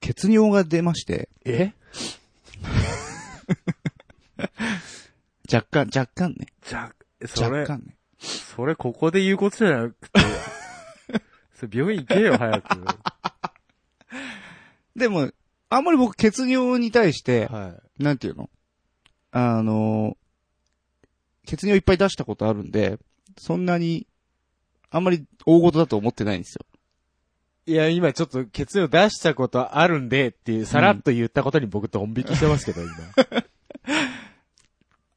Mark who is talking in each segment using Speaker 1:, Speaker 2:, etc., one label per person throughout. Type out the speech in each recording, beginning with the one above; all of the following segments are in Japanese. Speaker 1: 血尿が出まして、
Speaker 2: え
Speaker 1: 若干、若干ね。
Speaker 2: じゃ、そ
Speaker 1: 若
Speaker 2: れ、
Speaker 1: 干ね。
Speaker 2: それここで言うことじゃなく て、それ病院行けよ、早く。
Speaker 1: でも、あんまり僕、血尿に対して、
Speaker 2: は
Speaker 1: なんていうのあの、血尿いっぱい出したことあるんで、そんなに、あんまり大事だと思ってないんですよ。
Speaker 3: いや、今ちょっとケツを出したことあるんでっていう、さらっと言ったことに僕ドン引きしてます けど、今。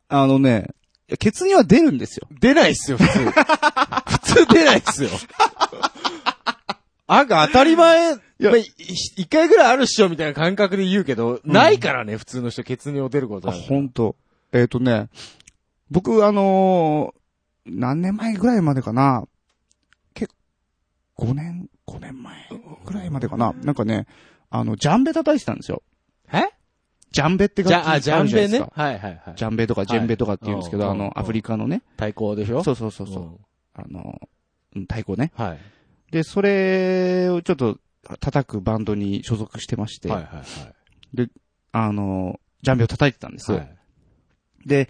Speaker 1: あのね、いや血尿は出るんですよ。
Speaker 3: 出ないっすよ、普通。普通出ないっすよ。あんか当たり前、
Speaker 1: や
Speaker 3: まあい一回ぐらいあるっしょみたいな感覚で言うけど、ないからね、普通の人、血尿出ること
Speaker 1: あ、
Speaker 3: なんて
Speaker 1: ほんと。えっ、とね、僕、あのー何年前ぐらいまでかな。結構、5年、5年前ぐらいまでかな。なんかね、あの、ジャンベ叩いてたんですよ。
Speaker 3: え
Speaker 1: ジャンベって楽器
Speaker 3: じゃあ、
Speaker 1: あ
Speaker 3: あ
Speaker 1: る
Speaker 3: ジ
Speaker 1: じゃ
Speaker 3: ャ
Speaker 1: ないで
Speaker 3: ンベ
Speaker 1: す
Speaker 3: ね。
Speaker 1: か。
Speaker 3: はいはいはい。
Speaker 1: ジャンベとかジェンベとかって言うんですけど、
Speaker 3: はい
Speaker 1: あ
Speaker 3: うん
Speaker 1: の、アフリカのね。
Speaker 3: 対抗でしょ
Speaker 1: そうそうそうそう。
Speaker 3: ん
Speaker 1: あの、うん太鼓ね。
Speaker 3: はい。
Speaker 1: で、それをちょっと叩くバンドに所属してまして、
Speaker 3: はいはいはい
Speaker 1: あの、ジャンベを叩いてたんです。よ。
Speaker 3: はい
Speaker 1: で、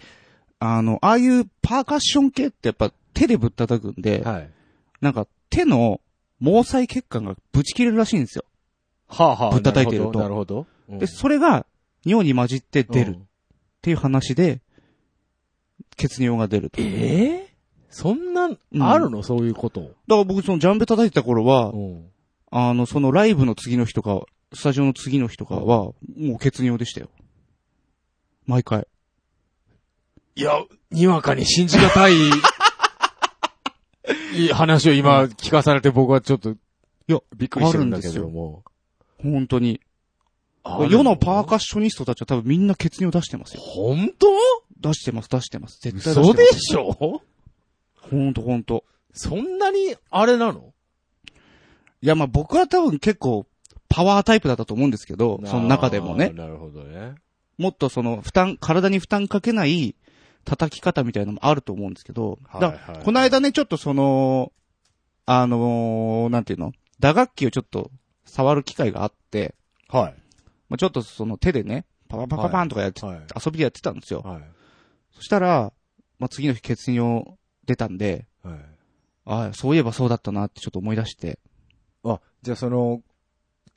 Speaker 1: あの、ああいうパーカッション系ってやっぱ手でぶったたくんで、
Speaker 3: はい。
Speaker 1: なんか手の毛細血管がぶち切れるらしいんですよ。
Speaker 3: はあはあ。
Speaker 1: ぶったたいてると
Speaker 3: なるほど。なるほど
Speaker 1: で、それが尿に混じって出るっ。
Speaker 3: うん
Speaker 1: ていう話で、血尿が出ると。だか
Speaker 3: ええそんなん、
Speaker 1: うん
Speaker 3: あるのそういうこと。
Speaker 1: ら僕そのジャンベ叩いてた頃は、
Speaker 3: うん。
Speaker 1: あの、そのライブの次の日とか、スタジオの次の日とかは、もう血尿でしたよ。毎回。
Speaker 3: いや、にわかに信じが たい、いい話を今聞かされて僕はちょっと、い
Speaker 1: や、
Speaker 3: びっくりしてるんだけれども。
Speaker 1: 本当に。
Speaker 3: あ
Speaker 1: 世のパーカッ
Speaker 3: ッ
Speaker 1: ショニストたちは多分みんな血尿出してますよ。
Speaker 3: 本当
Speaker 1: 出してます、出してます。絶対出し
Speaker 3: 嘘
Speaker 1: て
Speaker 3: で
Speaker 1: ます。
Speaker 3: しょ
Speaker 1: ほんとほんと。
Speaker 3: そんなに、あれなの
Speaker 1: いや、まあ僕は多分結構、パワータイプだったと思うんですけど、その中でもね
Speaker 3: あー。なるほどね。
Speaker 1: もっとその、負担、体に負担かけない叩き方みたいなのもあると思うんですけど、だから
Speaker 3: はいはい
Speaker 1: この間ね、ちょっとその、あのーなんていうの打楽器をちょっと触る機会があって、
Speaker 3: は
Speaker 1: まあ、ちょっとその手でね、パパパパパンとかやって、
Speaker 3: い。はい。
Speaker 1: 遊びでやってたんですよ。
Speaker 3: はい。
Speaker 1: そしたら、まあ、次の日血尿出たんで、
Speaker 3: はい。
Speaker 1: ああ、そういえばそうだったなってちょっと思い出して、
Speaker 3: あ、じゃあその、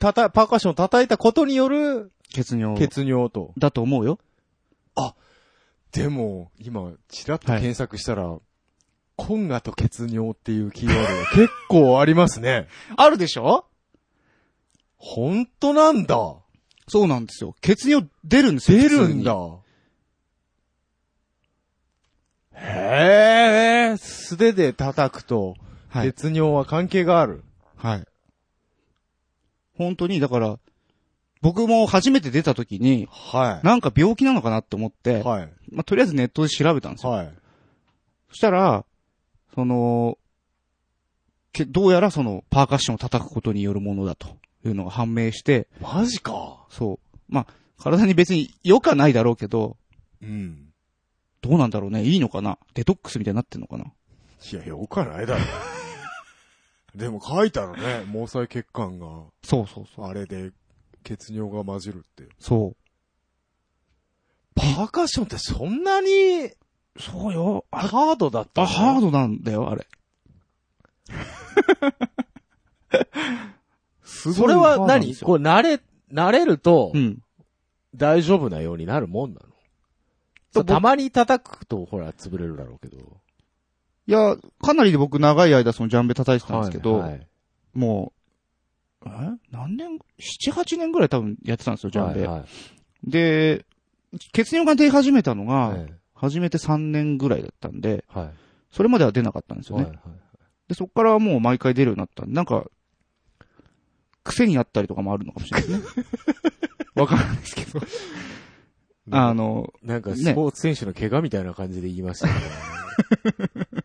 Speaker 3: たた、パーカッションを叩いたことによる、
Speaker 1: 血尿
Speaker 3: 血尿と。
Speaker 1: だと思うよ。
Speaker 3: でも、今、ちらっと検索したら、コンガと血尿っていうキーワードが結構ありますね。
Speaker 1: あるでしょ
Speaker 3: 本当なんだ。
Speaker 1: そうなんですよ。血尿出るんですよ。
Speaker 3: 出るんだ。へえ、素手で叩くと、
Speaker 1: はい
Speaker 3: 血尿は関係がある。
Speaker 1: はい。本当に、だから、僕も初めて出た時に、
Speaker 3: は
Speaker 1: なんか病気なのかなって思って、
Speaker 3: い。はい。
Speaker 1: まあ、とりあえずネットで調べたんですよ。
Speaker 3: はい。
Speaker 1: そしたら、その、けどうやらそのパーカッションを叩くことによるものだというのが判明して、
Speaker 3: マジか。
Speaker 1: そう。まあ、体に別に良かないだろうけど、
Speaker 3: うん。
Speaker 1: どうなんだろうねいいのかなデトックスみたいになってんのかない
Speaker 3: や、よかないだ ろ。でも書いたらね、毛細血管が、
Speaker 1: そうそうそう。
Speaker 3: あれで、血尿が混じるって。
Speaker 1: そ
Speaker 3: パーカッションってそんなに、
Speaker 1: う。そうよ。あ、
Speaker 3: ハードだった
Speaker 1: あハード
Speaker 3: ド
Speaker 1: なんだよ、あれ。
Speaker 3: それは何
Speaker 1: こ
Speaker 3: こう、慣れ、慣れると
Speaker 1: う、ん。
Speaker 3: 大丈夫なようになるもんなの、そうたまに叩くと、ほら、潰れるだろうけど。
Speaker 1: いや、かなりで僕長い間そのジャンベ叩いてたんですけど、
Speaker 3: はいはい
Speaker 1: もう、え何年、七八年ぐらい多分やってたんですよ、ジャンベ。
Speaker 3: はいはい
Speaker 1: で、血尿が出始めたのが、
Speaker 3: はい
Speaker 1: 初めて3年ぐらいだったんで、
Speaker 3: はい
Speaker 1: それまでは出なかったんですよ
Speaker 3: はい
Speaker 1: ね。
Speaker 3: はい
Speaker 1: で、そこからはもう毎回出るようになったんで、なんか、癖になったりとかもあるのかもしれない ですね。わかんないですけど。あの、
Speaker 3: なんか、
Speaker 1: ね
Speaker 3: スポーツ選手の怪我みたいな感じで言いまし たけどね。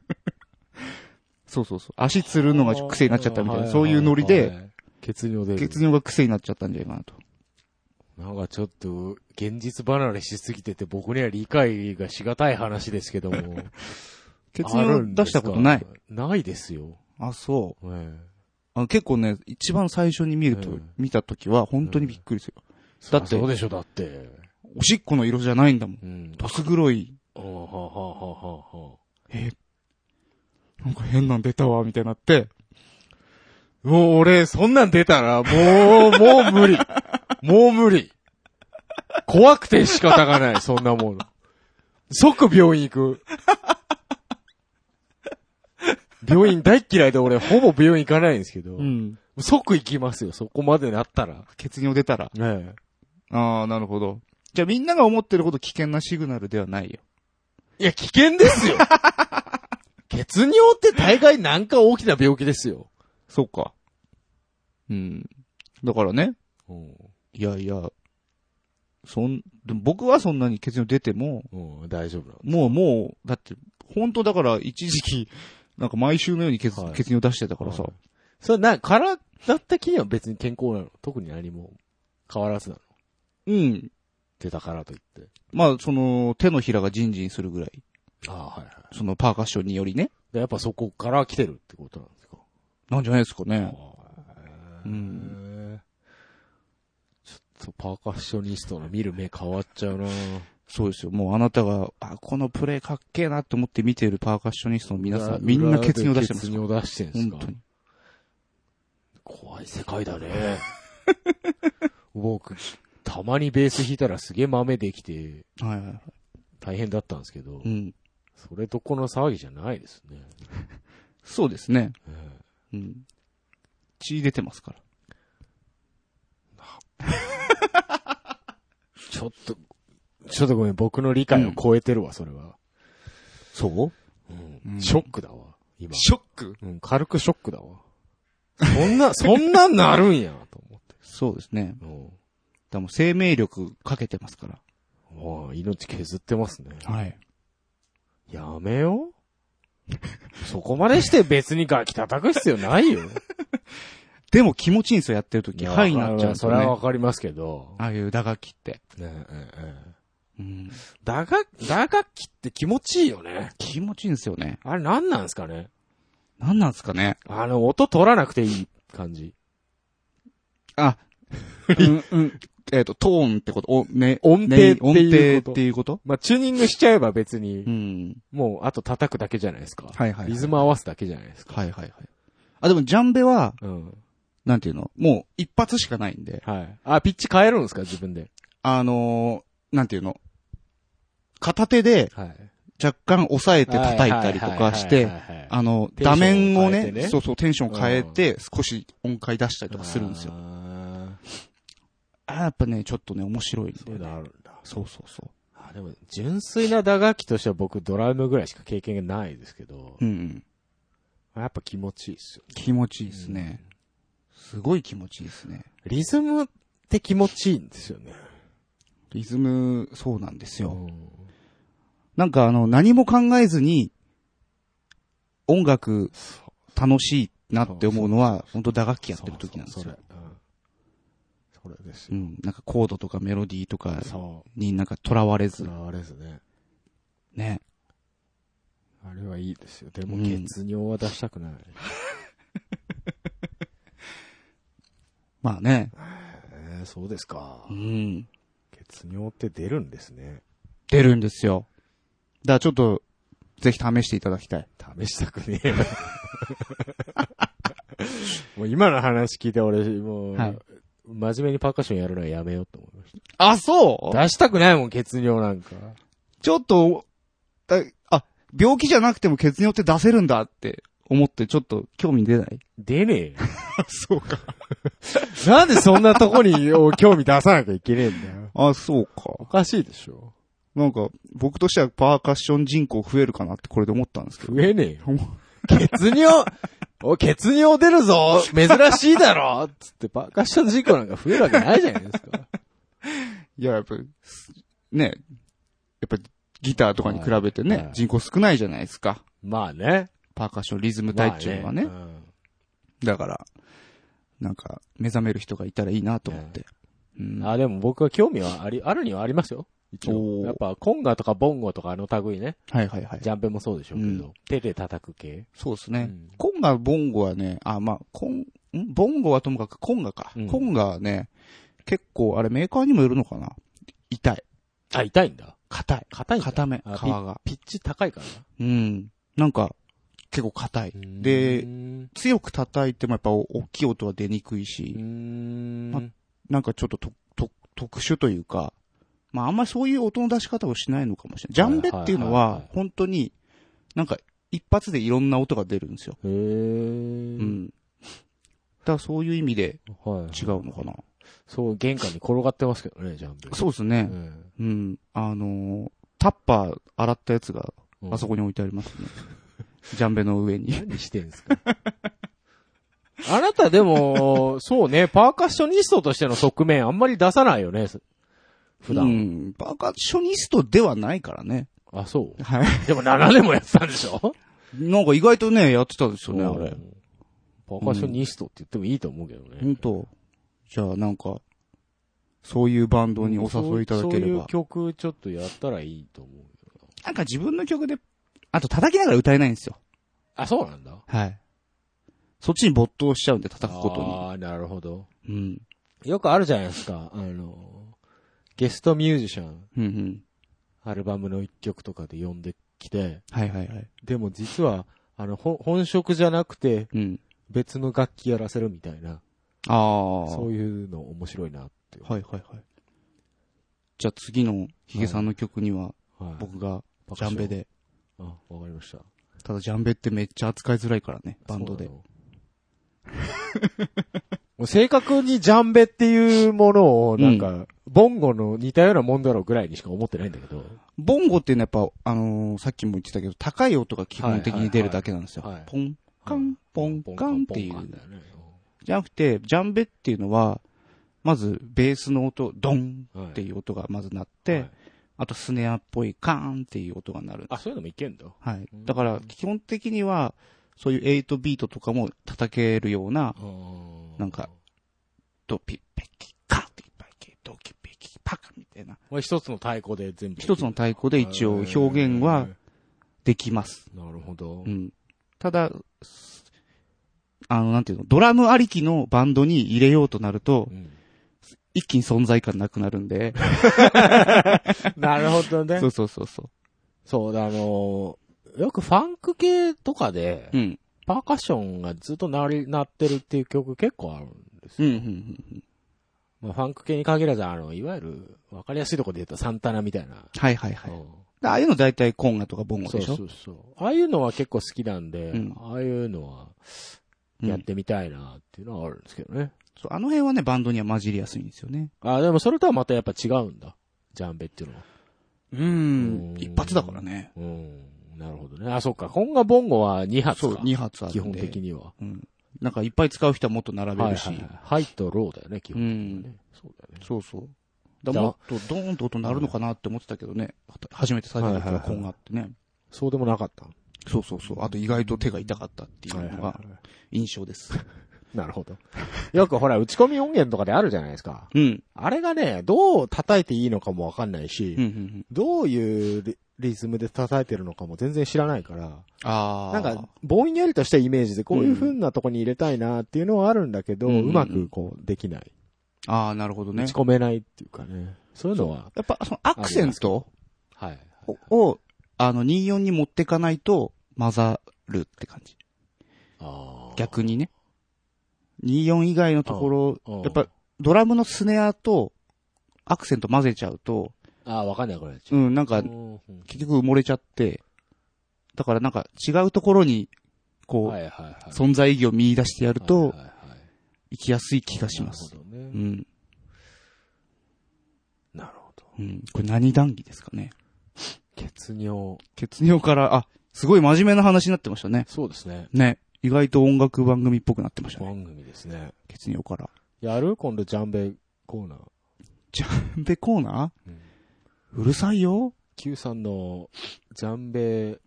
Speaker 1: そうそうそう。足つるのが癖になっちゃったみたい
Speaker 3: は
Speaker 1: な、そういうノリ
Speaker 3: は
Speaker 1: で、
Speaker 3: い。血尿で。
Speaker 1: 血尿が癖になっちゃったんじゃないかなと。
Speaker 3: なんかちょっと、現実離れしすぎてて、僕には理解がしがたい話ですけど も。
Speaker 1: 血
Speaker 3: ある
Speaker 1: 尿
Speaker 3: んで
Speaker 1: 出
Speaker 3: す
Speaker 1: し
Speaker 3: か
Speaker 1: たことない。。
Speaker 3: ないですよ。
Speaker 1: あ、そう。
Speaker 3: ええ
Speaker 1: あの結構ね、一番最初に見ると、
Speaker 3: うん
Speaker 1: 見た時は本当にびっくりするよ。だって
Speaker 3: そうでしょ、だって。
Speaker 1: おしっこの色じゃないんだもん。
Speaker 3: うん。
Speaker 1: どす黒い、
Speaker 3: ははははは
Speaker 1: え、なんか変なん出たわ、みたいになって、
Speaker 3: もう俺、そんなん出たら、もう、もう 無理。もう無理。怖くて仕方がない、そんなもの。即病院 行く。病院大っ嫌いで俺、ほぼ病院行かないんですけど、
Speaker 1: ん。
Speaker 3: 即行きますよ、そこまでなったら。
Speaker 1: 血尿出たら。
Speaker 3: ね
Speaker 1: ああ、なるほど。じゃあみんなが思ってるほど危険なシグナルではないよ。
Speaker 3: え。いや、危険で すよ血尿って大概なんか大きな病気ですよ。
Speaker 1: そうか。うん。だからね、
Speaker 3: うん。
Speaker 1: いやいや、そん、でも僕はそんなに血尿出ても、
Speaker 3: うん、大丈夫なの。
Speaker 1: もうもう、だって、本当だから一時期、なんか毎週のように血,、
Speaker 3: はい
Speaker 1: 血尿出してたからさ、
Speaker 3: はいそれな、体的には別に健康なの。特に何も変わらずなの。
Speaker 1: うん。
Speaker 3: 出たからといって。
Speaker 1: まあ、その、手のひらがジンジンするぐらい、
Speaker 3: ああ、はいは
Speaker 1: そのパーカッションによりね。
Speaker 3: い。で、やっぱそこから来てるってことなんですか。
Speaker 1: なんじゃないですかね。
Speaker 3: う。
Speaker 1: うん
Speaker 3: ちょっとパーカッショニストの見る目変わっちゃうな
Speaker 1: そうですよ。もうあなたが、あ、このプレイかっけえなって思って見ているパーカッショニストの皆さん、みんな血尿出してます
Speaker 3: 血
Speaker 1: よ。
Speaker 3: 尿出してんす
Speaker 1: 本
Speaker 3: か
Speaker 1: 当に。
Speaker 3: 怖い世界だね。僕、たまにベース弾いたらすげえ豆できて
Speaker 1: はいはいはい。
Speaker 3: 大変だったんですけど
Speaker 1: う、ん。
Speaker 3: それとこの騒ぎじゃないですね。
Speaker 1: そうですね。
Speaker 3: ええ
Speaker 1: うん。血出てますから。
Speaker 3: ちょっと、ちょっとごめん、僕の理解を超えてるわ、それは。
Speaker 1: そううん
Speaker 3: ん。ショックだわ、今。
Speaker 1: ョック
Speaker 3: うん、軽くショックだわ。そんな、 そんなんなるんや、と思って。
Speaker 1: そうですね。
Speaker 3: うん
Speaker 1: でも生命力かけてますから。
Speaker 3: もう、命削ってますね。
Speaker 1: はい。
Speaker 3: やめよう。そこまでして別にガキ叩く必要ないよ。
Speaker 1: でも気持ちいいんですよ、やってる時。ハイになっちゃうんです
Speaker 3: そ
Speaker 1: よ
Speaker 3: れは
Speaker 1: ね
Speaker 3: わ。かりますけど。
Speaker 1: ああいう打楽器って。
Speaker 3: ねえええ
Speaker 1: うん。
Speaker 3: 打楽、打楽器って気持ちいいよね。
Speaker 1: 気持ちいいんですよね。
Speaker 3: あれなんなんすかね。
Speaker 1: なんなんですかね。
Speaker 3: あの、音取らなくていい感じ。
Speaker 1: あ、うん、うん。えっと、トーンってこと、お、ね、
Speaker 3: 音程っていうこと
Speaker 1: 音程っていうこと
Speaker 3: まあ、チューニングしちゃえば別に
Speaker 1: うん。
Speaker 3: もう、あと叩くだけじゃないですか。
Speaker 1: はいはいはい
Speaker 3: リズム合わすだけじゃないですか。
Speaker 1: はいはいはい。あ、でもジャンベは、
Speaker 3: うん。
Speaker 1: なんていうのもう一発しかないんで、
Speaker 3: はい。あ、ピッチ変えるんですか自分で。
Speaker 1: あのー、なんていうの片手で
Speaker 3: はい。
Speaker 1: 若干押さえて叩いたりとかして
Speaker 3: はいは、いはいはいはい、
Speaker 1: あの、
Speaker 3: テンシ
Speaker 1: 画
Speaker 3: ョン
Speaker 1: 面を
Speaker 3: 変え
Speaker 1: ね
Speaker 3: てね
Speaker 1: そうそう、テンション変えて、少し音階出したりとかするんですよ。
Speaker 3: あー
Speaker 1: あーやっぱね、ちょっとね、面白いん
Speaker 3: そ
Speaker 1: だ
Speaker 3: うい
Speaker 1: よ
Speaker 3: う
Speaker 1: ね。
Speaker 3: のあるんだ。
Speaker 1: そうそうそ
Speaker 3: あ、でも、純粋な打楽器としては僕、ドラムぐらいしか経験がないですけど
Speaker 1: う。、うんうん。
Speaker 3: やっぱ気持ちいいっすよ。
Speaker 1: 気持ちいいですね。すごい気持ちいいですね。
Speaker 3: リズムって気持ちいいんですよね。
Speaker 1: リズム、そうなんですよ。
Speaker 3: うん
Speaker 1: なんかあの、何も考えずに、音楽、楽しいなって思うのは、本当打楽器やってる時なんです
Speaker 3: そう
Speaker 1: よ。
Speaker 3: そうそれうんそれです
Speaker 1: う
Speaker 3: よ。
Speaker 1: ん。なんかコードとかメロディーとか
Speaker 3: そ
Speaker 1: になんか囚われ
Speaker 3: う。
Speaker 1: ず、
Speaker 3: あれですね。
Speaker 1: ね。
Speaker 3: あれはいいですよ。でも
Speaker 1: うん
Speaker 3: 血尿は出したくない。
Speaker 1: まあね。
Speaker 3: えー、そうですか
Speaker 1: う。ん。
Speaker 3: 血尿って出るんですね。
Speaker 1: 出るんですよ。だからちょっと、ぜひ試していただきたい。
Speaker 3: 試したく ねえよ。もう今の話聞いて俺、もう、
Speaker 1: はい
Speaker 3: 真面目にパーカッションやるのはやめようと思いまし
Speaker 1: あ、そ
Speaker 3: た。出したくないもん、血尿なんか。
Speaker 1: ちょっと、だあ、病気じゃなくても血尿って出せるんだって思って、ちょっと興味出ない
Speaker 3: 出ねえよ。
Speaker 1: そうか。
Speaker 3: なんでそんなとこにお興味出さなきゃいけねえんだよ。
Speaker 1: あ、そうか
Speaker 3: お。かしいでしょ。
Speaker 1: なんか、僕としてはパーカッション人口増えるかなってこれで思ったんですけど。
Speaker 3: 増えねえよ。血尿、お、血尿出るぞ珍しいだろつってパーカッション事故なんか増えるわけないじゃないですか。
Speaker 1: いや、やっぱ、すね、やっぱギターとかに比べてね、
Speaker 3: はいはい
Speaker 1: 人口少ないじゃないですか。
Speaker 3: まあね。
Speaker 1: パーカッション、リズム隊っていうのはね。
Speaker 3: まあうん
Speaker 1: だから、なんか、目覚める人がいたらいいなと思って。うん。
Speaker 3: あ、でも僕は興味はあり、あるにはありますよ。一
Speaker 1: お
Speaker 3: 応。
Speaker 1: ー
Speaker 3: やっぱ、コンガとかボンゴとかあの類ね。
Speaker 1: はいはいはい
Speaker 3: ジ。ャンベもそうでしょうけど。
Speaker 1: う
Speaker 3: 手で叩く系。
Speaker 1: そうです
Speaker 3: う
Speaker 1: ね。
Speaker 3: ん
Speaker 1: コンガ、ボンゴはね、あ、まあ、コン、んボンゴはともかくコンガか。
Speaker 3: うん
Speaker 1: コンガはね、結構、あれメーカーにもよるのかな痛い。
Speaker 3: あ、痛いんだ。
Speaker 1: 硬い。
Speaker 3: 硬いんだ。
Speaker 1: 硬め、皮
Speaker 3: あ
Speaker 1: が。
Speaker 3: ピッチ高いからな。
Speaker 1: うん。なんか、結構硬い。で
Speaker 3: うーん
Speaker 1: 強く叩いてもやっぱ大きい音は出にくいう
Speaker 3: ー
Speaker 1: し、
Speaker 3: ん
Speaker 1: まなんかちょっととと特殊というか、まああんまりそういう音の出し方をしないのかもしれない。ジャンベっていうの
Speaker 3: はいはいはい
Speaker 1: は
Speaker 3: はい
Speaker 1: 本当になんか一発でいろんな音が出るんですよ。
Speaker 3: へー
Speaker 1: うん。だからそういう意味で
Speaker 3: はい。
Speaker 1: 違うのかな。
Speaker 3: そう、玄関に転がってますけどね、ジャンベ。
Speaker 1: そうです
Speaker 3: う
Speaker 1: ね。
Speaker 3: ん。
Speaker 1: うん。あのータッパー洗ったやつが
Speaker 3: うん
Speaker 1: あそこに置いてありますね。ジャンベの上に。
Speaker 3: 何してんすかあなたでも、そうね、パーカッショニストとしての側面あんまり出さないよね、す 普段。
Speaker 1: うん。バーカッショニストではないからね。
Speaker 3: あ、そう。
Speaker 1: はい。
Speaker 3: でも7年もやってたんでしょ
Speaker 1: なんか意外とね、やってたんですよね、あれ。。
Speaker 3: パーカッショニストって言ってもいいと思うけどね。
Speaker 1: 本当じゃあなんか、そういうバンドにお誘いいただけれ
Speaker 3: そうそうい
Speaker 1: ば
Speaker 3: う。曲ちょっとやったらいいと思う。
Speaker 1: なんか自分の曲で、あと叩きながら歌えないんですよ。
Speaker 3: あ、そうなんだ。
Speaker 1: はい。そっちに没頭しちゃうんで叩くこ
Speaker 3: ああ、なるほど。
Speaker 1: とに。うん。
Speaker 3: よくあるじゃないですか。あの、ゲストミュージシャン、
Speaker 1: うんうん。
Speaker 3: アルバムの一曲とかで呼んできて、
Speaker 1: はいはいはい。
Speaker 3: でも実は、あの、ほ本職じゃなくて、
Speaker 1: うん。
Speaker 3: 別の楽器やらせるみたいな、
Speaker 1: ああ。
Speaker 3: そういうの面白いなって。
Speaker 1: はいはいはい。じゃあ次のヒゲさんの曲には、
Speaker 3: はい
Speaker 1: 僕が
Speaker 3: 僕
Speaker 1: ジャンベ。で。
Speaker 3: あ、わかりました。
Speaker 1: ただジャンベってめっちゃ扱いづらいからね、バンドで
Speaker 3: そう。なの。もう 正確にジャンベっていうものを、なんか、ボンゴの似たようなもんだろうぐらいにしか思ってないんだけど。
Speaker 1: ボンゴっていうのはやっぱ、あのーさっきも言ってたけど、高い音が基本的に出るだけなんですよ。
Speaker 3: はいはいはい
Speaker 1: ポン、カン、ポン、カンってい
Speaker 3: ポンカン
Speaker 1: う
Speaker 3: だ。よね
Speaker 1: じゃなくて、ジャンベっていうのは、まず、ベースの音、ドン
Speaker 3: はい
Speaker 1: っていう音がまず鳴っ
Speaker 3: は
Speaker 1: て
Speaker 3: い、
Speaker 1: あとスネアっぽいカーンっていう音が鳴る。
Speaker 3: あ、そういうのもいけんだ。
Speaker 1: はい。
Speaker 3: うん
Speaker 1: だから、基本的には、そういう8ビートとかも叩けるような、なんか、ドピッペキカーっていっぱいけ、ドキペキパカみたいな。
Speaker 3: まあ一つの太鼓で全部。
Speaker 1: 一つの太鼓で一応表現はできます。
Speaker 3: なるほど
Speaker 1: う。ん。ただ、すあの、なんていうの、ドラムありきのバンドに入れようとなると
Speaker 3: う、ん
Speaker 1: 一気に存在感なくなるんで、
Speaker 3: なるほどね
Speaker 1: そ。うそうそうそ
Speaker 3: そうだ、あのーよくファンク系とかで
Speaker 1: う。、うん。
Speaker 3: パーカッションがずっと鳴り、鳴ってるっていう曲結構あるんです
Speaker 1: うん、う
Speaker 3: よ。
Speaker 1: ん、うん。
Speaker 3: まあ、ファンク系に限らず、あの、いわゆる、わかりやすいとこで言うとサンタナみたいな。
Speaker 1: はいはいはい。
Speaker 3: うん
Speaker 1: ああいうの大体コンガとかボンゴ
Speaker 3: そう
Speaker 1: でしょ
Speaker 3: そうそう。ああいうのは結構好きなんで、
Speaker 1: うん
Speaker 3: ああいうのは
Speaker 1: うん
Speaker 3: やってみたいなっていうのはあるんですけどね。
Speaker 1: そうあの辺はね、バンドには混じりやすいんですよね。
Speaker 3: ああ、でもそれとはまたやっぱ違うんだ。ジャンベっていうのは。
Speaker 1: う
Speaker 3: うん
Speaker 1: 一発だからね。
Speaker 3: うん。なるほどね。あ、そっか。今後ボンゴは2発か。
Speaker 1: そう、二発あるんで。
Speaker 3: 基本的には。
Speaker 1: うん。なんかいっぱい使う人はもっと並べるし。
Speaker 3: はいはいはいハイとローだよね、基本的にはね。そうだよね。
Speaker 1: そうそう。だからもっとドーンと音鳴るのかなって思ってたけどね。はた初めて最初の時はコンガってね。
Speaker 3: そうでもなかった。
Speaker 1: そうそうそう。あと意外と手が痛かったっていうのが印象です。
Speaker 3: なるほど。 よくほら、打ち込み音源とかであるじゃないですか。
Speaker 1: うん。
Speaker 3: あれがね、どう叩いていいのかもわかんないし、
Speaker 1: うんうんうん。
Speaker 3: どういうリリズムで叩いてるのかも全然知らないから、
Speaker 1: あ
Speaker 3: な
Speaker 1: あ。
Speaker 3: んか、、ぼんやりとしたイメージでこういう風なとこに入れたいなっていうのはあるんだけど、
Speaker 1: う
Speaker 3: うんまくこうできない。
Speaker 1: ああ、なるほど
Speaker 3: 打
Speaker 1: ね
Speaker 3: ち。込めないっていうかね。そういうのは、
Speaker 1: やっぱそのアクセント
Speaker 3: はい。
Speaker 1: を、をあの、24に持ってかないと混ざるって感じ。
Speaker 3: あー
Speaker 1: 逆にね。24以外のとこ
Speaker 3: うん
Speaker 1: ろ、やっぱ、ドラムのスネアとアクセント混ぜちゃうと、
Speaker 3: ああ、わかんない、これ。
Speaker 1: うん、なん
Speaker 3: う
Speaker 1: か、
Speaker 3: ん
Speaker 1: 結局埋もれちゃって、だからなんか違うところに、こう、
Speaker 3: はいはいはい。
Speaker 1: 存在意義を見出してやる
Speaker 3: はい
Speaker 1: と
Speaker 3: はい、はい
Speaker 1: 生きやすい気がします。
Speaker 3: なるほど
Speaker 1: う
Speaker 3: ね。
Speaker 1: ん。
Speaker 3: なるほど。
Speaker 1: うん。これ何談義ですかね。
Speaker 3: 血尿。
Speaker 1: 血尿から、あ、すごい真面目な話になってましたね。
Speaker 3: そうですね。
Speaker 1: ね。意外と音楽番組っぽくなってましたね。
Speaker 3: 番組ですね。
Speaker 1: 血尿から。
Speaker 3: やる今度ジャンベコーナー。
Speaker 1: で、コーナ
Speaker 3: うん
Speaker 1: ーうるさいよ。
Speaker 3: Q さんのジャンベ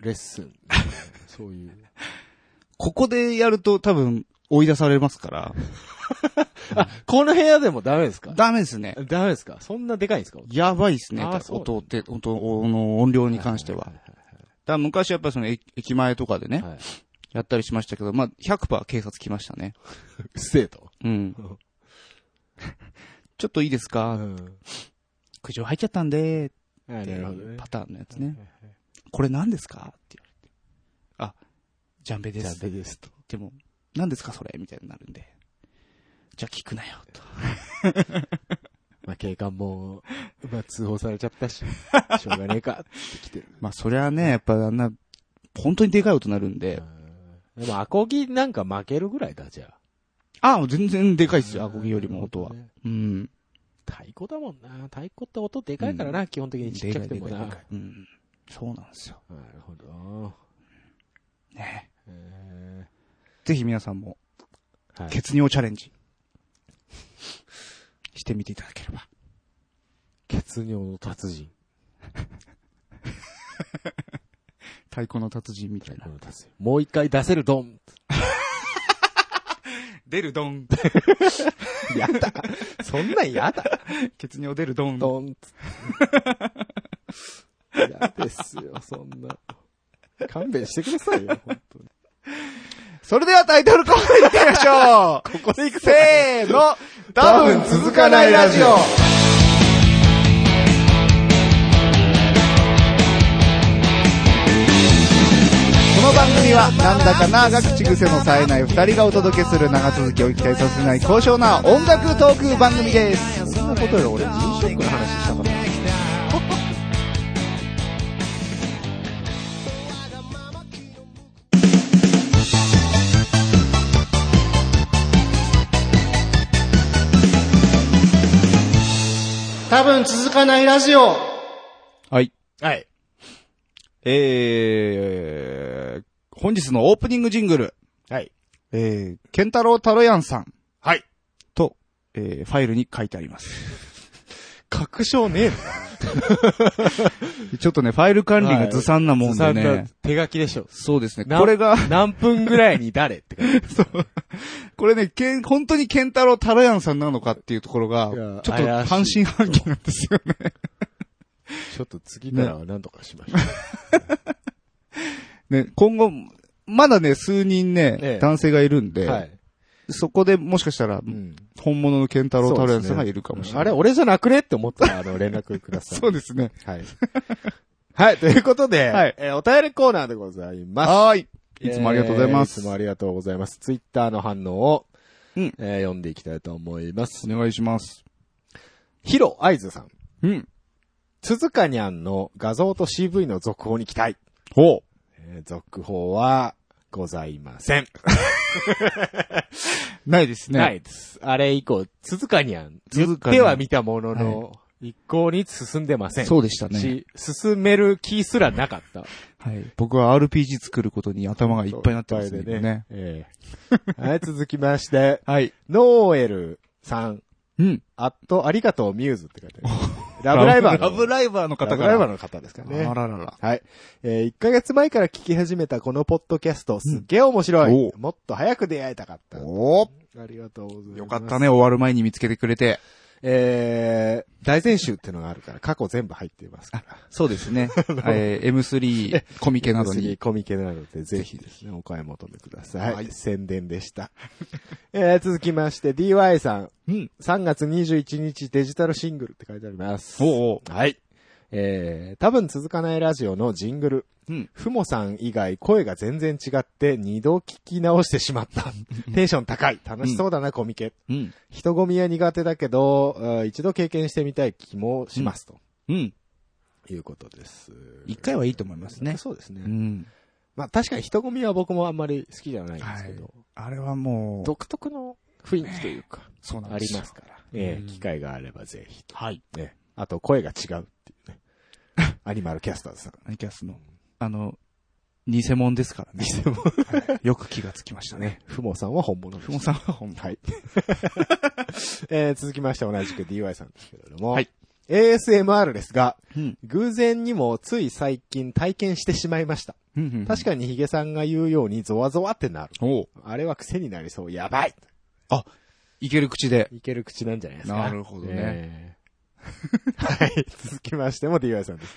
Speaker 3: レッスン。そう いう。
Speaker 1: ここでやると多分追い出されますから。
Speaker 3: この部屋でもダメですか
Speaker 1: ダメですね。
Speaker 3: ダメですかそんなでかいんですか
Speaker 1: やばいですね。
Speaker 3: あーそう
Speaker 1: 音って、音の音量に関しては。だから昔やっぱりその駅駅前とかでね、
Speaker 3: はい。
Speaker 1: やったりしましたけど、まあ、100%警察来ましたね。
Speaker 3: うっせえと。
Speaker 1: うん。 ちょっといいです
Speaker 3: う
Speaker 1: か
Speaker 3: ん。
Speaker 1: 苦情入っちゃったんで、
Speaker 3: は
Speaker 1: っ
Speaker 3: い、
Speaker 1: て
Speaker 3: なるほど
Speaker 1: いう
Speaker 3: ね
Speaker 1: パ。ターンのやつね。これ何ですかって言われて。あ、ジャンベで
Speaker 3: ジャ
Speaker 1: す
Speaker 3: ン。ベですと。
Speaker 1: でも、何ですかそれみたいになるんで。じゃあ聞くなよ、と。
Speaker 3: まあ、警官も、まあ、通報されちゃっ たし、しょうがねえかって来てる。
Speaker 1: まあそりゃね、やっぱあんな、本当にでかい音なるんで。
Speaker 3: うんでも、アコギなんか負けるぐらいだ、じゃあ。
Speaker 1: ああ、全然でかいっすよ、アコギよりも音は
Speaker 3: な。るほどね
Speaker 1: うん。
Speaker 3: 太鼓だもんな。太鼓って音でかいからな、基本的にちっちゃくてもな。
Speaker 1: で
Speaker 3: な
Speaker 1: かいでかいでかいうん。そうなんですよ。
Speaker 3: るほど。
Speaker 1: ね。
Speaker 3: え
Speaker 1: ぜひ皆さんも、
Speaker 3: ーはい。
Speaker 1: 血尿チャレンジ、してみていただければ。
Speaker 3: 血尿の達人。
Speaker 1: 太鼓の達人みた
Speaker 3: 太
Speaker 1: いな
Speaker 3: 鼓。の達人。もう一回出せるドン。
Speaker 1: 出るド ン。
Speaker 3: や だ。そんなんやだ。
Speaker 1: 血尿出るドン。
Speaker 3: ド ン。やですよ、そんな。勘弁してくださいよ、本当に。
Speaker 1: それではタイトルコールいってみましょうここでいくせーの多分続かないラジオこの番組はなんだかなが口癖の冴えない二人がお届けする長続きを期待させない高尚な音楽トーク番組ですそんなことより俺飲食の話したから
Speaker 4: 多分続かないラジオ。
Speaker 1: はい
Speaker 3: はい。
Speaker 1: えー、本日のオープニングジングル
Speaker 3: はい。
Speaker 1: えー、ケンタロウタロヤンさん。
Speaker 3: はい。
Speaker 1: と、えー、ファイルに書いてあります。
Speaker 3: 確証ね え
Speaker 1: ちょっとね、ファイル管理がずさんなもんでね。
Speaker 3: 手書きでしょ。
Speaker 1: そうですね。
Speaker 3: な
Speaker 1: これが、
Speaker 3: 何分ぐらいに誰って感じ。
Speaker 1: これね、けん、本当にケンタロウタロヤンさんなのかっていうところが
Speaker 3: いや、
Speaker 1: ちょっと
Speaker 3: 怪しい
Speaker 1: 半信半疑なんですよね。
Speaker 3: ちょっと次からは何とかしましょう。
Speaker 1: ね、今後、まだね、数人ね、
Speaker 3: ええ
Speaker 1: 男性がいるんで、
Speaker 3: はい。
Speaker 1: そこでもしかしたら、
Speaker 3: うん。
Speaker 1: 本物のケンタロウタロヤンさんがいるかもしれない。
Speaker 3: あれ、俺じゃなくねって思ったら、あの、連絡ください。
Speaker 1: そうですね。
Speaker 3: はい。 はい、ということで、
Speaker 1: はい
Speaker 3: えーお便りコーナーでございます。
Speaker 1: はーい。いつもありがとうございます。
Speaker 3: えーいつもありがとうございます。ツイッターの反応を、
Speaker 1: うん
Speaker 3: えー読んでいきたいと思います。
Speaker 1: お願いします。
Speaker 3: ヒロアイズさん。
Speaker 1: うん。
Speaker 3: 鈴鹿にゃんの画像と CV の続報に期待。
Speaker 1: ほう。
Speaker 3: えー続報は、ございません。
Speaker 1: ないですね。
Speaker 3: ないです。あれ以降、鈴鹿にゃん。
Speaker 1: 鈴
Speaker 3: 言っ
Speaker 1: 鹿に
Speaker 3: て
Speaker 1: ゃん
Speaker 3: は見たものの、一向に進んでません。
Speaker 1: そうでしたね。
Speaker 3: し、進める気すらなかった。
Speaker 1: はい。僕は RPG 作ることに頭がいっぱいになってます
Speaker 3: いっ
Speaker 1: ね。
Speaker 3: ぱい
Speaker 1: ね
Speaker 3: でね。ええはい、続きまして、
Speaker 1: はい。
Speaker 3: ノーエルさん、
Speaker 1: うん。
Speaker 3: あっと、ありがとうミューズって書いてある。 ラブライバー
Speaker 1: ラ
Speaker 3: の。
Speaker 1: ブライバーの方
Speaker 3: ラブ
Speaker 1: から。
Speaker 3: ライバーの方ですから
Speaker 1: あ
Speaker 3: ね。
Speaker 1: ららら。
Speaker 3: はい。え1ヶ月前から聞き始めたこのポッドキャスト、すっげえ面白
Speaker 1: うんお。
Speaker 3: いうもっと早く出会えたかった。
Speaker 1: お
Speaker 3: ありがとうございます。
Speaker 1: よかったね、。終わる前に見つけてくれて。
Speaker 3: えー、大全集ってのがあるから、過去全部入ってますから。
Speaker 1: そうです ね。えー、M3 コミケなど
Speaker 3: 次
Speaker 1: に。
Speaker 3: コミケなどでぜひですね、お買い求めください。
Speaker 1: はい
Speaker 3: 宣伝でした。 えー、続きまして DY さん。
Speaker 1: うん。
Speaker 3: 3月21日デジタルシングルって書いてあります。
Speaker 1: おうお
Speaker 3: はい。えー、多分続かないラジオのジングル。
Speaker 1: うん。
Speaker 3: ふもさん以外声が全然違って二度聞き直してしまった。テンション高い。楽しそうだな、コミケ。
Speaker 1: うん。
Speaker 3: 人混みは苦手だけど、あー一度経験してみたい気もします。
Speaker 1: うん。
Speaker 3: ということです。
Speaker 1: 一回はいいと思いますね。
Speaker 3: そうですね。
Speaker 1: うん。
Speaker 3: まあ確かに人混みは僕もあんまり好きじゃないんですけど、
Speaker 1: はあれはもう、
Speaker 3: 独特の雰囲気というか、
Speaker 1: そうなん
Speaker 3: あ
Speaker 1: で
Speaker 3: り
Speaker 1: すよ
Speaker 3: ますから。ええ
Speaker 1: うん
Speaker 3: 機会があればぜひと。
Speaker 1: はい。
Speaker 3: ね。あと声が違うっていうね。 アニマルキャスターズさん。
Speaker 1: アニキャスの。あの、偽物ですからね。偽物。よく気がつきましたね。
Speaker 3: ふもさんは本物です。
Speaker 1: ふもさんは本物。
Speaker 3: はい。 えー続きまして同じく DY さんですけれども、
Speaker 1: はい
Speaker 3: ASMR ですが、
Speaker 1: うん。
Speaker 3: 偶然にもつい最近体験してしまいました。
Speaker 1: うんうん。
Speaker 3: 確
Speaker 1: か
Speaker 3: かにヒゲさんが言うようにゾワゾワってなる。
Speaker 1: に。おう
Speaker 3: あれは癖になりそう。やばい
Speaker 1: いける口で。
Speaker 3: いける口なんじゃないですか。
Speaker 1: なるほどね
Speaker 3: えー。はい。続きましても DY さんです。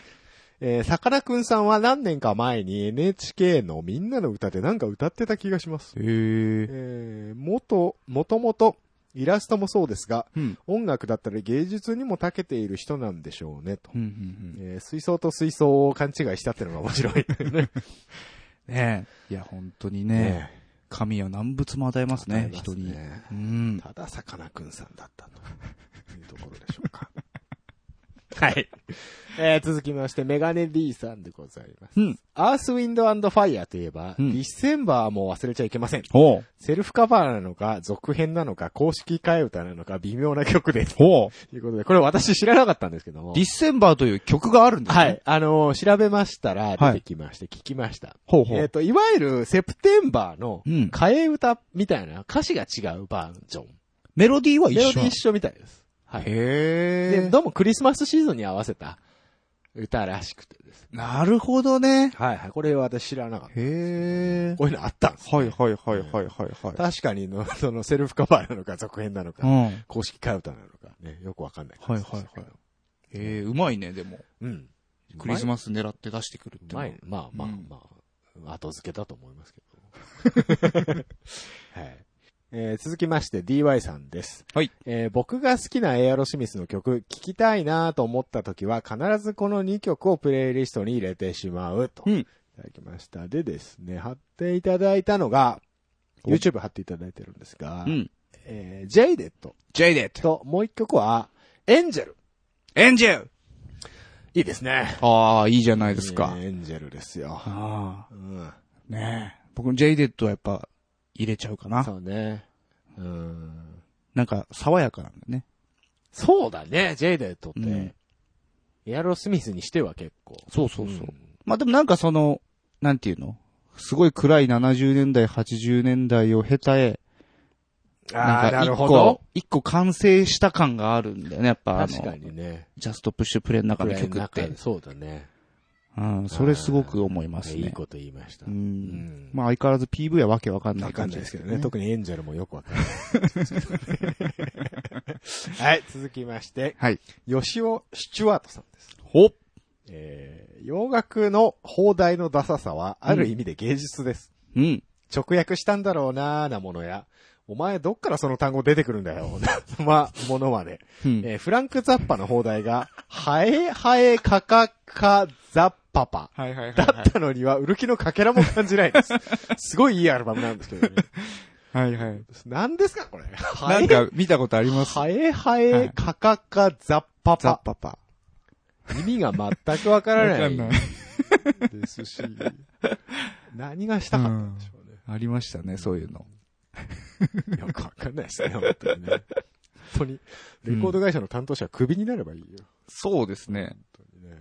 Speaker 3: えー、さかなクンさんは何年か前に NHK のみんなの歌でなんか歌ってた気がします。
Speaker 1: へえ。
Speaker 3: えー、元、もともと、イラストもそうですが、
Speaker 1: うん。
Speaker 3: 音楽だったり芸術にも長けている人なんでしょうね、と。
Speaker 1: うん、うん、うん。
Speaker 3: えー水槽と水槽を勘違いしたってのが面白い。ね
Speaker 1: ねえ。いや、本当に ね、神は難物も与えますね、人に。うん。
Speaker 3: ただ、さかなクンさんだったというところでしょうか。はい。えー続きまして、メガネ D さんでございます。
Speaker 1: うん。
Speaker 3: アースウィンドファイアといえば、
Speaker 1: うん
Speaker 3: ディセンバーも忘れちゃいけません。
Speaker 1: ほう。
Speaker 3: セルフカバーなのか、続編なのか、公式替え歌なのか、微妙な曲です。
Speaker 1: ほう。
Speaker 3: ということで、これ私知らなかったんですけども
Speaker 1: ディ。ッセンバーという曲があるんですね。
Speaker 3: はい。あのー調べましたら、出てきまして、聞きました。
Speaker 1: ほうほう
Speaker 3: えっ、と、いわゆる、セプテンバーの
Speaker 1: う、ん
Speaker 3: 替え歌みたいな、歌詞が違うバージョン。
Speaker 1: メロディーは一
Speaker 3: メロ
Speaker 1: 緒
Speaker 3: ディー一緒みたいです。はい。
Speaker 1: へ
Speaker 3: で、どうもクリスマスシーズンに合わせた歌らしくてです。
Speaker 1: なるほどね。
Speaker 3: はいはい。これ私知らなかった。
Speaker 1: へ
Speaker 3: こういうのあったんです。
Speaker 1: はいはいはいはいはいは
Speaker 3: 確かにの、 そのセルフカバーなのか、続編なの
Speaker 1: い。う
Speaker 3: か、
Speaker 1: ん。
Speaker 3: 公式替え歌なのか、ね、よくわかんない感じでしたけど。
Speaker 1: はいええ、うまいね、でも。
Speaker 3: うん。
Speaker 1: クリスマス狙って出してくるって
Speaker 3: う
Speaker 1: のは
Speaker 3: まい。まあまあ
Speaker 1: うん
Speaker 3: まあ、後付けだと思いますけ ど。はい。えー続きまして DY さんです。
Speaker 1: はい。
Speaker 3: えー僕が好きなエアロスミスの曲、聴きたいなと思った時は、必ずこの2曲をプレイリストに入れてしまうと。
Speaker 1: うん
Speaker 3: いただきました。でですね、貼っていただいたのが、
Speaker 1: お
Speaker 3: YouTube 貼っていただいてるんですが、
Speaker 1: うん。
Speaker 3: えー、ジェイデット
Speaker 1: ジェイデット。
Speaker 3: と、もう1曲は、エンジェル。
Speaker 1: エンジェル
Speaker 3: いいですね。
Speaker 1: ああ、いいじゃないですか
Speaker 3: え。ーエンジェルですよ。
Speaker 1: ああ。
Speaker 3: うん。
Speaker 1: ねえ。僕、ジェイデットはやっぱ、入れちゃうかな。
Speaker 3: そうね。うん。
Speaker 1: なんか、爽やかなんだね。
Speaker 3: そうだね、ジェイデットって。
Speaker 1: うん
Speaker 3: エアロスミスにしては結構。
Speaker 1: そうそうそう。
Speaker 3: ん
Speaker 1: まあでもなんかその、なんていうのすごい暗い70年代、80年代を経たえ、
Speaker 3: あ
Speaker 1: な
Speaker 3: あ、
Speaker 1: んか
Speaker 3: な
Speaker 1: 一
Speaker 3: るほ
Speaker 1: 個
Speaker 3: ど。、
Speaker 1: 一個完成した感があるんだよね、やっぱあの、
Speaker 3: 確かにね。
Speaker 1: ジャストプッシュプレイの中の曲っ
Speaker 3: 暗い中
Speaker 1: て
Speaker 3: で。そうだね。
Speaker 1: うん、それすごく思います
Speaker 3: いい
Speaker 1: ね。
Speaker 3: こと言いました
Speaker 1: う。。
Speaker 3: うん
Speaker 1: まあ相変わらず PV はわけわかんない
Speaker 3: わか
Speaker 1: 感
Speaker 3: んな
Speaker 1: じで
Speaker 3: いです
Speaker 1: すけ
Speaker 3: けど
Speaker 1: ど
Speaker 3: ね。
Speaker 1: ね。
Speaker 3: 特にエンジェルもよく わかんないですけどね。はい、続きまして、
Speaker 1: はい。
Speaker 3: 吉尾スチュワートさんです。
Speaker 1: ほっ
Speaker 3: えー、洋楽の放題のダサさは、ある意味で芸術です。
Speaker 1: うん。
Speaker 3: 直訳したんだろうなーなものや、お前どっからその単語出てくるんだよ、 な、ま、ものまで。
Speaker 1: うん
Speaker 3: えーフランクザッパの放題が、ハエハエカカカザッパパ。
Speaker 1: はいはい
Speaker 3: だったのには、売る気のかけらも感じない です。すごいいいアルバムなんですけどね。
Speaker 1: はいはい。
Speaker 3: 何ですか、これ。ハ
Speaker 1: なん
Speaker 3: エ、
Speaker 1: か見たことあります。
Speaker 3: ハエハ
Speaker 1: は
Speaker 3: エ
Speaker 1: い
Speaker 3: カカカザッパ
Speaker 1: ザッ
Speaker 3: パ。
Speaker 1: パパ。
Speaker 3: 意味が全くわからな
Speaker 1: わ
Speaker 3: い
Speaker 1: かんない
Speaker 3: ですし、何がしたかったんでしょうね。
Speaker 1: ありましたね、そういうの。
Speaker 3: よくわかんないですね、本当にね。本当に。レコード会社の担当者はクビになればいいよ。
Speaker 1: そうですね。
Speaker 3: 本当に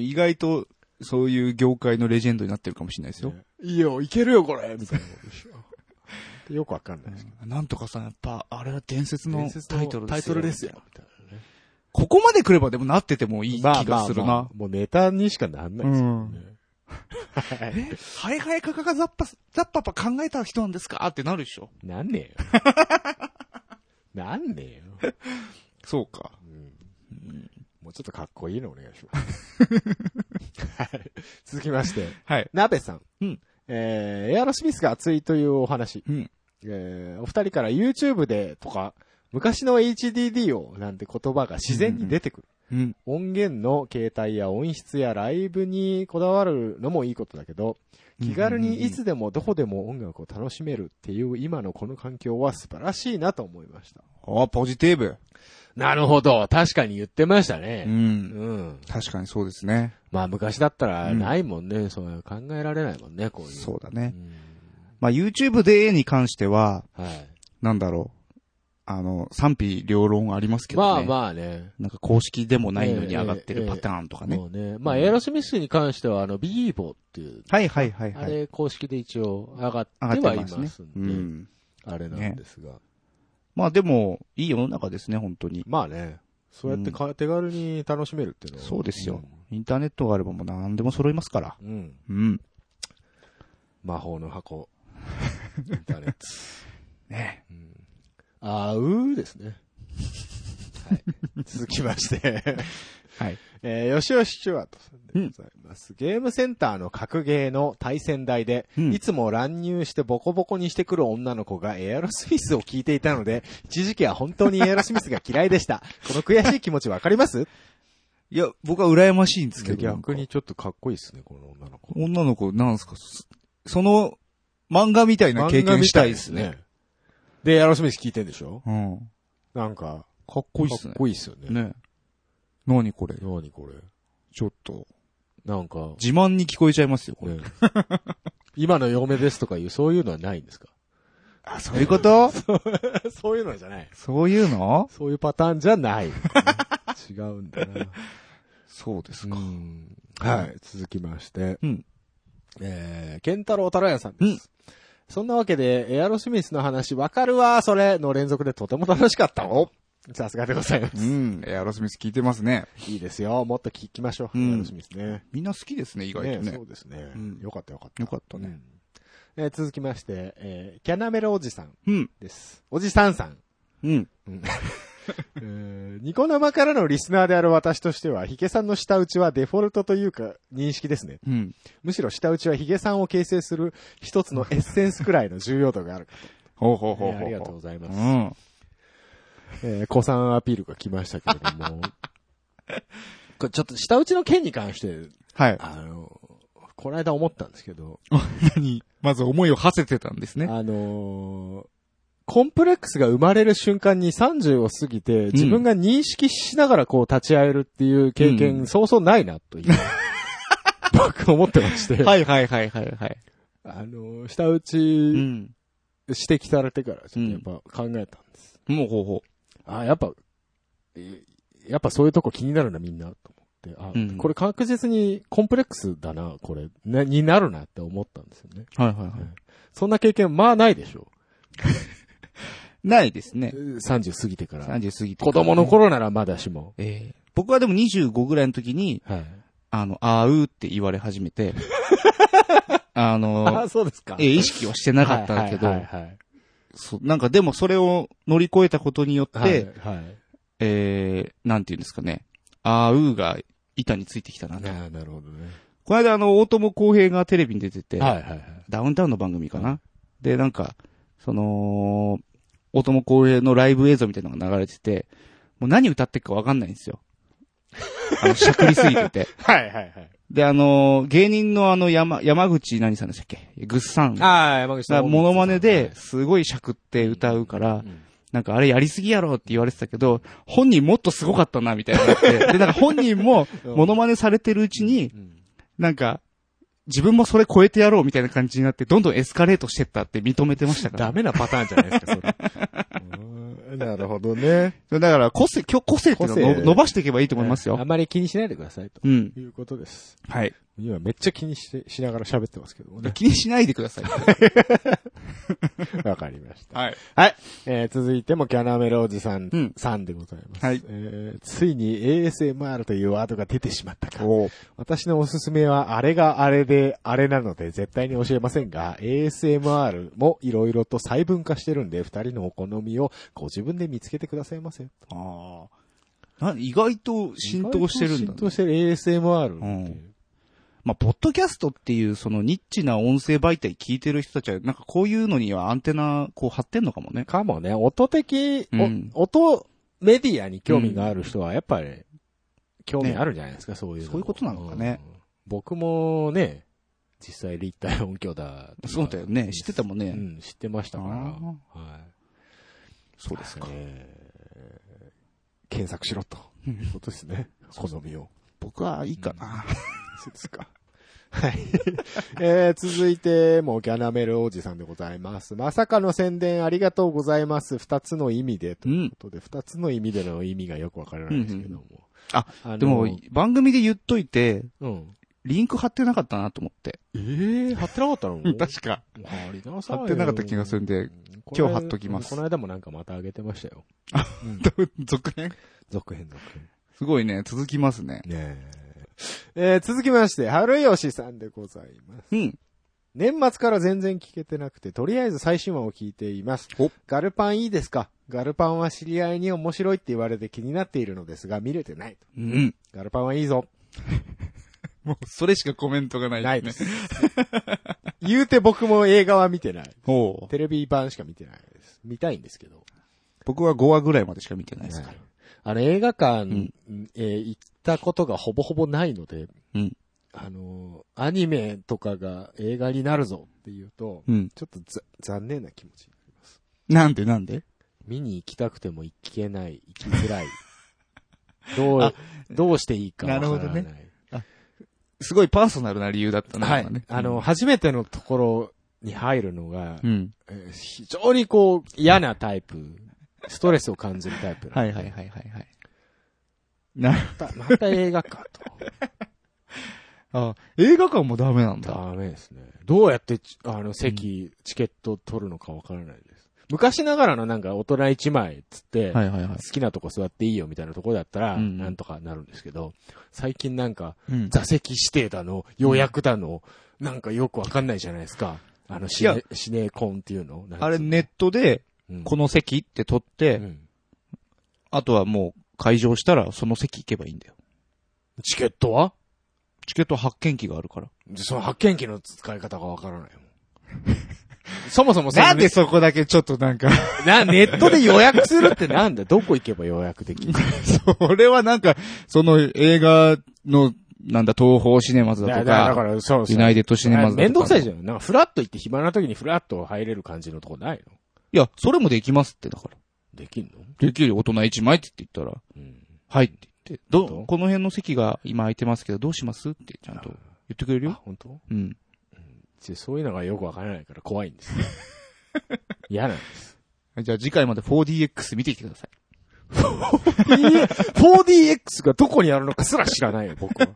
Speaker 3: ね
Speaker 1: 意外と、そういう業界のレジェンドになってるかもしれないですよ。
Speaker 3: ねいいよ、いけるよ、これみたいなことでしょ。よくわかんないですけど。
Speaker 1: なんとかさん、やっぱ、あれは伝説の
Speaker 3: 伝説の
Speaker 1: タイトルですよ。
Speaker 3: タイトルですよ。。みたいなね
Speaker 1: ここまで来ればでもなっててもいい気
Speaker 3: まあ
Speaker 1: がする
Speaker 3: まあま
Speaker 1: な
Speaker 3: あ。もうネタにしかなんないですよね。 はい
Speaker 1: ハイハイカカカザッパ、ザッパパ考えた人なんですかってなるでしょ。
Speaker 3: なんね えよ。なんねえよ。
Speaker 1: そうか。
Speaker 3: もうちょっとかっこいいのお願いします。 はい。続きまして。
Speaker 1: はい。
Speaker 3: 鍋さん。
Speaker 1: うん
Speaker 3: えー、エアロスミスが熱いというお話。
Speaker 1: うん
Speaker 3: えー、お二人から YouTube でとか、昔の HDD をなんて言葉が自然に出てくる。
Speaker 1: うん。
Speaker 3: 音源の携帯や音質やライブにこだわるのもいいことだけど、気軽にいつでもどこでも音楽を楽しめるっていう今のこの環境は素晴らしいなと思いました。
Speaker 1: あ、ポジティブ。
Speaker 3: なるほど。確かに言ってました
Speaker 1: う
Speaker 3: ね。
Speaker 1: ん。
Speaker 3: うん。
Speaker 1: 確かにそうですね。
Speaker 3: まあ昔だったらないもんね。そういう考えられないもんね、こういう。
Speaker 1: そうだ
Speaker 3: う
Speaker 1: ね。
Speaker 3: ん
Speaker 1: まあ、YouTube でに関しては、
Speaker 3: はい。
Speaker 1: なんだろう。あの、賛否両論ありますけどね。
Speaker 3: まあまあね。
Speaker 1: なんか公式でもないのに上がってるパターンとかね。
Speaker 3: もうね。まあ、エアロスミスに関しては、あの、ビーボっていう、
Speaker 1: はいはいはい
Speaker 3: あ
Speaker 1: はい。
Speaker 3: れ公式で一応上がって
Speaker 1: 上が
Speaker 3: は
Speaker 1: っ
Speaker 3: い
Speaker 1: て
Speaker 3: ま
Speaker 1: ますす
Speaker 3: んで
Speaker 1: ね。、うん。
Speaker 3: あれなんですが。
Speaker 1: まあでも、いい世の中ですね、本当に。
Speaker 3: まあね、そうやってか、手軽に楽しめるっていうのは。
Speaker 1: そうですよ。インターネットがあればもう何でも揃いますから。
Speaker 3: うん。うん。
Speaker 1: うん。
Speaker 3: 魔法の 箱。インターネット。
Speaker 1: ね
Speaker 3: あうーですね。続きまして。
Speaker 1: はい。
Speaker 3: えー、吉尾シチュワートさんでございます。ゲームセンターの格ゲーの対戦台で、
Speaker 1: うん
Speaker 3: いつも乱入してボコボコにしてくる女の子がエアロスミスを聞いていたので、一時期は本当にエアロスミスが嫌いで した。この悔しい気持ちわかります
Speaker 1: いや、僕は羨ましいんですけど。
Speaker 3: 逆にちょっとかっこいいですね、この女の子。
Speaker 1: 女の子、なんすかそその、漫画みたいな経験したいですね。
Speaker 3: ね。で、エアロスミス聞いてんでしょ
Speaker 1: うん。
Speaker 3: なんか、
Speaker 1: かっ
Speaker 3: か
Speaker 1: こいいっす
Speaker 3: っ
Speaker 1: ね。
Speaker 3: こいいっすよね。
Speaker 1: ね。何これ
Speaker 3: 何これ。
Speaker 1: ちょっと。
Speaker 3: なん か、
Speaker 1: 自慢に聞こえちゃいますよ、これ。
Speaker 3: ね今の嫁ですとかいう、そういうのはないんですか
Speaker 1: あ、そういうこと
Speaker 3: そういうのじゃない。
Speaker 1: そういうの
Speaker 3: そういうパターンじゃ ない。違うんだな。
Speaker 1: そうですか。
Speaker 3: うんはい、続きまして。
Speaker 1: うん
Speaker 3: えー、ケンタロウタロヤさんです。そんなわけで、エアロスミスの話、わかるわ、それの連続でとても楽しかったおさすがでございま
Speaker 1: う
Speaker 3: す。
Speaker 1: ん。エアロスミス聞いてますね。
Speaker 3: いいですよ。もっと聞きましょう。
Speaker 1: うん
Speaker 3: エアロスミスね。
Speaker 1: みんな好きですね、意外と
Speaker 3: ね
Speaker 1: ね
Speaker 3: そ。うですね、
Speaker 1: うん
Speaker 3: よかったよかった。
Speaker 1: よかったね。
Speaker 3: うんえー続きまして、えーキャナメルおじさん
Speaker 1: うん。
Speaker 3: です。おじさんさん。
Speaker 1: うん。
Speaker 3: えーニコ生からのリスナーである私としては、ヒゲさんの舌打ちはデフォルトというか認識ですね。
Speaker 1: うん。
Speaker 3: むしろ舌打ちはヒゲさんを形成する一つのエッセンスくらいの重要度があるか
Speaker 1: ほうほう
Speaker 3: と、
Speaker 1: ほうほう
Speaker 3: えー
Speaker 1: ほう。
Speaker 3: ありがとうございます。
Speaker 1: うん。
Speaker 3: えー、子さんアピールが来ましたけれども。 これちょっと舌打ちの件に関して、
Speaker 1: はい。
Speaker 3: あの、この間思ったんですけど、
Speaker 1: 何まず思いを馳せてたんです ね。
Speaker 3: あのーコンプレックスが生まれる瞬間に30を過ぎて、自分が認識しながらこう立ち会えるっていう経験、
Speaker 1: うん
Speaker 3: そうそうないな、と いう。僕思ってまして。
Speaker 1: いはいはいはいはい。
Speaker 3: あのー下打ち、
Speaker 1: う
Speaker 3: 指
Speaker 1: ん。
Speaker 3: 摘されてから、ちょっとやっぱ考えたんです。
Speaker 1: もうほうほ
Speaker 3: あ、やっぱ、えやっぱそういうとこ気になるな、みんな、と思って。あ、
Speaker 1: うん
Speaker 3: これ確実にコンプレックスだな、これ、ね、になるなって思ったんですよね。
Speaker 1: う。はいはいはい。
Speaker 3: そんな経験、まあないでしょ
Speaker 1: ないですね
Speaker 3: う。。30過ぎてから。
Speaker 1: 30過ぎて。
Speaker 3: 子供の。頃ならまだしも。
Speaker 1: ええ。僕はでも25ぐらいの時に、
Speaker 3: はい。
Speaker 1: あの、あうって言われ始め て、あ
Speaker 3: あ
Speaker 1: の、
Speaker 3: そうですか。
Speaker 1: ええ意識はしてなかったんだけ
Speaker 3: はいはい
Speaker 1: ど、
Speaker 3: はいはい
Speaker 1: そうなんかでもそれを乗り越えたことによって、
Speaker 3: はい、はい。
Speaker 1: えー、なんて言うんですかね。あうが板についてきたな。
Speaker 3: ああ、なるほどね。
Speaker 1: この間あの、大友康平がテレビに出てて、
Speaker 3: はいはいはい。
Speaker 1: ダウンタウンの番組かな。で、なんか、その、大友康平のライブ映像みたいなのが流れてて、もう何歌ってるかわかんないんですよ。 あの、しゃくりすぎてて。
Speaker 3: はいはいはい。
Speaker 1: で、あのー芸人のあの、山、山口何さんでしたっけぐっさん。が、
Speaker 3: ああ、山口さん。
Speaker 1: モノマネで、すごいしゃくって歌うから、
Speaker 3: ん
Speaker 1: なんかあれやりすぎやろって言われてたけど、本人もっとすごかったな、みたいになって。で、なんか本人 も、モノマネされてるうちに、
Speaker 3: うん
Speaker 1: なんか、自分もそれ超えてやろうみたいな感じになって、どんどんエスカレートしてったって認めてましたから。
Speaker 3: ダメなパターンじゃないですか、それ うーん。なるほどね。
Speaker 1: だから、個性、今日個性っていう
Speaker 3: 個
Speaker 1: の
Speaker 3: 性
Speaker 1: を伸ばしていけばいいと思います
Speaker 3: あ
Speaker 1: よ。
Speaker 3: まり気にしないでください、と
Speaker 1: うん。
Speaker 3: いうことです。
Speaker 1: はい。。
Speaker 3: 今めっちゃ気にして、しながら喋ってますけどもね
Speaker 1: 気にしないでください。
Speaker 3: わかりました。
Speaker 1: はい。
Speaker 3: えー続いてもキャナメルおじさん、
Speaker 1: うん
Speaker 3: さんでございます。
Speaker 1: はい
Speaker 3: えーついに ASMR というワードが出てしまった か。
Speaker 1: お
Speaker 3: 私のおすすめは、あれがあれで、あれなので絶対に教えませんが、ASMR もいろいろと細分化してるんで、二人のお好みをご自分で見つけてくださいませ。
Speaker 1: ああ。な、意外と浸透してるんだ、
Speaker 3: 浸
Speaker 1: ね。
Speaker 3: 透してる ASMR って
Speaker 1: う
Speaker 3: い
Speaker 1: んまあ、ポッドキャストっていう、そのニッチな音声媒体聞いてる人たちは、なんかこういうのにはアンテナ、こう張ってんのかもね。
Speaker 3: かもね、音的、お
Speaker 1: うん
Speaker 3: 音メディアに興味がある人は、やっぱり、興味あるんじゃないですか、そういうのも
Speaker 1: そういうことなのかね。
Speaker 3: うん僕もね、実際立体音響だとか
Speaker 1: そうだよね。知ってたもんね。
Speaker 3: うん、知ってましたから。
Speaker 1: あ
Speaker 3: はい。
Speaker 1: そうですか。
Speaker 3: えー検索しろ と。
Speaker 1: うん
Speaker 3: ことですね。好みを。
Speaker 1: 僕はいいかな。
Speaker 3: そうですか。はい。 えー、続いて、もうギャナメル王子さんでございます。まさかの宣伝ありがとうございます。二つの意味で、と
Speaker 1: う
Speaker 3: いうんこ。とで、二つの意味での意味がよくわからないですけども。
Speaker 1: うんあ、
Speaker 3: の
Speaker 1: でも、番組で言っといて、
Speaker 3: うん。
Speaker 1: リンク貼ってなかったなと思って。
Speaker 3: えー、貼ってなかったの
Speaker 1: 確か。
Speaker 3: 貼り直さない
Speaker 1: 貼
Speaker 3: よ
Speaker 1: ってなかった気がするんで、今日貼っときます
Speaker 3: この間もなんかまた上げてましたよ。
Speaker 1: 続編
Speaker 3: 続編続編。
Speaker 1: すごいね、続きますね。
Speaker 3: ねえ。えー続きまして、春吉さんでございます。
Speaker 1: うん。
Speaker 3: 年末から全然聞けてなくて、とりあえず最新話を聞いています
Speaker 1: お。
Speaker 3: ガルパンいいですかガルパンは知り合いに面白いって言われて気になっているのですが、見れてないと。
Speaker 1: うん。
Speaker 3: ガルパンはいいぞ。
Speaker 1: もう、それしかコメントがない、
Speaker 3: ないで。す。言うて僕も映画は見てない。
Speaker 1: ほう。
Speaker 3: テレビ版しか見てないです。見たいんですけど。
Speaker 1: 僕は5話ぐらいまでしか見てないですから。
Speaker 3: あの、映画館、
Speaker 1: ん
Speaker 3: えー行ったことがほぼほぼないので、
Speaker 1: うん
Speaker 3: あのー、アニメとかが映画になるぞっていうと、
Speaker 1: うん。
Speaker 3: ちょっとざ残念な気持ちになります。
Speaker 1: なんでなんで
Speaker 3: 見に行きたくても行けない、行きづ らい。どう、どうしていいかわからない。
Speaker 1: なるほどすごいパーソナルな理由だったね。
Speaker 3: はい
Speaker 1: 今ね。
Speaker 3: あの、、初めてのところに入るのが、
Speaker 1: うん。
Speaker 3: えー非常にこう、嫌なタイプ。ストレスを感じるタイプ。
Speaker 1: はいはいはいはいはい。なる
Speaker 3: また、また映画かと。
Speaker 1: あ、映画館もダメなんだ。
Speaker 3: ダメですね。どうやってち、あの、席、チケット取るのかわからないです。昔ながらのなんか大人一枚っつって、
Speaker 1: はいはいはい
Speaker 3: 好。きなとこ座っていいよみたいなとこだったら、
Speaker 1: うんうん
Speaker 3: なんとかなるんですけど、最近なんか、
Speaker 1: うん
Speaker 3: 座席指定だの、予約だの、なんかよくわかんないじゃないですか。あの、シ
Speaker 1: い
Speaker 3: ネ、シネコンっていうの
Speaker 1: あれネッ、トで、
Speaker 3: なんつうの
Speaker 1: この席って取っ
Speaker 3: う
Speaker 1: て、
Speaker 3: んうん
Speaker 1: あとはもう会場したらその席行けばいいんだよ。
Speaker 3: チケットは
Speaker 1: チケット発券機があるから。
Speaker 3: その発見機の使い方がわからないもん。 そもそもそのね
Speaker 1: そこだけちょっとなんか、
Speaker 3: な、ネットで予約するってなんだどこ行けば予約できる
Speaker 1: それはなんか、その映画の、なんだ、東宝シネマズだ
Speaker 3: だ
Speaker 1: と
Speaker 3: から、だ
Speaker 1: か
Speaker 3: か、らそうそう。
Speaker 1: ユナイテッドシネマズだとか。
Speaker 3: めんどくさいじ
Speaker 1: ゃん。
Speaker 3: ゃん。なんか、フラッと行って暇な時にフラッと入れる感じのとこないの
Speaker 1: いや、それもできますって、だから。
Speaker 3: できんの
Speaker 1: できるよ大人1枚って言ったら、
Speaker 3: うん。
Speaker 1: はいって言って、ど
Speaker 3: 本当
Speaker 1: う、この辺の席が今空いてますけど、どうしますってちゃんと言ってくれる
Speaker 3: あ、
Speaker 1: よ。
Speaker 3: 本当？
Speaker 1: うん。
Speaker 3: ちそういうのがよくわからないから怖いんですよ。 嫌なんです。
Speaker 1: じゃあ次回まで 4DX 見てきてください。
Speaker 3: 4DX がどこにあるのかすら知らないよ、僕 は。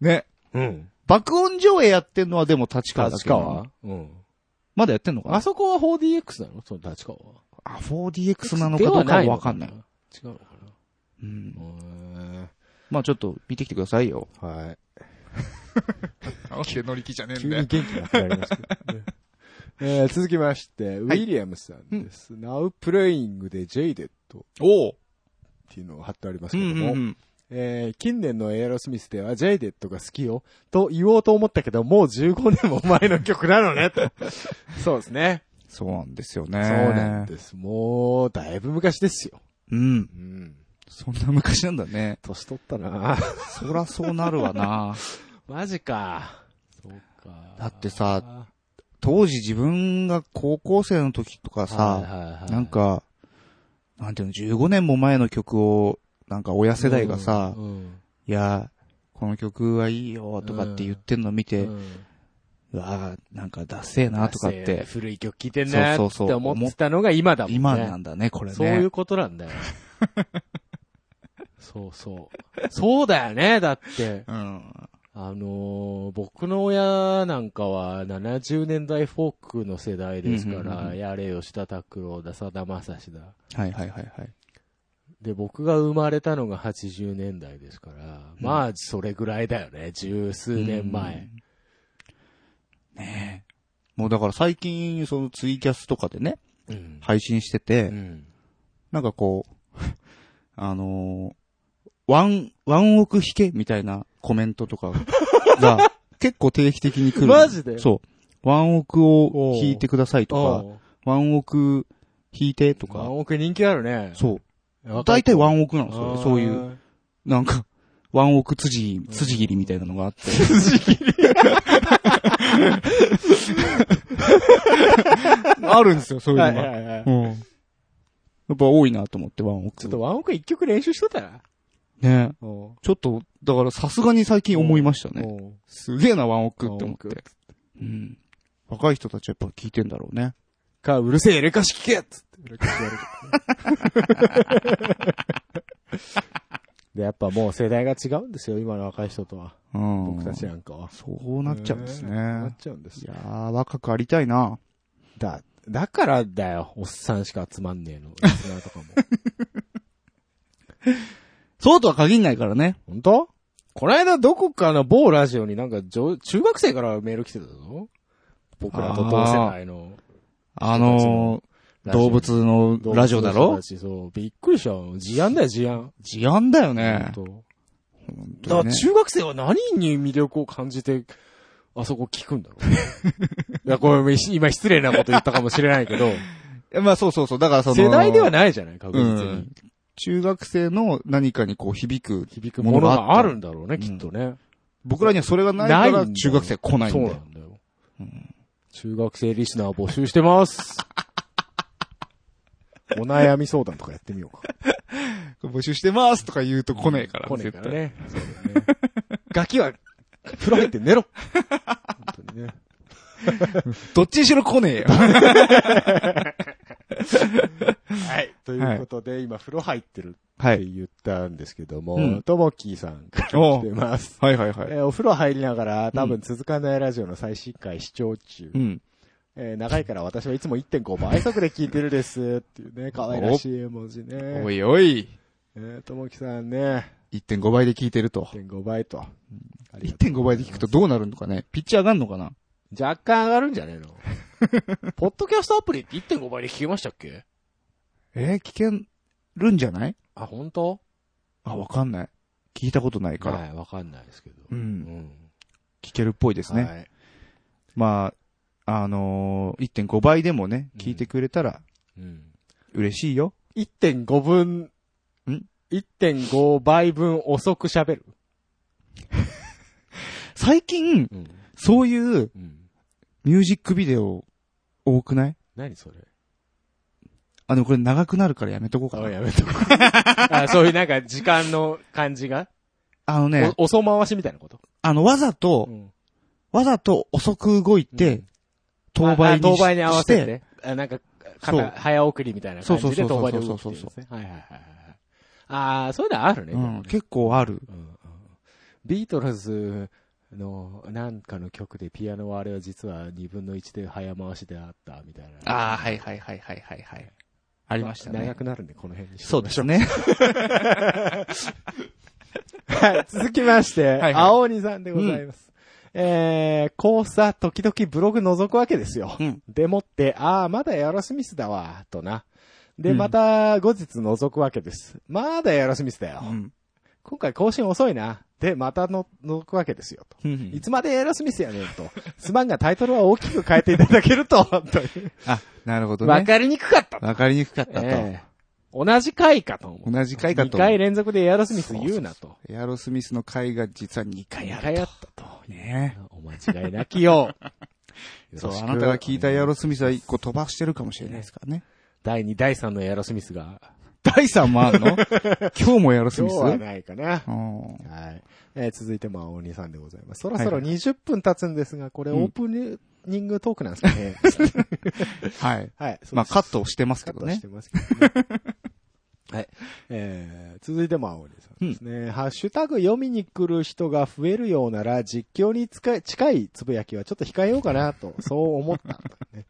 Speaker 1: ね。
Speaker 3: うん。
Speaker 1: 爆音上映やってんのはでも立川だ
Speaker 3: 立
Speaker 1: けど
Speaker 3: 川うん。
Speaker 1: まだやってんのかな
Speaker 3: あそこは 4DX なのその立川は。
Speaker 1: あ、4DX なのかどうかはわかんない。。
Speaker 3: 違うのか
Speaker 1: うん。
Speaker 3: な
Speaker 1: まあちょっと見てきてくださいよ。
Speaker 3: はい。
Speaker 1: 直して乗り気じゃね
Speaker 3: 急に元気なくなりましたけ どねえー続きまして、ウィリアムさんです。Now Playing で Jaded っ
Speaker 1: おう。
Speaker 3: ていうのが貼ってあります
Speaker 1: う
Speaker 3: けど
Speaker 1: ん
Speaker 3: も、
Speaker 1: うんうん。
Speaker 3: えー近年のエアロスミスでは Jaded が好きよと言おうと思ったけど、もう15年も前の曲なの ね、と。そうですね。
Speaker 1: そうなんですよね。
Speaker 3: そうなんです。もう、だいぶ昔ですよ。
Speaker 1: うん。
Speaker 3: うん。
Speaker 1: そんな昔なんだね。
Speaker 3: 年取ったな
Speaker 1: そらそうなるわな。
Speaker 3: マジか。そうか。
Speaker 1: だってさ、当時自分が高校生の時とかさ、
Speaker 3: さ
Speaker 1: なん、か、なんていうの、15年も前の曲を、なんか親世代がさ、
Speaker 3: うんうん
Speaker 1: いや、この曲はいいよとかって言ってんの見て、
Speaker 3: うん
Speaker 1: うわあなんかダッセーなとかっ
Speaker 3: せー
Speaker 1: て、
Speaker 3: 古い曲聴いてんな
Speaker 1: そうそ
Speaker 3: ー
Speaker 1: うそう
Speaker 3: って思ってたのが今だもんね。
Speaker 1: 今なんだね、これね。
Speaker 3: そういうことなんだよ。そうそう。そうだよね、だって。
Speaker 1: うん。
Speaker 3: あのー僕の親なんかは70年代フォークの世代ですか
Speaker 1: うんうんうんう
Speaker 3: ら、
Speaker 1: ん
Speaker 3: やれ吉田拓郎だ、さだまさしだ。
Speaker 1: はいはいはいはい。
Speaker 3: で、僕が生まれたのが80年代ですから、
Speaker 1: うん
Speaker 3: まあ、それぐらいだよね、十数年前。
Speaker 1: うん。ねえ。もうだから最近、そのツイキャスとかでね、
Speaker 3: うん。
Speaker 1: 配信してて、
Speaker 3: うん
Speaker 1: なんかこう、 あのーワン、ワンオク弾けみたいなコメントとか が結構定期的に来る。
Speaker 3: マジで
Speaker 1: そう。ワンオクを弾いてくださいと
Speaker 3: おう
Speaker 1: か、ワンオク弾いてと
Speaker 3: ワ
Speaker 1: か、
Speaker 3: ンオク人気あるね。
Speaker 1: そう。
Speaker 3: 若い
Speaker 1: 大体
Speaker 3: 子
Speaker 1: ワンオクなの、
Speaker 3: あ
Speaker 1: それ。
Speaker 3: ー
Speaker 1: そういう、。なんか、ワンオク辻、辻切りみたいなのがあ って。 あるんですよ、そういう
Speaker 3: は
Speaker 1: の
Speaker 3: い
Speaker 1: が。
Speaker 3: はいはい。
Speaker 1: うん。やっぱ多いなと思って、ワンオク。
Speaker 3: ちょっとワンオク一曲練習しとったら。
Speaker 1: ね。
Speaker 3: お
Speaker 1: ちょっと、だからさすがに最近思いましたね。
Speaker 3: う
Speaker 1: すげえな、ワンオクって
Speaker 3: ワン
Speaker 1: 思
Speaker 3: オク
Speaker 1: って。うん。若い人たちはやっぱ聞いてんだろうね。
Speaker 3: か、うるせえ、エレカシ聞けっつって、エレカシやる。で、やっぱもう世代が違うんですよ、今の若い人とは。
Speaker 1: うん。
Speaker 3: 僕たちなんかは。
Speaker 1: そうなっちゃうんです
Speaker 3: えーな
Speaker 1: ね
Speaker 3: っ。ちゃうんです
Speaker 1: い
Speaker 3: よ。
Speaker 1: やー、若くありたいな。
Speaker 3: だ、だからだよ、おっさんしか集まんねえの。リスナーとかも。
Speaker 1: そうとは限んないからね。
Speaker 3: 本当この間どこかの某ラジオになんか上、中学生からメール来てたぞ。僕らと同世代の
Speaker 1: あのー、
Speaker 3: ラジオ
Speaker 1: 動物のラジオだろ
Speaker 3: 動物の人たちそう、びっくりした。事案だよ、事案。
Speaker 1: 事案だよね。
Speaker 3: 本当
Speaker 1: 本
Speaker 3: だ
Speaker 1: 当
Speaker 3: か
Speaker 1: に
Speaker 3: ら
Speaker 1: ね
Speaker 3: 中学生は何に魅力を感じて、あそこ聞くんだろう。い や、これ、今失礼なこと言ったかもしれないけど、
Speaker 1: えまあそうそうそう。だからその、。
Speaker 3: 世代ではいないじゃない、確実に。
Speaker 1: うん中学生の何かにこう響く。
Speaker 3: 響くものがあるんだろうね、
Speaker 1: ものがあっ
Speaker 3: きったとね。
Speaker 1: 僕らにはそれがない
Speaker 3: な
Speaker 1: か
Speaker 3: いんだ
Speaker 1: ら
Speaker 3: よ
Speaker 1: 中学生来ない
Speaker 3: そ
Speaker 1: ん
Speaker 3: う
Speaker 1: だ
Speaker 3: な
Speaker 1: よ。
Speaker 3: んだよ。中学生リスナー募集し てます。お悩み相談とかやってみようか。
Speaker 1: 募集してますとか言うと来ないから、
Speaker 3: 来ねえ
Speaker 1: 絶
Speaker 3: か
Speaker 1: 対
Speaker 3: らね。そうだよねガキは、風呂入って寝ろ。本当にね。
Speaker 1: どっちにしろ来ねえよ。
Speaker 3: はい。ということで、今風呂入ってる
Speaker 1: は
Speaker 3: って。言ったんですけども、
Speaker 1: うん
Speaker 3: ともきーさんから
Speaker 1: おう
Speaker 3: 来てます。
Speaker 1: はいはいはい。
Speaker 3: えーお風呂入りながら、多分続かないラジオの最新回視聴中。
Speaker 1: うん。
Speaker 3: えー長いから私はいつも1.5倍速で聞いてるです。っていうね、可愛らしい絵文字
Speaker 1: お
Speaker 3: ね。
Speaker 1: いおい。
Speaker 3: えーともきさんね、
Speaker 1: 1.5倍で聞いてると。
Speaker 3: 1.5倍と。ありがとう
Speaker 1: 1.5倍で聞くとどうなるのかね。ピッチ上がんのかな
Speaker 3: 若干上がるんじゃ ねえのポッドキャストアプリって1.5倍で聞けましたっけ
Speaker 1: えー、聞けるんじゃない
Speaker 3: あ、本当
Speaker 1: あ、わかんない。聞いたことないから。
Speaker 3: はい、わかんないですけど。
Speaker 1: う。
Speaker 3: うんん。
Speaker 1: 聞けるっぽいですね。
Speaker 3: はい。
Speaker 1: まあ、あのー、1.5倍でもね、
Speaker 3: うん
Speaker 1: 聞いてくれたら
Speaker 3: うん。
Speaker 1: 嬉しいよ。
Speaker 3: 1.5分、
Speaker 1: ん
Speaker 3: ?1.5 倍分遅く喋る。
Speaker 1: 最近、
Speaker 3: うん。
Speaker 1: そういう
Speaker 3: うん。
Speaker 1: ミュージックビデオ多くない
Speaker 3: 何それ
Speaker 1: あ、でもこれ長くなるからやめとこうか
Speaker 3: あ、
Speaker 1: な。
Speaker 3: やめとこうあ、そういうなんか時間の感じが、
Speaker 1: あのね、
Speaker 3: お、遅回しみたいなこと
Speaker 1: あの、わざと、
Speaker 3: ん。
Speaker 1: わざと遅く動いて、当
Speaker 3: あ
Speaker 1: 倍
Speaker 3: あ
Speaker 1: にし
Speaker 3: 当倍に合わせ
Speaker 1: して
Speaker 3: て。あ、なんか、
Speaker 1: そ
Speaker 3: 片
Speaker 1: う
Speaker 3: 早送りみたいな感じで
Speaker 1: そうそう
Speaker 3: 当
Speaker 1: そうそう
Speaker 3: 倍で動くっていうんですね。はいはいはいはい。ああ、そういうのあるね。
Speaker 1: う
Speaker 3: でも
Speaker 1: ん、
Speaker 3: ね
Speaker 1: 結構ある。
Speaker 3: うんうんビートルズのなんかの曲でピアノはあれは実は2分の1で早回しであったみたいな。
Speaker 1: ああ、はいはいはいはいはいはい。ありましたね
Speaker 3: 長。くなるんで、この辺にして
Speaker 1: そうですね。
Speaker 3: はい、続きまして、
Speaker 1: はい
Speaker 3: 青鬼さんでございます。えー、こうさ、時々ブログ覗くわけですよ。
Speaker 1: うん
Speaker 3: でもって、ああ、まだエアロスミスだわ、とな。で、
Speaker 1: うん
Speaker 3: また、後日覗くわけです。まだエアロスミスだよ。
Speaker 1: うん。
Speaker 3: 今回更新遅いな。で、またの、覗くわけですよ、と。いつまでエアロスミスやねんと。 すまんがタイトルは大きく変えていただけると、 という
Speaker 1: あ、なるほど
Speaker 3: わ
Speaker 1: ね。
Speaker 3: かりにくかったと。
Speaker 1: わかりにくかったと。
Speaker 3: ええ同じ回かと思う。
Speaker 1: 同じ回かと
Speaker 3: 2。回連続でエアロスミス言うなと。
Speaker 1: エアロスミスの回が実は2回
Speaker 3: 2
Speaker 1: ある。
Speaker 3: 回あったと。
Speaker 1: ね
Speaker 3: お間違いな きよう。
Speaker 1: そう
Speaker 3: よろ、しく
Speaker 1: あなたが聞いたエアロスミスは1個飛ばしてるかもしれないですからね。
Speaker 3: 第2、第3のエアロスミスが、
Speaker 1: 第3もあんの今日もエアロス
Speaker 3: 今
Speaker 1: ミ
Speaker 3: 日
Speaker 1: ス
Speaker 3: はないかな。
Speaker 1: うん
Speaker 3: はい。えー続いて、まあ、大西さんでございます。そろそろ
Speaker 1: はい
Speaker 3: 20分経つんですが、これ
Speaker 1: うん
Speaker 3: オープニングトークなんですか ね。
Speaker 1: はい。
Speaker 3: はい。
Speaker 1: まあ、
Speaker 3: カ
Speaker 1: カットをしてますけ
Speaker 3: ッ
Speaker 1: ど
Speaker 3: トし
Speaker 1: ね
Speaker 3: て。ますけどね。 はい。えー続いて、まあ、大西さんですね、ハッシュタグ読みに来る人が増えるようなら、実況に使い近いつぶやきはちょっと控えようかなと、そう思ったとね。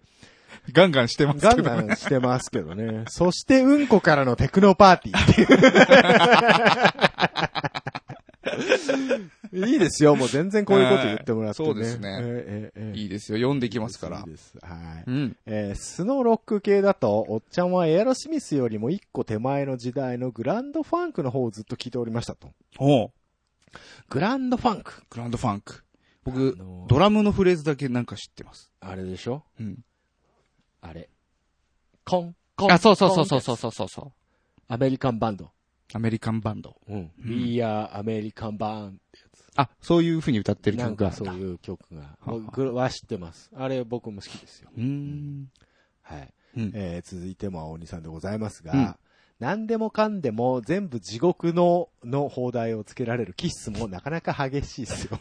Speaker 1: ガンガンしてま
Speaker 3: ガンガンしてますけどね。そして、うんこからのテクノパーティー っていう。いいですよ。もう全然こういうこと言ってもらって、ね。
Speaker 1: はいそうですね
Speaker 3: ええええ
Speaker 1: いいですよ。読んできますか
Speaker 3: い
Speaker 1: ら
Speaker 3: い。ですはい。
Speaker 1: うん。
Speaker 3: えースノーロック系だと、おっちゃんはエアロスミスよりも一個手前の時代のグランドファンクの方をずっと聞いておりましたと。
Speaker 1: おう
Speaker 3: グランドファンク
Speaker 1: グランドファンク。僕
Speaker 3: あ、のー
Speaker 1: ドラムのフレーズだけなんか知ってます。
Speaker 3: あれでしょ
Speaker 1: うん。
Speaker 3: あれ。コン、コン。コン
Speaker 1: そうそうそう。
Speaker 3: アメリカンバンド。
Speaker 1: アメリカンバンド。
Speaker 3: うん。We are American Band
Speaker 1: あ、そういう風に歌ってる
Speaker 3: なん
Speaker 1: 曲があ
Speaker 3: か
Speaker 1: るんだ。
Speaker 3: そういう曲が、
Speaker 1: はは
Speaker 3: 僕は知ってます。あれ僕も好きですよ。
Speaker 1: うーん。
Speaker 3: はい。
Speaker 1: うん
Speaker 3: えー続いても青鬼さんでございますが、
Speaker 1: うん
Speaker 3: 何でもかんでも全部地獄の、の放題をつけられる気質もなかなか激しいです よ。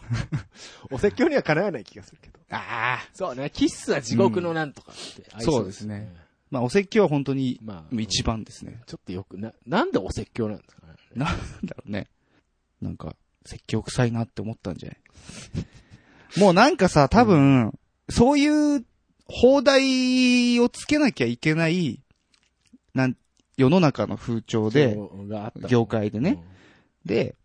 Speaker 3: お説教にはかなわない気がするけど。
Speaker 1: ああ。
Speaker 3: そうね、キッスは地獄のなんとかって、合い
Speaker 1: そうです。まあ、お説教は本当に
Speaker 3: まあ、
Speaker 1: 一番ですね。
Speaker 3: ちょっとよく、な、なんでお説教なんですかね。
Speaker 1: なんだろうね。なんか、説教臭いなって思ったんじゃない もうなんかさ、多分、そういう、放題をつけなきゃいけない、なん、世の中の風潮で、
Speaker 3: そうがあった
Speaker 1: 業界でね。で、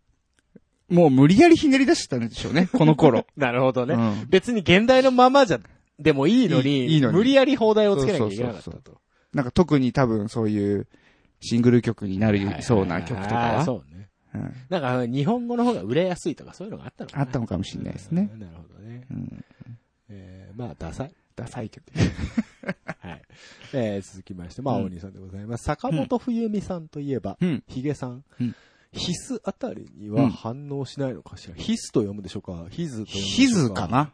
Speaker 1: もう無理やりひねり出してたんでしょう ね、この頃。
Speaker 3: なるほどね。
Speaker 1: うん
Speaker 3: 別に現代のままじゃ、でもいいの
Speaker 1: い
Speaker 3: に、
Speaker 1: いいいのに
Speaker 3: 無理やり放題をつけなきゃいけなかった
Speaker 1: そう
Speaker 3: と。
Speaker 1: なんか特に多分そういうシングル曲にな
Speaker 3: はいはいは
Speaker 1: る
Speaker 3: い
Speaker 1: そうな曲とか
Speaker 3: あー
Speaker 1: は、
Speaker 3: そうね。
Speaker 1: うん
Speaker 3: なんか、日本語の方が売れやすいとかそういうのがあったのか
Speaker 1: あ
Speaker 3: な
Speaker 1: ったのかもしれないですね。
Speaker 3: うんなるほどね。
Speaker 1: うん
Speaker 3: えーまあ、ダサい。
Speaker 1: ダサい曲。
Speaker 3: はい。えー続きまして、まあ、
Speaker 1: うん
Speaker 3: 大西さんでございます。坂本冬美さんといえば、
Speaker 1: うん。
Speaker 3: ヒゲさん
Speaker 1: うん。
Speaker 3: ヒスあたりに
Speaker 1: う
Speaker 3: は
Speaker 1: ん
Speaker 3: 反応しないのかしら。ヒスと読むでしょうかヒズと読むでしょ
Speaker 1: ヒ
Speaker 3: う
Speaker 1: ズかな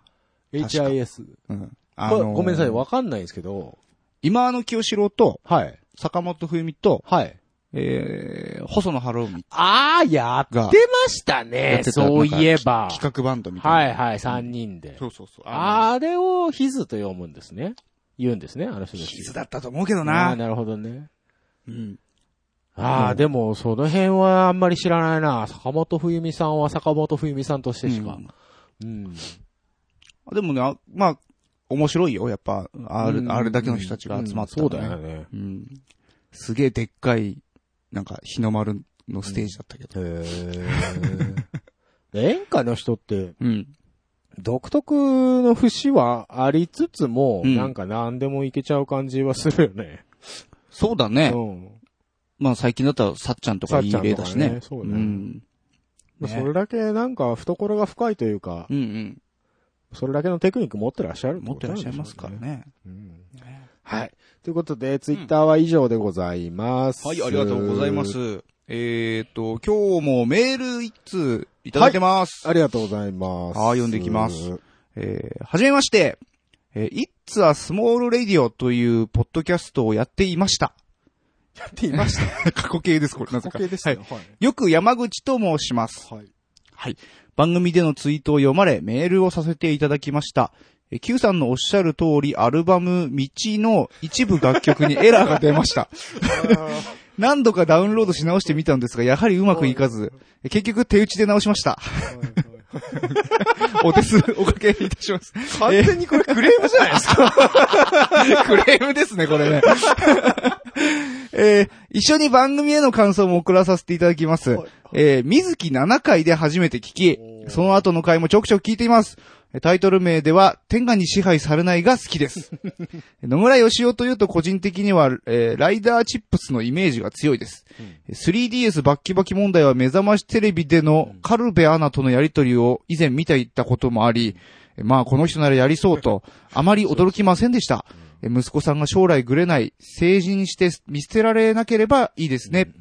Speaker 3: ?HIS。
Speaker 1: うん。
Speaker 3: こ
Speaker 1: あ
Speaker 3: れ
Speaker 1: の
Speaker 3: ごめんなさい、わかんないですけど。
Speaker 1: 今の清志郎と、
Speaker 3: はい。
Speaker 1: 坂本冬美と、
Speaker 3: はい。
Speaker 1: えー、細野晴臣
Speaker 3: あー、やってました
Speaker 1: や
Speaker 3: ね
Speaker 1: っ。てた
Speaker 3: そういえば。
Speaker 1: 企画バンドみたいな。
Speaker 3: はいはい、三人で。
Speaker 1: そうそうそう。あ
Speaker 3: あれをヒズと読むんですね。言うんですね、あの人
Speaker 1: の、
Speaker 3: たち。
Speaker 1: ヒズだったと思うけど
Speaker 3: あー
Speaker 1: な。
Speaker 3: なるほどね。
Speaker 1: うん。
Speaker 3: あ
Speaker 1: う
Speaker 3: あ、
Speaker 1: ん
Speaker 3: でも、その辺はあんまり知らないな。坂本冬美さんは坂本冬美さんとしてしか。うん。
Speaker 1: でもね、あまあ、面白いよ。やっぱ、あれ、あれだけの人たちが集まったら、ね
Speaker 3: うんそうだよね。
Speaker 1: うん。すげえでっかい、なんか、日の丸のステージだったけど。
Speaker 3: へえ。 演歌の人って、
Speaker 1: うん。
Speaker 3: 独特の節はありつつも、
Speaker 1: うん
Speaker 3: なんか何でもいけちゃう感じはするよね。
Speaker 1: そうだね。
Speaker 3: うん。
Speaker 1: まあ最近だったら、さっちゃんとかいい例だしね。
Speaker 3: さっちゃんとかねそう
Speaker 1: う
Speaker 3: ね
Speaker 1: ん。
Speaker 3: まあ
Speaker 1: ね
Speaker 3: それだけなんか懐が深いというか、
Speaker 1: うんうん。
Speaker 3: それだけのテクニック持ってらっしゃる
Speaker 1: 持ってらっしゃいますから
Speaker 3: ね。
Speaker 1: ね。
Speaker 3: うんはい。ということで、ツイッター
Speaker 1: う
Speaker 3: は以上でございます。
Speaker 1: はい、ありがとうございま。す。えっと、今日もメール一通いただいてます。
Speaker 3: ありがとうございます。
Speaker 1: はい読んでき ます。えーはじめまして、えー It's a Small Radio というポッドキャストをやっていました。
Speaker 3: やっていました。
Speaker 1: 過去形です、これ。なぜか。
Speaker 3: 固形でしたよ。
Speaker 1: よく山口と申します。
Speaker 3: はい。
Speaker 1: はい。番組でのツイートを読まれ、メールをさせていただきました。えー Q さんのおっしゃる通り、アルバム、道の一部楽曲にエラーが出ました。 何度かダウンロードし直してみたんですが、やはりうまくいかず、えー結局手打ちで直しました。お手数おかけいたします。
Speaker 3: 完全にこれクレームじゃないですか。
Speaker 1: クレームですね、これね。えー一緒に番組への感想も送らさせていただきます。えー水木7回で初めて聞き、その後の回もちょくちょく聞いています。えータイトル名では、天下に支配されないが好きです。野村義雄というと個人的には、えーライダーチップスのイメージが強いです。3DS バッキバキ問題は目覚ましテレビでのカルベアナとのやりとりを以前見ていたこともあり、えーまあこの人ならやりそうと、あまり驚きませんでした。えー息子さんが将来ぐれない、成人して見捨てられなければいいですね。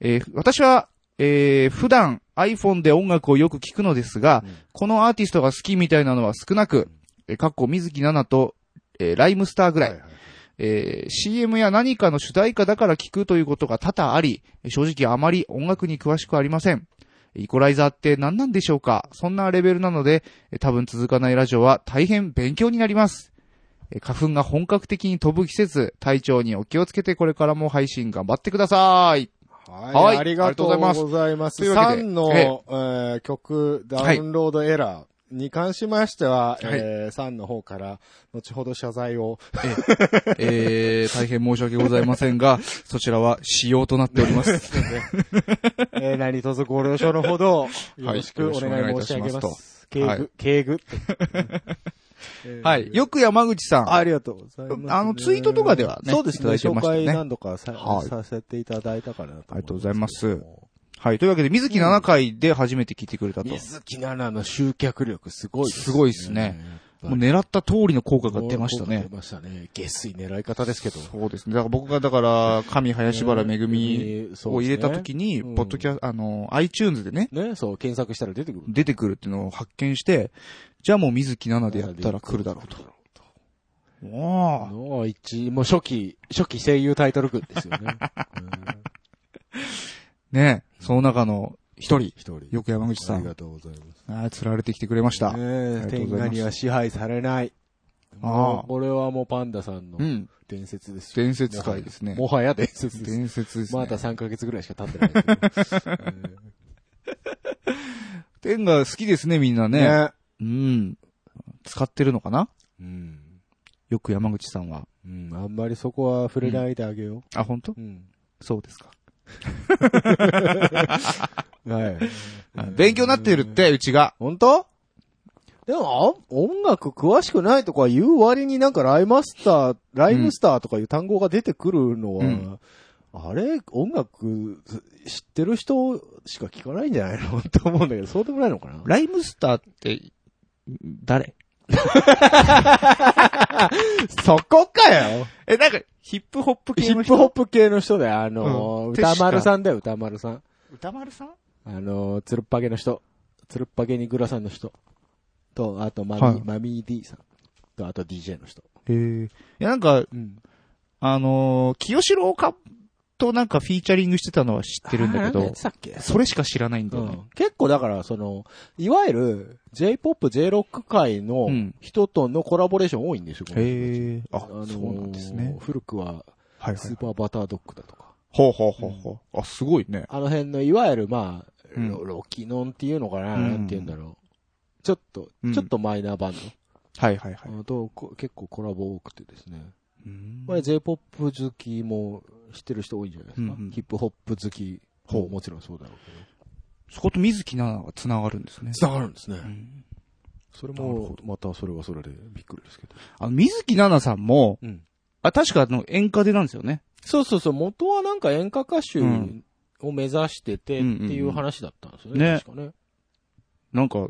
Speaker 1: えー私は、えー普段 iPhone で音楽をよく聞くのですが、このアーティストが好きみたいなのは少なく、えー、かっこ水木奈々と、えーライムスターぐらい、えー CM や何かの主題歌だから聞くということが多々あり、正直あまり音楽に詳しくありません。イコライザーって何なんでしょうかそんなレベルなので、えー多分続かないラジオは大変勉強になります。えー花粉が本格的に飛ぶ季節、体調にお気をつけてこれからも配信頑張ってください。
Speaker 3: は
Speaker 1: はい
Speaker 3: い。ありがとうございます。
Speaker 1: ありがとうございます
Speaker 3: 3の、
Speaker 1: という
Speaker 3: えー曲ダウンロードエラーに関しましては、
Speaker 1: はい
Speaker 3: えー3の方から、後ほど謝罪を。
Speaker 1: えー、 大変申し訳ございませんが、そちらは使用となっており ます。
Speaker 3: えー、何卒ご了承のほど、
Speaker 1: い
Speaker 3: よろしくお願い申し上げ
Speaker 1: よ
Speaker 3: ま。
Speaker 1: ろしくお願いいたします
Speaker 3: 敬
Speaker 1: はい
Speaker 3: 具、敬具。
Speaker 1: はい。よく山口さん。
Speaker 3: ありがとうございます、
Speaker 1: あのツイートとかではね
Speaker 3: そうですね。
Speaker 1: いただいて
Speaker 3: 紹
Speaker 1: ましたね
Speaker 3: 介何度かさ,、
Speaker 1: はい
Speaker 3: させていただいたかなと思
Speaker 1: ありがとうございます
Speaker 3: んですけども。
Speaker 1: はい。というわけで、水木7回で初めて聞いてくれたと。
Speaker 3: 水木奈々の集客力すごいですね。
Speaker 1: すごいですね
Speaker 3: や
Speaker 1: も
Speaker 3: っぱ
Speaker 1: う
Speaker 3: り。
Speaker 1: 狙った通りの効果が出ましたね
Speaker 3: 出。ましたね。下水狙い方ですけど。
Speaker 1: そうですね。だから僕が、だから、神林原めぐみを入れた時に、
Speaker 3: うん
Speaker 1: ポッドキャあの、iTunes でね、
Speaker 3: ね、そう、検索したら出てくる。
Speaker 1: 出てくるっていうのを発見して、じゃあもう水木7でやったら来るだろうと。
Speaker 3: あ
Speaker 1: おー
Speaker 3: の一、もう初期、初期声優タイトル曲ですよね。うん
Speaker 1: ねその中の 一人、
Speaker 3: 一人。
Speaker 1: よく山口さ
Speaker 3: あり
Speaker 1: ん
Speaker 3: が、とうございます。
Speaker 1: あー釣られてきてくれました。
Speaker 3: ね
Speaker 1: ありがと
Speaker 3: え、
Speaker 1: う
Speaker 3: 天
Speaker 1: ございます
Speaker 3: 下には支配されない。
Speaker 1: ああ
Speaker 3: もうこれはもうパンダさんの
Speaker 1: うん。
Speaker 3: 伝説ですよ。
Speaker 1: 伝説界ですね。
Speaker 3: もはや伝説です。
Speaker 1: 伝説ですね。
Speaker 3: まだ3ヶ月ぐらいしか経ってないけど。
Speaker 1: 天が好きですね、みんな
Speaker 3: え
Speaker 1: ね。
Speaker 3: ーね
Speaker 1: うん。使ってるのかな
Speaker 3: うん。
Speaker 1: よく山口さんは。
Speaker 3: うん、あんまりそこは触れないであげよ
Speaker 1: あ、本当？
Speaker 3: う。うん。
Speaker 1: そうですか。
Speaker 3: はい。
Speaker 1: 勉強になってるって、うちが。
Speaker 3: 本当でも、あ音楽詳しくないとか言う割になんかライマスター、ライムスターとかいう単語が出てくるのは、
Speaker 1: うん
Speaker 3: あれ、音楽知ってる人しか聞かないんじゃないの って思うんだけど、そうでもないのかな
Speaker 1: ライムスターって、 誰
Speaker 3: そこかよ
Speaker 1: え、なんか、ヒップホップ
Speaker 3: ヒ
Speaker 1: 系の
Speaker 3: ッ
Speaker 1: 人
Speaker 3: プホップ系の人で、あのー、
Speaker 1: うん
Speaker 3: 歌丸さんだよ、歌丸さん。
Speaker 1: 歌丸さん
Speaker 3: あのー、つるっぱげの人。つるっぱげにグラさんの人。と、あとマミ、
Speaker 1: はい
Speaker 3: マミー D さん。と、あと DJ の人。
Speaker 1: へえ。いや、なんか、
Speaker 3: うん。
Speaker 1: あのー、清志郎か、となんかフィーチャリングしてたのは知ってるんだけ
Speaker 3: あーなんかや
Speaker 1: ど
Speaker 3: って、たっけ
Speaker 1: それしか知らないんだよね。
Speaker 3: 結構だから、その、いわゆる、J-POP、J-ROCK 界の
Speaker 1: うん
Speaker 3: 人とのコラボレーション多いんですよ、この人たち
Speaker 1: へえ。あ、
Speaker 3: あのー
Speaker 1: そうなんですね。
Speaker 3: 古くは、
Speaker 1: はい
Speaker 3: スーパーバタードッグだとか。
Speaker 1: ほうほうほうほう。あ、すごいね。
Speaker 3: あの辺の、いわゆる、まあ、
Speaker 1: うん
Speaker 3: ロロキノンっていうのかな、
Speaker 1: うん
Speaker 3: なんて言うんだろう。ちょっと
Speaker 1: う、ん
Speaker 3: ちょっとマイナーバンド。
Speaker 1: はいはいは
Speaker 3: あ
Speaker 1: い。
Speaker 3: のとこ結構コラボ多くてですね。
Speaker 1: うん
Speaker 3: これ J-POP 好きも知ってる人多いんじゃないですか。
Speaker 1: うんうん
Speaker 3: ヒップホップ好きももちろんそうだろうけど。
Speaker 1: そこと水木奈々が繋がるんですね。
Speaker 3: 繋がるんですね
Speaker 1: うん
Speaker 3: それ
Speaker 1: なる
Speaker 3: も
Speaker 1: ほ、
Speaker 3: またそれはそれでびっくりですけど。
Speaker 1: あの、水木奈々さんも、
Speaker 3: うん。
Speaker 1: あ、確かあの、演歌でなんですよね。
Speaker 3: そうそうそう、元はなんか演歌歌手
Speaker 1: うん
Speaker 3: を目指しててって
Speaker 1: うんうんうん
Speaker 3: いう話だったんですよね。
Speaker 1: ね
Speaker 3: 確かね。
Speaker 1: なんか、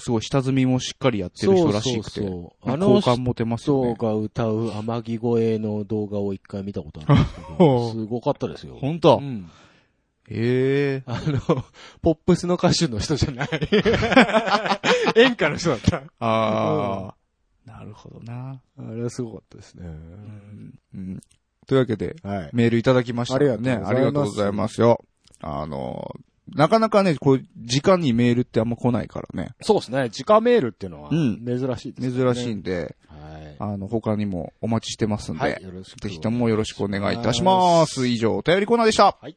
Speaker 1: すごい下積みもしっかりやってる人らしくて。
Speaker 3: う。
Speaker 1: な
Speaker 3: あ
Speaker 1: んか好
Speaker 3: の
Speaker 1: 感持てますよ
Speaker 3: 人
Speaker 1: ね。
Speaker 3: が歌う天城越えの動画を一回見たことあるんです け
Speaker 1: ほ
Speaker 3: ど、
Speaker 1: う
Speaker 3: すごかったですよ。
Speaker 1: 本当
Speaker 3: うん
Speaker 1: へえ。
Speaker 3: あの、 ポップスの歌手の人じゃ ない。演歌の人だった。
Speaker 1: ああ。なるほどな。
Speaker 3: あれはすごかったですね。
Speaker 1: うん。うんというわけで、
Speaker 3: はい。
Speaker 1: メールいただきました、ね。
Speaker 3: ありがとうございます
Speaker 1: ありがとうございますよ。あの、なかなかね、こう、時間にメールってあんま来ないからね。
Speaker 3: そうですね。自家メールっていうのは、
Speaker 1: う
Speaker 3: 珍
Speaker 1: ん
Speaker 3: しいですね。
Speaker 1: 珍しいんで、
Speaker 3: はい。
Speaker 1: あの、他にもお待ちしてますんで、
Speaker 3: はい。よろしく。
Speaker 1: ぜひともよろしくお願いいたします。以上、お便りコーナーでした。
Speaker 3: はい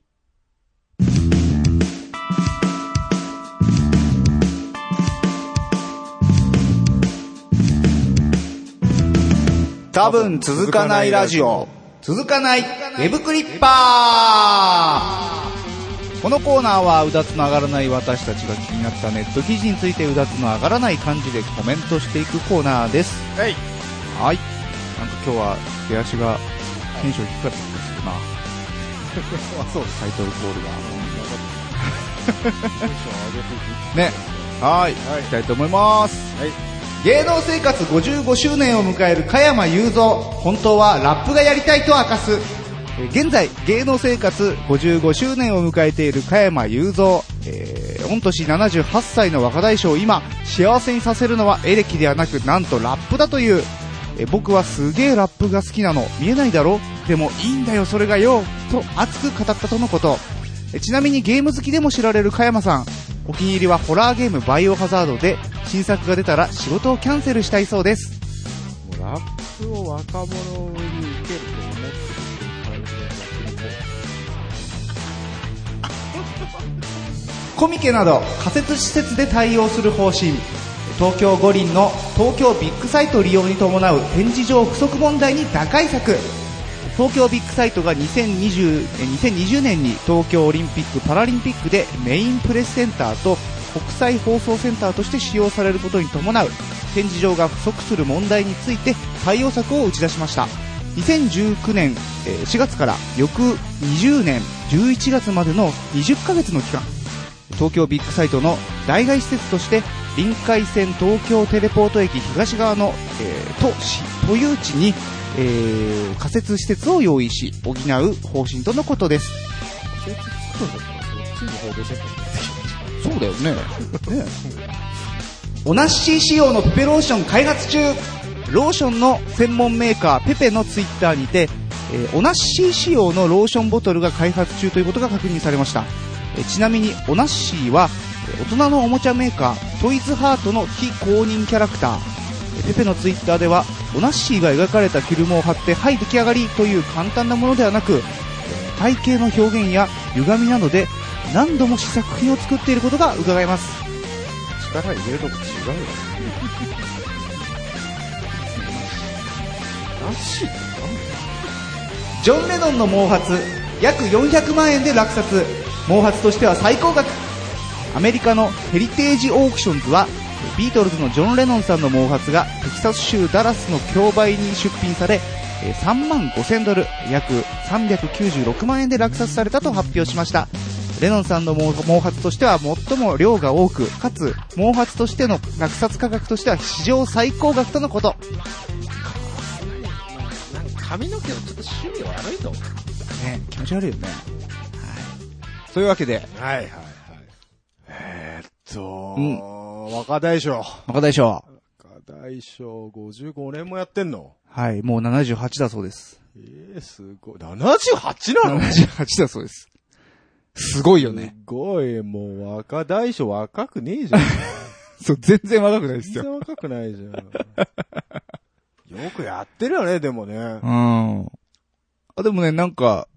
Speaker 1: 多分続かないラジオ、続かないウェブクリッパーこのコーナーはうだつの上がらない私たちが気になったネット記事についてうだつの上がらない感じでコメントしていくコーナーです
Speaker 3: はい
Speaker 1: はいなんか今日は出足がテンション低かったです な、
Speaker 3: あ、そうです。
Speaker 1: タイトルコールが
Speaker 3: テンション上げていき
Speaker 1: ねはい
Speaker 3: はい
Speaker 1: いきたいと思います、
Speaker 3: はい
Speaker 1: 芸能生活55周年を迎える加山雄三本当はラップがやりたいと明かすえー現在芸能生活55周年を迎えている加山雄三、えー、御年78歳の若大将を今幸せにさせるのはエレキではなくなんとラップだというえー僕はすげえラップが好きなの見えないだろでもいいんだよそれがよと熱く語ったとのことえーちなみにゲーム好きでも知られる加山さんお気に入りはホラーゲームバイオハザードで新作が出たら仕事をキャンセルしたいそうです
Speaker 3: もうラップを若者に受けると思ってる感じで
Speaker 1: コミケなど仮設施設で対応する方針東京五輪の東京ビッグサイト利用に伴う展示場不足問題に打開策東京ビッグサイトが2020え2020年に東京オリンピック・パラリンピックでメインプレスセンターと国際放送センターとして使用されることに伴う展示場が不足する問題について対応策を打ち出しました2019年えー4月から翌20年11月までの20ヶ月の期間東京ビッグサイトの代替施設として臨海線東京テレポート駅東側の、えー都市都有地に、えー仮設施設を用意し補う方針とのことです
Speaker 3: ついに報道センタ
Speaker 1: そうだよねねオナッシー仕様のペペローション開発中ローションの専門メーカーペペのツイッターにて、えーオナッシー仕様のローションボトルが開発中ということが確認されましたえーちなみにオナッシーはえー大人のおもちゃメーカートイズハートの非公認キャラクターえーペペのツイッターではオナッシーが描かれたフィルムを貼ってはい出来上がりという簡単なものではなくえー体型の表現や歪みなどで何度も試作品を作っていることが伺えます
Speaker 3: 力入れるとこ違うよ。らしいって
Speaker 1: ジョン・レノンの毛髪、約400万円で落札。毛髪としては最高額。アメリカのヘリテージ・オークションズはビートルズのジョン・レノンさんの毛髪がテキサス州ダラスの競売に出品されえー3万5000ドル約396万円で落札されたと発表しましたレノンさんの毛毛髪としては最も量が多くかつ毛髪としての落札価格としては史上最高額とのこと
Speaker 3: なんか髪の毛のちょっと趣味悪いと思う。
Speaker 1: ね気持ち悪いよねはいそういうわけで
Speaker 3: はいはいはい。えー、っと、
Speaker 1: うん
Speaker 3: 若大将。
Speaker 1: 若大将
Speaker 3: 若大将55年もやってんの
Speaker 1: はいもう78だそうです
Speaker 3: ええすごい。78なの
Speaker 1: 78だそうです。すごいよ
Speaker 3: す
Speaker 1: ね。
Speaker 3: ごい、もう若大将若くねえじゃん。
Speaker 1: そう、全然若くないですよ。
Speaker 3: 全然若くないじゃん。よくやってるよね、でもね
Speaker 1: う。ん。あ、でもね、なんか、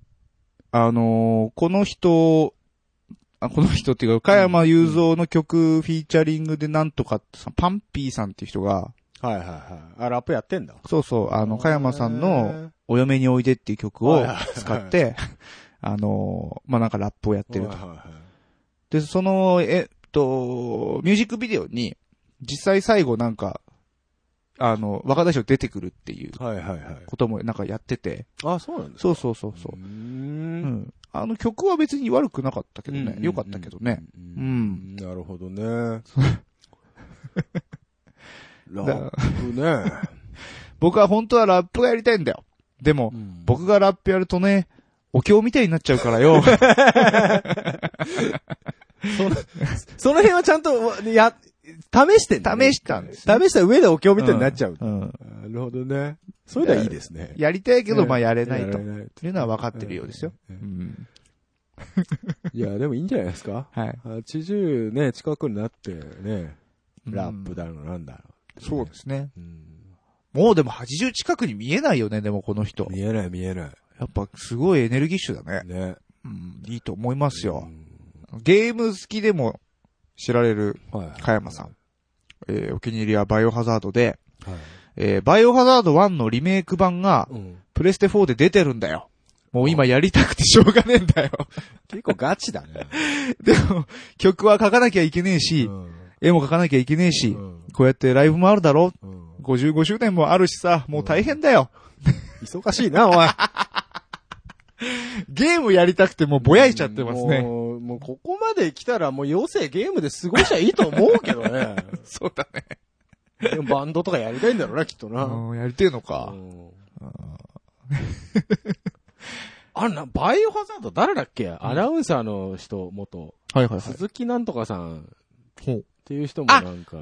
Speaker 1: あのーこの人、あ、この人っていうか、加山雄三の曲フィーチャリングでなんとかってさ、パンピーさんっていう人が、
Speaker 3: はいはいはい。あ、ラップやってんだ。
Speaker 1: そうそう、あの、加山さんの、お嫁においでっていう曲
Speaker 3: はい
Speaker 1: を
Speaker 3: はいはい
Speaker 1: 使って、あのーまあ、なんかラップをやってる
Speaker 3: は
Speaker 1: と
Speaker 3: い。はいはい
Speaker 1: で、その、えっと、ミュージックビデオに、実際最後なんか、あの、若大将出てくるっていう
Speaker 3: はいはいはい。
Speaker 1: こともなんかやってて。
Speaker 3: あ、そうなんです
Speaker 1: そううそうそうそうう。
Speaker 3: ー。
Speaker 1: うんん。あの曲は別に悪くなかったけど
Speaker 3: うんうん
Speaker 1: ね
Speaker 3: う。ん
Speaker 1: 良かったけどね。
Speaker 3: う。
Speaker 1: うんん。
Speaker 3: なるほどね。ラッ
Speaker 1: だ
Speaker 3: プね。
Speaker 1: 僕は本当はラップがやりたいんだよ。でも、僕がラップやるとね、お経みたいになっちゃうからよ。
Speaker 3: その辺はちゃんと、や、試してんだね
Speaker 1: 試したんですよ
Speaker 3: 試した上でお経みたいになっちゃう。
Speaker 1: うん。
Speaker 3: なるほどね。それではいいですね。
Speaker 1: やりたいけど、まあやれ
Speaker 3: や
Speaker 1: ないと。
Speaker 3: やれ
Speaker 1: いうのは分かってるようですよ。うん。
Speaker 3: いや、でもいいんじゃないですか
Speaker 1: はい。
Speaker 3: ?80 ね、近くになってね、ラップ
Speaker 1: だ。
Speaker 3: だのなんだろ
Speaker 1: そうですね。
Speaker 3: う。
Speaker 1: もうでも80近くに見えないよね、でもこの人。
Speaker 3: 見えない見えな
Speaker 1: やっぱすごいエネルギッシュだ
Speaker 3: い。
Speaker 1: ね。
Speaker 3: ね。
Speaker 1: うん、いいと思います
Speaker 3: う
Speaker 1: よ。
Speaker 3: ん
Speaker 1: ゲーム好きでも知られる
Speaker 3: はい。
Speaker 1: 加山さん。えーお気に入りはバイオハザードで、
Speaker 3: はい。
Speaker 1: えーバイオハザード1のリメイク版が
Speaker 3: うん
Speaker 1: プレステ4で出てるんだよ。もう今やりたくてしょうがねえん だよ。
Speaker 3: 結構ガチだね。
Speaker 1: でも、曲は書かなきゃいけねえし、絵も書かなきゃいけねえし、
Speaker 3: うん
Speaker 1: こうやってライブもあるだろ
Speaker 3: うん
Speaker 1: ?55 周年もあるしさ、もう大変だよ。
Speaker 3: 忙しいな、おい。
Speaker 1: ゲームやりたくてもうぼやいちゃってますね。
Speaker 3: もう、もうここまで来たらもう余生ゲームで過ごしゃいいと思うけど ね。
Speaker 1: そうだね。
Speaker 3: でもバンドとかやりたいんだろうな、きっとな。
Speaker 1: うん、やりてえのか。
Speaker 3: あんな、バイオハザード誰だっけ、アナウンサーの人、元。
Speaker 1: はいはい
Speaker 3: 鈴木なんとかさん
Speaker 1: ほう
Speaker 3: っていう人もなんか、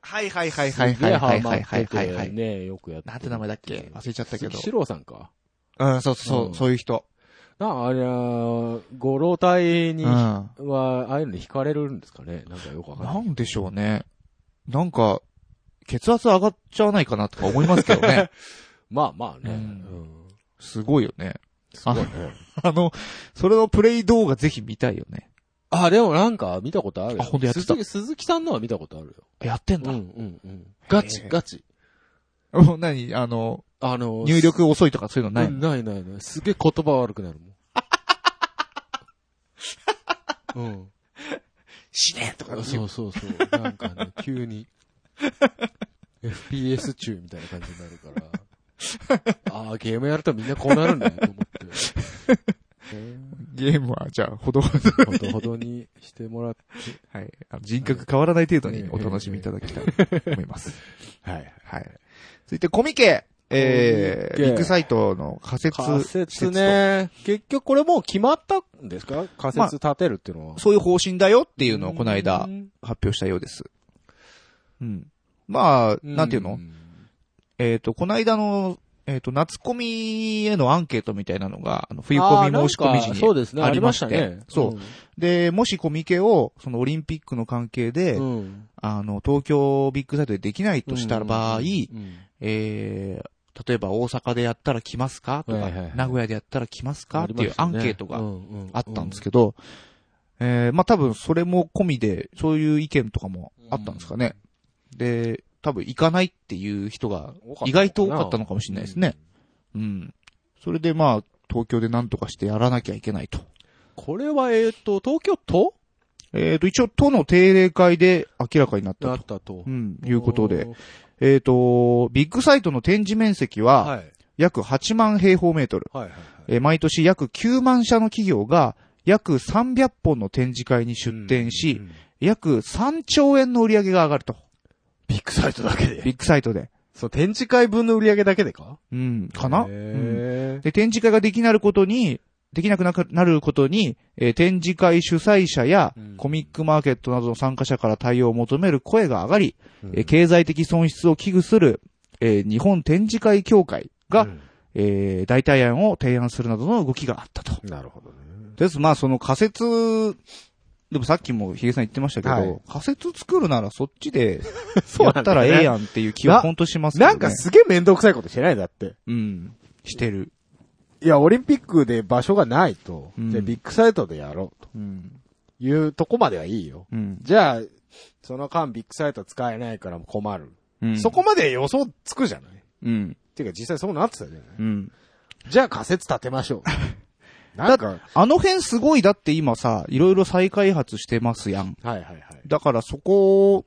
Speaker 1: はいはいは
Speaker 3: はい
Speaker 1: はいはいはいはいはいはいはい。
Speaker 3: ね、よくやって
Speaker 1: なんて名前だっけ忘れちゃったけ
Speaker 3: 鈴
Speaker 1: ど
Speaker 3: 木。史郎さんか。
Speaker 1: うん、そうそうう、
Speaker 3: ん
Speaker 1: そういう人。
Speaker 3: な、あれは、ご老体
Speaker 1: う
Speaker 3: に、
Speaker 1: ん。
Speaker 3: は、
Speaker 1: な
Speaker 3: ああいうのに惹かれるんですかねなんかよくわかんない。
Speaker 1: んでしょうね。なんか、血圧上がっちゃわないかなとか思いますけど ね。
Speaker 3: まあまあね。
Speaker 1: う
Speaker 3: うんん。
Speaker 1: すごいよね。
Speaker 3: すごいね。
Speaker 1: あの、それのプレイ動画ぜひ見たいよね。
Speaker 3: あ、でもなんか見たことあるよ。
Speaker 1: あほんとやってた
Speaker 3: 鈴木、鈴木さんのは見たことあるよ。
Speaker 1: やってん
Speaker 3: う
Speaker 1: だ
Speaker 3: ん。うんうん。ガチ
Speaker 1: へえ
Speaker 3: ガチ。
Speaker 1: もう 何あの、
Speaker 3: あの、
Speaker 1: 入力遅いとかそういうの
Speaker 3: な
Speaker 1: ない
Speaker 3: い
Speaker 1: の
Speaker 3: ないないない。すげえ言葉悪くなる もん。うん。
Speaker 1: 死ねとかです
Speaker 3: そ
Speaker 1: よ。
Speaker 3: うそうそう。なんかね、急 に、FPS 中みたいな感じになるから、ああ、ゲームやるとみんなこうなるんだよと思って。え
Speaker 1: ゲームは、じゃあ、ほどほど。
Speaker 3: ーほどほどにしてもらって。
Speaker 1: はい。あの人格変わらない程度にお楽しみいただきたいと思い ます。
Speaker 3: はい。
Speaker 1: はい。続いてコミケ。えー、
Speaker 3: コミケ
Speaker 1: ビッグサイトの仮設
Speaker 3: 仮説。ね。結局これもう決まったんですか仮説立てるっていうのは。
Speaker 1: そういう方針だよっていうのをこの
Speaker 3: う
Speaker 1: 間
Speaker 3: ん
Speaker 1: 発表したようです。うん。まあ、なんていうのえっと、この間の、えっと、夏コミへのアンケートみたいなのが、あの冬コミ申し込み時
Speaker 3: あーなんかそう
Speaker 1: に。
Speaker 3: ですね。
Speaker 1: あ
Speaker 3: あ
Speaker 1: り
Speaker 3: り
Speaker 1: ま
Speaker 3: ま
Speaker 1: し
Speaker 3: してたね。
Speaker 1: そうで、もしコミケを、そのオリンピックの関係で
Speaker 3: う、ん。
Speaker 1: あの、東京ビッグサイトでできないとした場合、
Speaker 3: うん
Speaker 1: えー、例えば大阪でやったら来ますかと
Speaker 3: は
Speaker 1: か
Speaker 3: いはいはい、
Speaker 1: 名古屋でやったら来ますか
Speaker 3: あ
Speaker 1: っ
Speaker 3: り
Speaker 1: て
Speaker 3: ま
Speaker 1: いう
Speaker 3: した
Speaker 1: ア
Speaker 3: ね
Speaker 1: ンケートがあったんですけ
Speaker 3: ど。
Speaker 1: ど、えー、まあ、多分それも込みで、そういう意見とかもあったんですかね。で、多分行かないっていう人が意外と多かったのかもしれないですね。うん。それでまあ、東京で何とかしてやらなきゃいけないと。
Speaker 3: これは、えっと、東京都
Speaker 1: えっ、と、一応、都の定例会で明らかになった
Speaker 2: な
Speaker 1: と。
Speaker 2: ったと
Speaker 1: う。ん、いうことで。
Speaker 2: おー。
Speaker 1: えっ、と、ビッグサイトの展示面積は、
Speaker 2: はい。
Speaker 1: 約8万平方メートル。
Speaker 2: はいはいはい。
Speaker 1: えー毎年約9万社の企業が、約300本の展示会に出展し、
Speaker 2: うん、
Speaker 1: 約3兆円の売り上げが上がると。
Speaker 3: ビッグサイトだけで。
Speaker 1: ビッグサイトで。
Speaker 3: そう、展示会分の売り上げだけでか
Speaker 1: うん、かな、うん
Speaker 3: へー
Speaker 1: で、展示会ができなることに、できなくなくなることに、えー展示会主催者や
Speaker 2: うん
Speaker 1: コミックマーケットなどの参加者から対応を求める声が上がり、
Speaker 3: うん
Speaker 1: えー経済的損失を危惧する、えー日本展示会協会が、
Speaker 3: うん
Speaker 1: えー代替案を提案するなどの動きがあったと。
Speaker 3: なるほどね。
Speaker 1: です、まあその仮説、でもさっきもヒゲさん言ってましたけど、
Speaker 3: はい
Speaker 1: 仮説作るなら そっちで
Speaker 3: そう
Speaker 1: や
Speaker 3: な
Speaker 1: っ
Speaker 3: んだよね
Speaker 1: たらええやんっていう気は本当しますけどね。
Speaker 3: なんかすげえめんどくさいことしてないだって。
Speaker 1: うん、してる。
Speaker 3: いや、オリンピックで場所がないと、
Speaker 1: うん
Speaker 3: じゃあビッグサイトでやろうと
Speaker 1: うん、
Speaker 3: いうとこまではいいよ。
Speaker 1: うん、
Speaker 3: じゃあ、その間ビッグサイト使えないから困る。
Speaker 1: うん。
Speaker 3: そこまで予想つくじゃない
Speaker 1: うん、
Speaker 3: っていうか実際そうなってたじゃない
Speaker 1: うん。
Speaker 3: じゃあ仮説立てま しょう。なんか、はい
Speaker 1: あの辺すごいだって今さ、いろいろ再開発してますやん。
Speaker 3: はいはい。
Speaker 1: だからそこを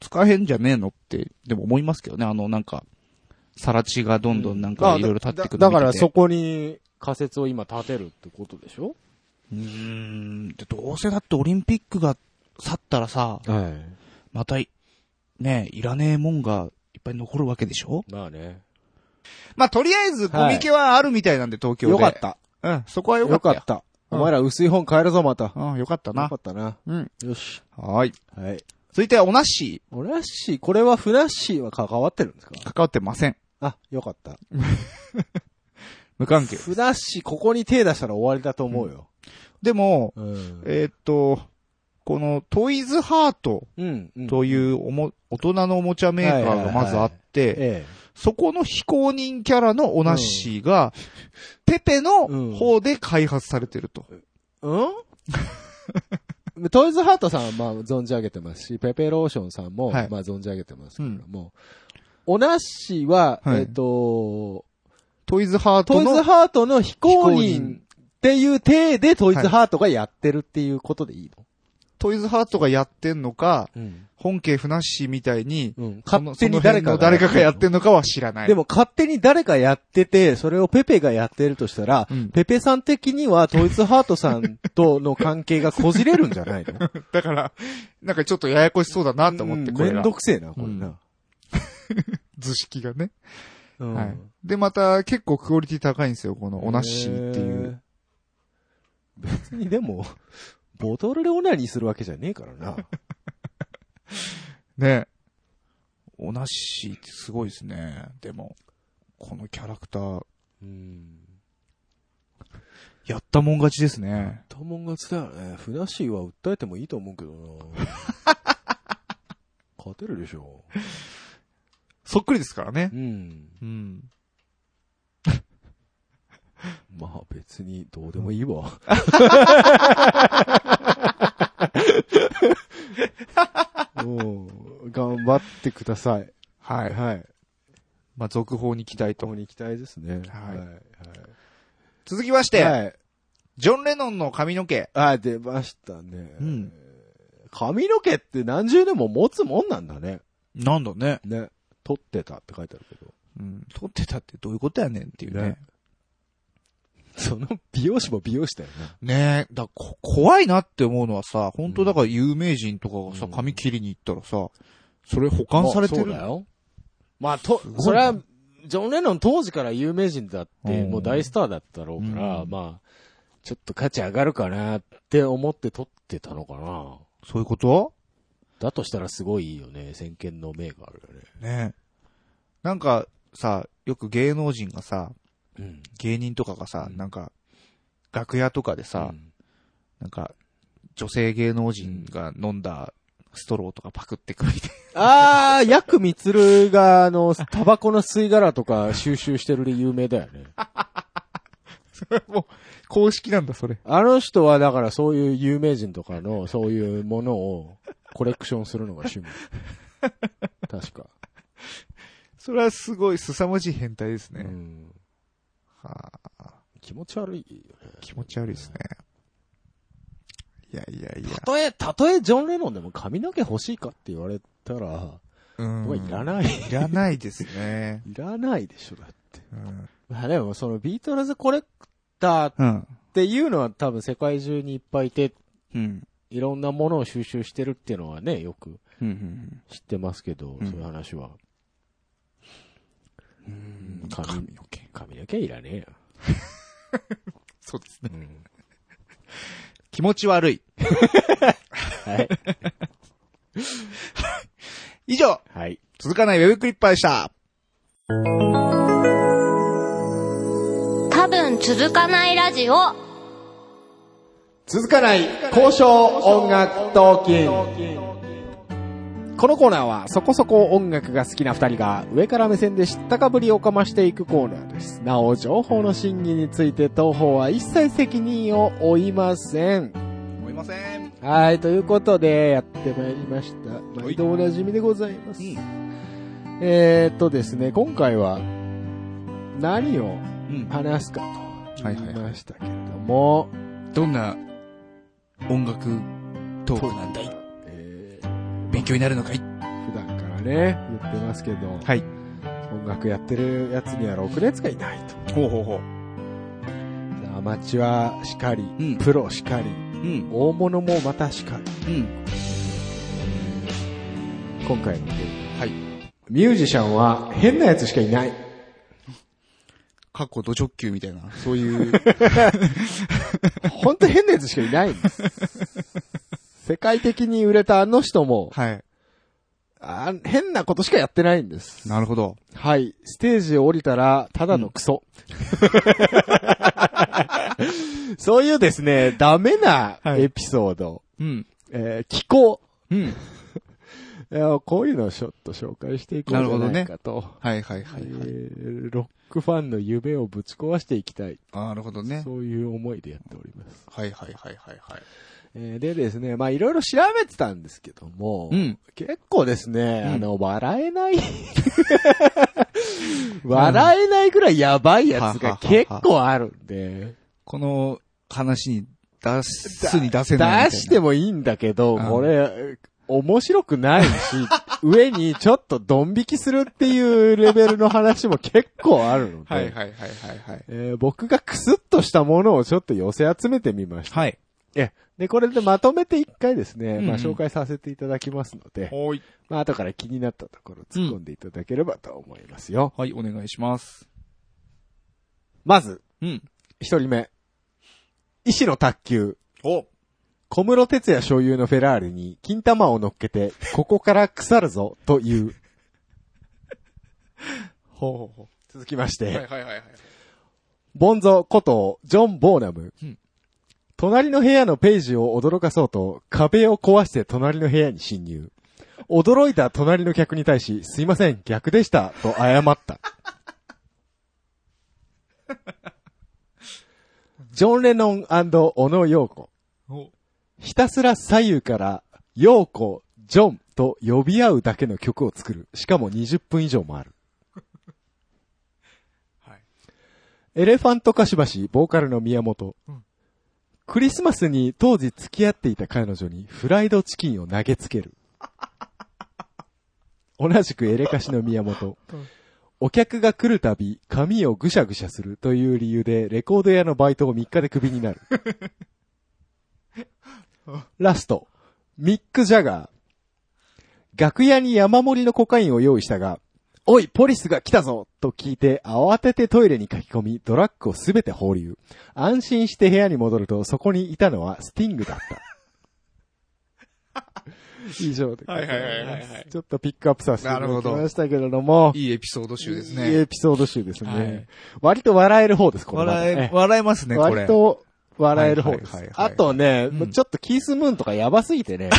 Speaker 1: 使えんじゃねえのって、でも思いますけどね、あのなんか、さら地がどんどんなんかいろいろ立ってくる
Speaker 3: だ
Speaker 1: の
Speaker 3: だから
Speaker 1: 見てて
Speaker 3: そこに仮説を今立てるってことでしょ
Speaker 1: うーん、でどうせだってオリンピックが去ったらさ、
Speaker 3: は
Speaker 1: またい、ねえ、いらねえもんがいっぱい残るわけでしょ
Speaker 3: い。まあね。
Speaker 1: まあ、とりあえずコミケはあるみたいなんで、東京で。
Speaker 3: よかっ。た。
Speaker 1: うん、そこはよか
Speaker 3: よ
Speaker 1: った
Speaker 3: か
Speaker 1: よ。
Speaker 3: った。
Speaker 1: う
Speaker 3: お
Speaker 1: ん
Speaker 3: 前ら薄い本買えるぞまた。よ
Speaker 1: うん、よかった
Speaker 3: か
Speaker 1: な。
Speaker 3: ったな。
Speaker 1: うん。
Speaker 3: よし。
Speaker 1: はい。
Speaker 3: はい。
Speaker 1: 続いては、おなし、
Speaker 3: フラッシー、これはフラッシーは関わってるんですか
Speaker 1: 関わってません。
Speaker 3: あ、よかった。
Speaker 1: 無関係。
Speaker 3: フラッシー、ここに手出したら終わりだと思うよ。
Speaker 1: でも、
Speaker 3: うん。
Speaker 1: えーっと、このトイズハート
Speaker 3: うん。うん
Speaker 1: というおも、大人のおもちゃメーカーがまずあって、
Speaker 3: え
Speaker 1: そこの非公認キャラのおなしが、ペペの方で開発されてると。
Speaker 3: え。うん トイズハートさんはまあ存じ上げてますし、ペペローションさんもま
Speaker 1: は
Speaker 3: あ
Speaker 1: い
Speaker 3: 存じ上げてますけれども、オナッシーは、
Speaker 1: はい
Speaker 3: えっと、
Speaker 1: トイズハー
Speaker 3: ト
Speaker 1: ト
Speaker 3: イ
Speaker 1: の
Speaker 3: ズハートの非公
Speaker 1: 非公
Speaker 3: 認
Speaker 1: 認
Speaker 3: っていう体でトイズハートがやってるっていうことでいいの
Speaker 1: トイズハートがやってんのか、
Speaker 3: うん。
Speaker 1: 本家ふなっしーみたいに、
Speaker 3: うん。
Speaker 1: そ
Speaker 3: 勝
Speaker 1: の
Speaker 3: 手に誰か
Speaker 1: その辺の
Speaker 3: が。
Speaker 1: 誰かがやってんのかは知らない。
Speaker 3: で
Speaker 1: も、
Speaker 3: も勝手に誰かやってて、それをペペがやってるとしたら、
Speaker 1: うん、
Speaker 3: ペペさん的にはトイズハートさんとの関係がこじれるんじゃない の
Speaker 1: だから、なんかちょっとややこしそうだなと思って、
Speaker 3: うん
Speaker 1: これ
Speaker 3: めん
Speaker 1: が
Speaker 3: ど。くせえな、これな。
Speaker 1: 図式がね。
Speaker 3: うん
Speaker 1: はい。で、また結構クオリティ高いんですよ、このおなっしーっていう。
Speaker 3: へー。別にでも、 ボトルでオナニーするわけじゃねえから な。
Speaker 1: ね。おなっしーってすごいですね。でも、このキャラクター、
Speaker 3: うん。
Speaker 1: やったもん勝ちですね。
Speaker 3: たもん勝ちだよね。ふなっしーは訴えてもいいと思うけどな。 勝てるでしょ。
Speaker 1: そっくりですからね
Speaker 3: う。ん。
Speaker 1: うん。
Speaker 3: まあ別にどうでもいい わ。もう、頑張ってください。
Speaker 1: は。
Speaker 3: はいはい。
Speaker 1: まあ、続報に期待。
Speaker 3: ことこに行きたいですね。
Speaker 1: はい
Speaker 3: はい。
Speaker 1: 続きまし
Speaker 3: で、
Speaker 1: て、
Speaker 3: はい、
Speaker 1: ジョン・レノンの髪の毛。
Speaker 3: あ、出ましたね。
Speaker 1: うん
Speaker 3: 髪の毛って何十年も持つもんなんだね。
Speaker 1: なんだね。
Speaker 3: ね。取ってたって書いてあるけど。
Speaker 1: うん。撮ってたってどういうことやねんっていうね
Speaker 3: ね。 その美容師も美容師だよね。
Speaker 1: ねえ、だこ、怖いなって思うのはさ、本当だから有名人とかがさ、
Speaker 3: うん
Speaker 1: 髪切りに行ったらさ、それ保管されてる
Speaker 3: まあそう
Speaker 1: の
Speaker 3: だよ。まあ、と
Speaker 1: ごい、な
Speaker 3: それは、ジョン・レノン当時から有名人だって、
Speaker 1: うん
Speaker 3: もう大スターだったろうから、
Speaker 1: うん
Speaker 3: まあ、ちょっと価値上がるかなって思って取ってたのかな。
Speaker 1: そういうこと
Speaker 3: だとしたらすごいいいよね。先見の明があるよね。
Speaker 1: ねえなんかさ、よく芸能人がさ、
Speaker 3: うん。
Speaker 1: 芸人とかがさ、
Speaker 3: うん
Speaker 1: なんか、楽屋とかでさ、
Speaker 3: うん
Speaker 1: なんか、女性芸能人が飲んだストローとかパクってくみたい
Speaker 3: あー、ヤクミツルが、あの、タバコの吸い殻とか収集してるで有名だよね。
Speaker 1: な。もう、公式なんだ、それ。
Speaker 3: あの人は、だからそういう有名人とかの、そういうものをコレクションするのが趣味。確か。
Speaker 1: それはすごい凄まじい変態ですね。
Speaker 3: うん。
Speaker 1: はあ、
Speaker 3: 気持ち悪いよね。
Speaker 1: 気持ち悪いですね。いいやいやいや
Speaker 3: た。とえ、たとえジョン・レノンでも髪の毛欲しいかって言われたら、
Speaker 1: うん
Speaker 3: 僕はいらない。い
Speaker 1: いらないですね。
Speaker 3: らないでしょ、だって。
Speaker 1: うん。
Speaker 3: まあでも、そのビートルズコレクターっ
Speaker 1: うん。
Speaker 3: ていうのは多分世界中にいっぱいいて、
Speaker 1: うん。
Speaker 3: いろんなものを収集してるっていうのはね、よく
Speaker 1: うんうん
Speaker 3: 知ってますけど、
Speaker 1: うん
Speaker 3: そういう話は。
Speaker 1: うん。
Speaker 3: 髪
Speaker 1: 髪の毛。
Speaker 3: 髪の毛いらねえよ。
Speaker 1: そうですね。
Speaker 3: うん
Speaker 1: 気持ち悪い。
Speaker 3: はい。
Speaker 1: 以上、
Speaker 3: はい。
Speaker 1: 続かないウェブクリッパーでした。
Speaker 5: 多分続かないラジオ
Speaker 3: 続かない交渉音楽トーキンこのコーナーはそこそこ音楽が好きな二人が上から目線で知ったかぶりをかましていくコーナーですなお情報の審議について東方は一切責任を負いません
Speaker 1: 思いません。
Speaker 3: はいということでやってまいりました毎度おなじみでございます、
Speaker 1: うん
Speaker 3: えー、っとですね今回は何を
Speaker 1: うん。
Speaker 3: 話すかと
Speaker 1: はい
Speaker 3: 言い
Speaker 1: はいはい
Speaker 3: ましたけれども、
Speaker 1: どんな音楽トークなんだい
Speaker 3: えー
Speaker 1: 勉強になるのかい
Speaker 3: 普段からね、言ってますけど、
Speaker 1: はい。
Speaker 3: 音楽やってるやつにはろくなやつがいないと。
Speaker 1: ほうほうほう。
Speaker 3: アマチュアしかり、
Speaker 1: うん
Speaker 3: プロしかり、
Speaker 1: うん。
Speaker 3: 大物もまたしかり。
Speaker 1: うん。
Speaker 3: 今回のテーマ。
Speaker 1: はい。
Speaker 3: ミュージシャンは変なやつしかいない。
Speaker 1: 過去土直球みたいな、そういう。
Speaker 3: ほんと変なやつしかいないんです。世界的に売れたあの人も、
Speaker 1: はい。
Speaker 3: あ変なことしかやってないんです。
Speaker 1: なるほど。
Speaker 3: はい。ステージを降りたら、ただのクソ。そういうですね、ダメなエピソード。
Speaker 1: うん。
Speaker 3: えー気候。
Speaker 1: うん。
Speaker 3: いやこういうのをちょっと紹介していこうじゃないかと。
Speaker 1: はいはいはいはい。
Speaker 3: えーロックファンの夢をぶち壊していきたい。
Speaker 1: あなるほどね。
Speaker 3: そういう思いでやっております。
Speaker 1: はいはいはいはいはい。
Speaker 3: えーでですね、まあいろいろ調べてたんですけども、
Speaker 1: うん。
Speaker 3: 結構ですね、
Speaker 1: うん
Speaker 3: あの、笑えない。 笑えないぐらいやばいやつが結構あるんで、
Speaker 1: この話に出すに出せ
Speaker 3: 出
Speaker 1: ないみたいな。
Speaker 3: してもいいんだけど、
Speaker 1: うん
Speaker 3: これ、面白 くないし、上にちょっとドン引きするっていうレベルの話も結構あるので、
Speaker 1: はいはいはいはいはい。
Speaker 3: えー僕がクスッとしたものをちょっと寄せ集めてみました。
Speaker 1: はい。
Speaker 3: で、これでまとめて一回ですね、
Speaker 1: うん
Speaker 3: まあ紹介させていただきますので、
Speaker 1: はい。
Speaker 3: まあ後から気になったところ突っ込んでいただければと思いますよ。
Speaker 1: はい、お願いします。
Speaker 3: まず、
Speaker 1: うん。
Speaker 3: 一人目。医師の卓球。
Speaker 1: お
Speaker 3: 小室哲也所有のフェラーリに金玉を乗っけて、ここから腐るぞ、という。
Speaker 1: ほうほうほ
Speaker 3: 続きまし
Speaker 1: う。
Speaker 3: て、
Speaker 1: はいはいはい。
Speaker 3: ボンゾことジョン・ボーナム。
Speaker 1: うん
Speaker 3: 隣の部屋のページを驚かそうと、壁を壊して隣の部屋に侵入。驚いた隣の客に対し、すいません、逆でした、と謝 った。ジョン・レノン小野陽子。
Speaker 1: お
Speaker 3: ひたすら左右から、陽子、ジョンと呼び合うだけの曲を作る。しかも20分以上もある。
Speaker 1: はい
Speaker 3: エレファントカシバシ、ボーカルの宮本。
Speaker 1: うん
Speaker 3: クリスマスに当時付き合っていた彼女にフライドチキンを投げつける。同じくエレカシの宮本。お客が来るたび、髪をぐしゃぐしゃするという理由で、レコード屋のバイトを3日でクビ になる。ラスト。ミック・ジャガー。楽屋に山盛りのコカインを用意したが、おい、ポリスが来たぞと聞いて、慌ててトイレに書き込み、ドラッグをすべて放流。安心して部屋に戻ると、そこにいたのはスティングだった。 以上でございます。
Speaker 1: はいはいはいはいはい
Speaker 3: ちょっとピックアップさせていただきましたけれども、
Speaker 1: いいエピソード集です
Speaker 3: いい
Speaker 1: ね
Speaker 3: エ。ピソード集ですね。
Speaker 1: はい
Speaker 3: 割と笑える方です、これまで
Speaker 1: 笑え、笑えますね、これ。
Speaker 3: 割と笑える方です。
Speaker 1: はいはいはい
Speaker 3: あ
Speaker 1: はい
Speaker 3: とね、
Speaker 1: うん
Speaker 3: もうちょっとキースムーンとかやばすぎてね、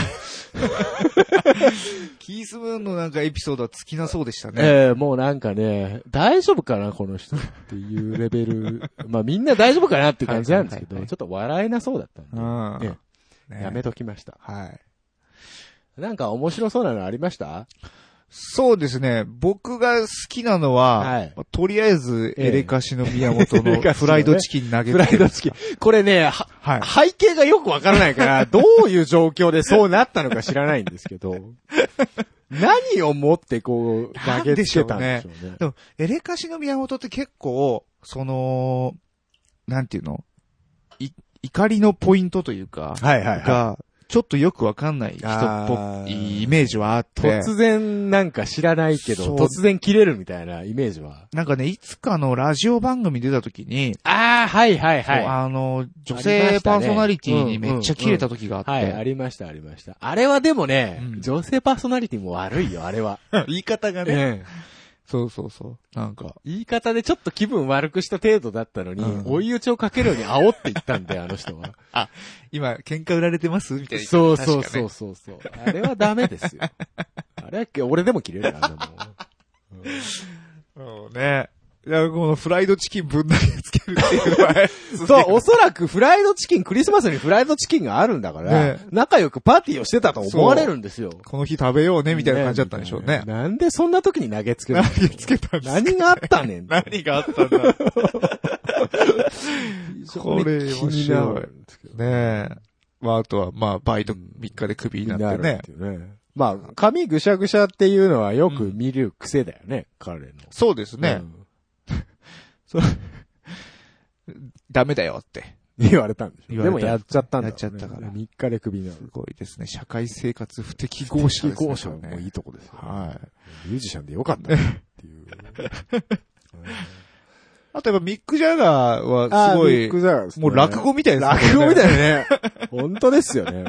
Speaker 1: キースムーンのなんかエピソードは尽きなそうでしたね。
Speaker 3: えーもうなんかね、大丈夫かな、この人っていうレベル。 まあみんな大丈夫かなっていう感じなんですけど、
Speaker 1: はいはいはいはい
Speaker 3: ちょっと笑えなそうだったん
Speaker 1: う
Speaker 3: で、
Speaker 1: ん
Speaker 3: ええ
Speaker 1: ね
Speaker 3: やめときました。
Speaker 1: はい。
Speaker 3: なんか面白そうなのありました
Speaker 1: そうですね。僕が好きなのは、
Speaker 3: はい
Speaker 1: まあとりあえず、
Speaker 3: ええ
Speaker 1: エレカシの宮本
Speaker 3: エレ
Speaker 1: の
Speaker 3: カシのね
Speaker 1: フライドチキン投げ
Speaker 3: フライドチキン。これね、は
Speaker 1: はい。
Speaker 3: 背景がよくわからない から、どういう状況でそうなったのか知らないんですけ ど、何をもってこう、
Speaker 1: なん
Speaker 3: 投
Speaker 1: で
Speaker 3: げ
Speaker 1: し
Speaker 3: つ
Speaker 1: ょう
Speaker 3: け
Speaker 1: ね
Speaker 3: たんでしょうね。
Speaker 1: でも、エレカシの宮本って結構、その、なんていうのい、怒りのポイントというか、
Speaker 3: はいはいは
Speaker 1: が、ちょっとよくわかんない人っぽいイメージはあっ
Speaker 3: い。
Speaker 1: て、
Speaker 3: 突然なんか知らないけ
Speaker 1: そ
Speaker 3: ど、
Speaker 1: う
Speaker 3: 突然切れるみたいなイメージは。
Speaker 1: なんかね、いつかのラジオ番組出た時に、
Speaker 3: ああ、はいはい
Speaker 1: こうあの、女性パーソナリティにめっちゃ切れた時があって、
Speaker 3: はい、ありました、ありました。あれはでもね、
Speaker 1: うん
Speaker 3: 女性パーソナリティも悪いよ、あれ は。
Speaker 1: 言い方が、
Speaker 3: ええ
Speaker 1: そうそうそう。なんか、
Speaker 3: 言い方でちょっと気分悪くした程度だったのに、
Speaker 1: うん
Speaker 3: 追い打ちをかけるように煽っていったんで、あの人は。
Speaker 1: 今、喧嘩売られてますみたいな。
Speaker 3: そうそう
Speaker 1: 確か
Speaker 3: そう
Speaker 1: ね。
Speaker 3: そうそう、あれはダメですよ。 あれは、俺でも切れる、あんなもん
Speaker 1: そうね。いや、このフライドチキンぶん投げつけるっていうの は
Speaker 3: そう、おそらくフライドチキン、クリスマスにフライドチキンがあるんだから、
Speaker 1: ね
Speaker 3: 仲良くパーティーをしてたと思われるんですよ。
Speaker 1: この日食べようね、みたいな感じだったんでしょうね。
Speaker 3: なんでそんな時に投げつけるの
Speaker 1: 投げつけたんです
Speaker 3: 何があったねん。
Speaker 1: 何があったんだ これ
Speaker 3: 気になるんですけど。
Speaker 1: ねえ。まあ、あとは、まあ、バイト3日でクビになってね。
Speaker 3: 気になるっていうね。まあ、髪ぐしゃぐしゃっていうのはよく見る癖だよね、彼の。
Speaker 1: そうですね。
Speaker 3: うん
Speaker 1: ダメだよって。
Speaker 3: 言われたんでし
Speaker 1: 言
Speaker 3: ょ。
Speaker 1: われ
Speaker 3: で
Speaker 1: た
Speaker 3: もやっちゃったんだろうね。
Speaker 1: やっちゃったから
Speaker 3: 3日でクビになる
Speaker 1: す。ごいですね。社会生活不適合者ですね。
Speaker 3: 後者もういいとこですよ。
Speaker 1: はい。
Speaker 3: ミュージシャンでよかったねっていう。
Speaker 1: あとやっぱミック・ジャガーはすご
Speaker 3: ミ
Speaker 1: い
Speaker 3: ッ、クジャガーですね
Speaker 1: もう落語みたいですね
Speaker 3: 落語みたいね。本当ですよね。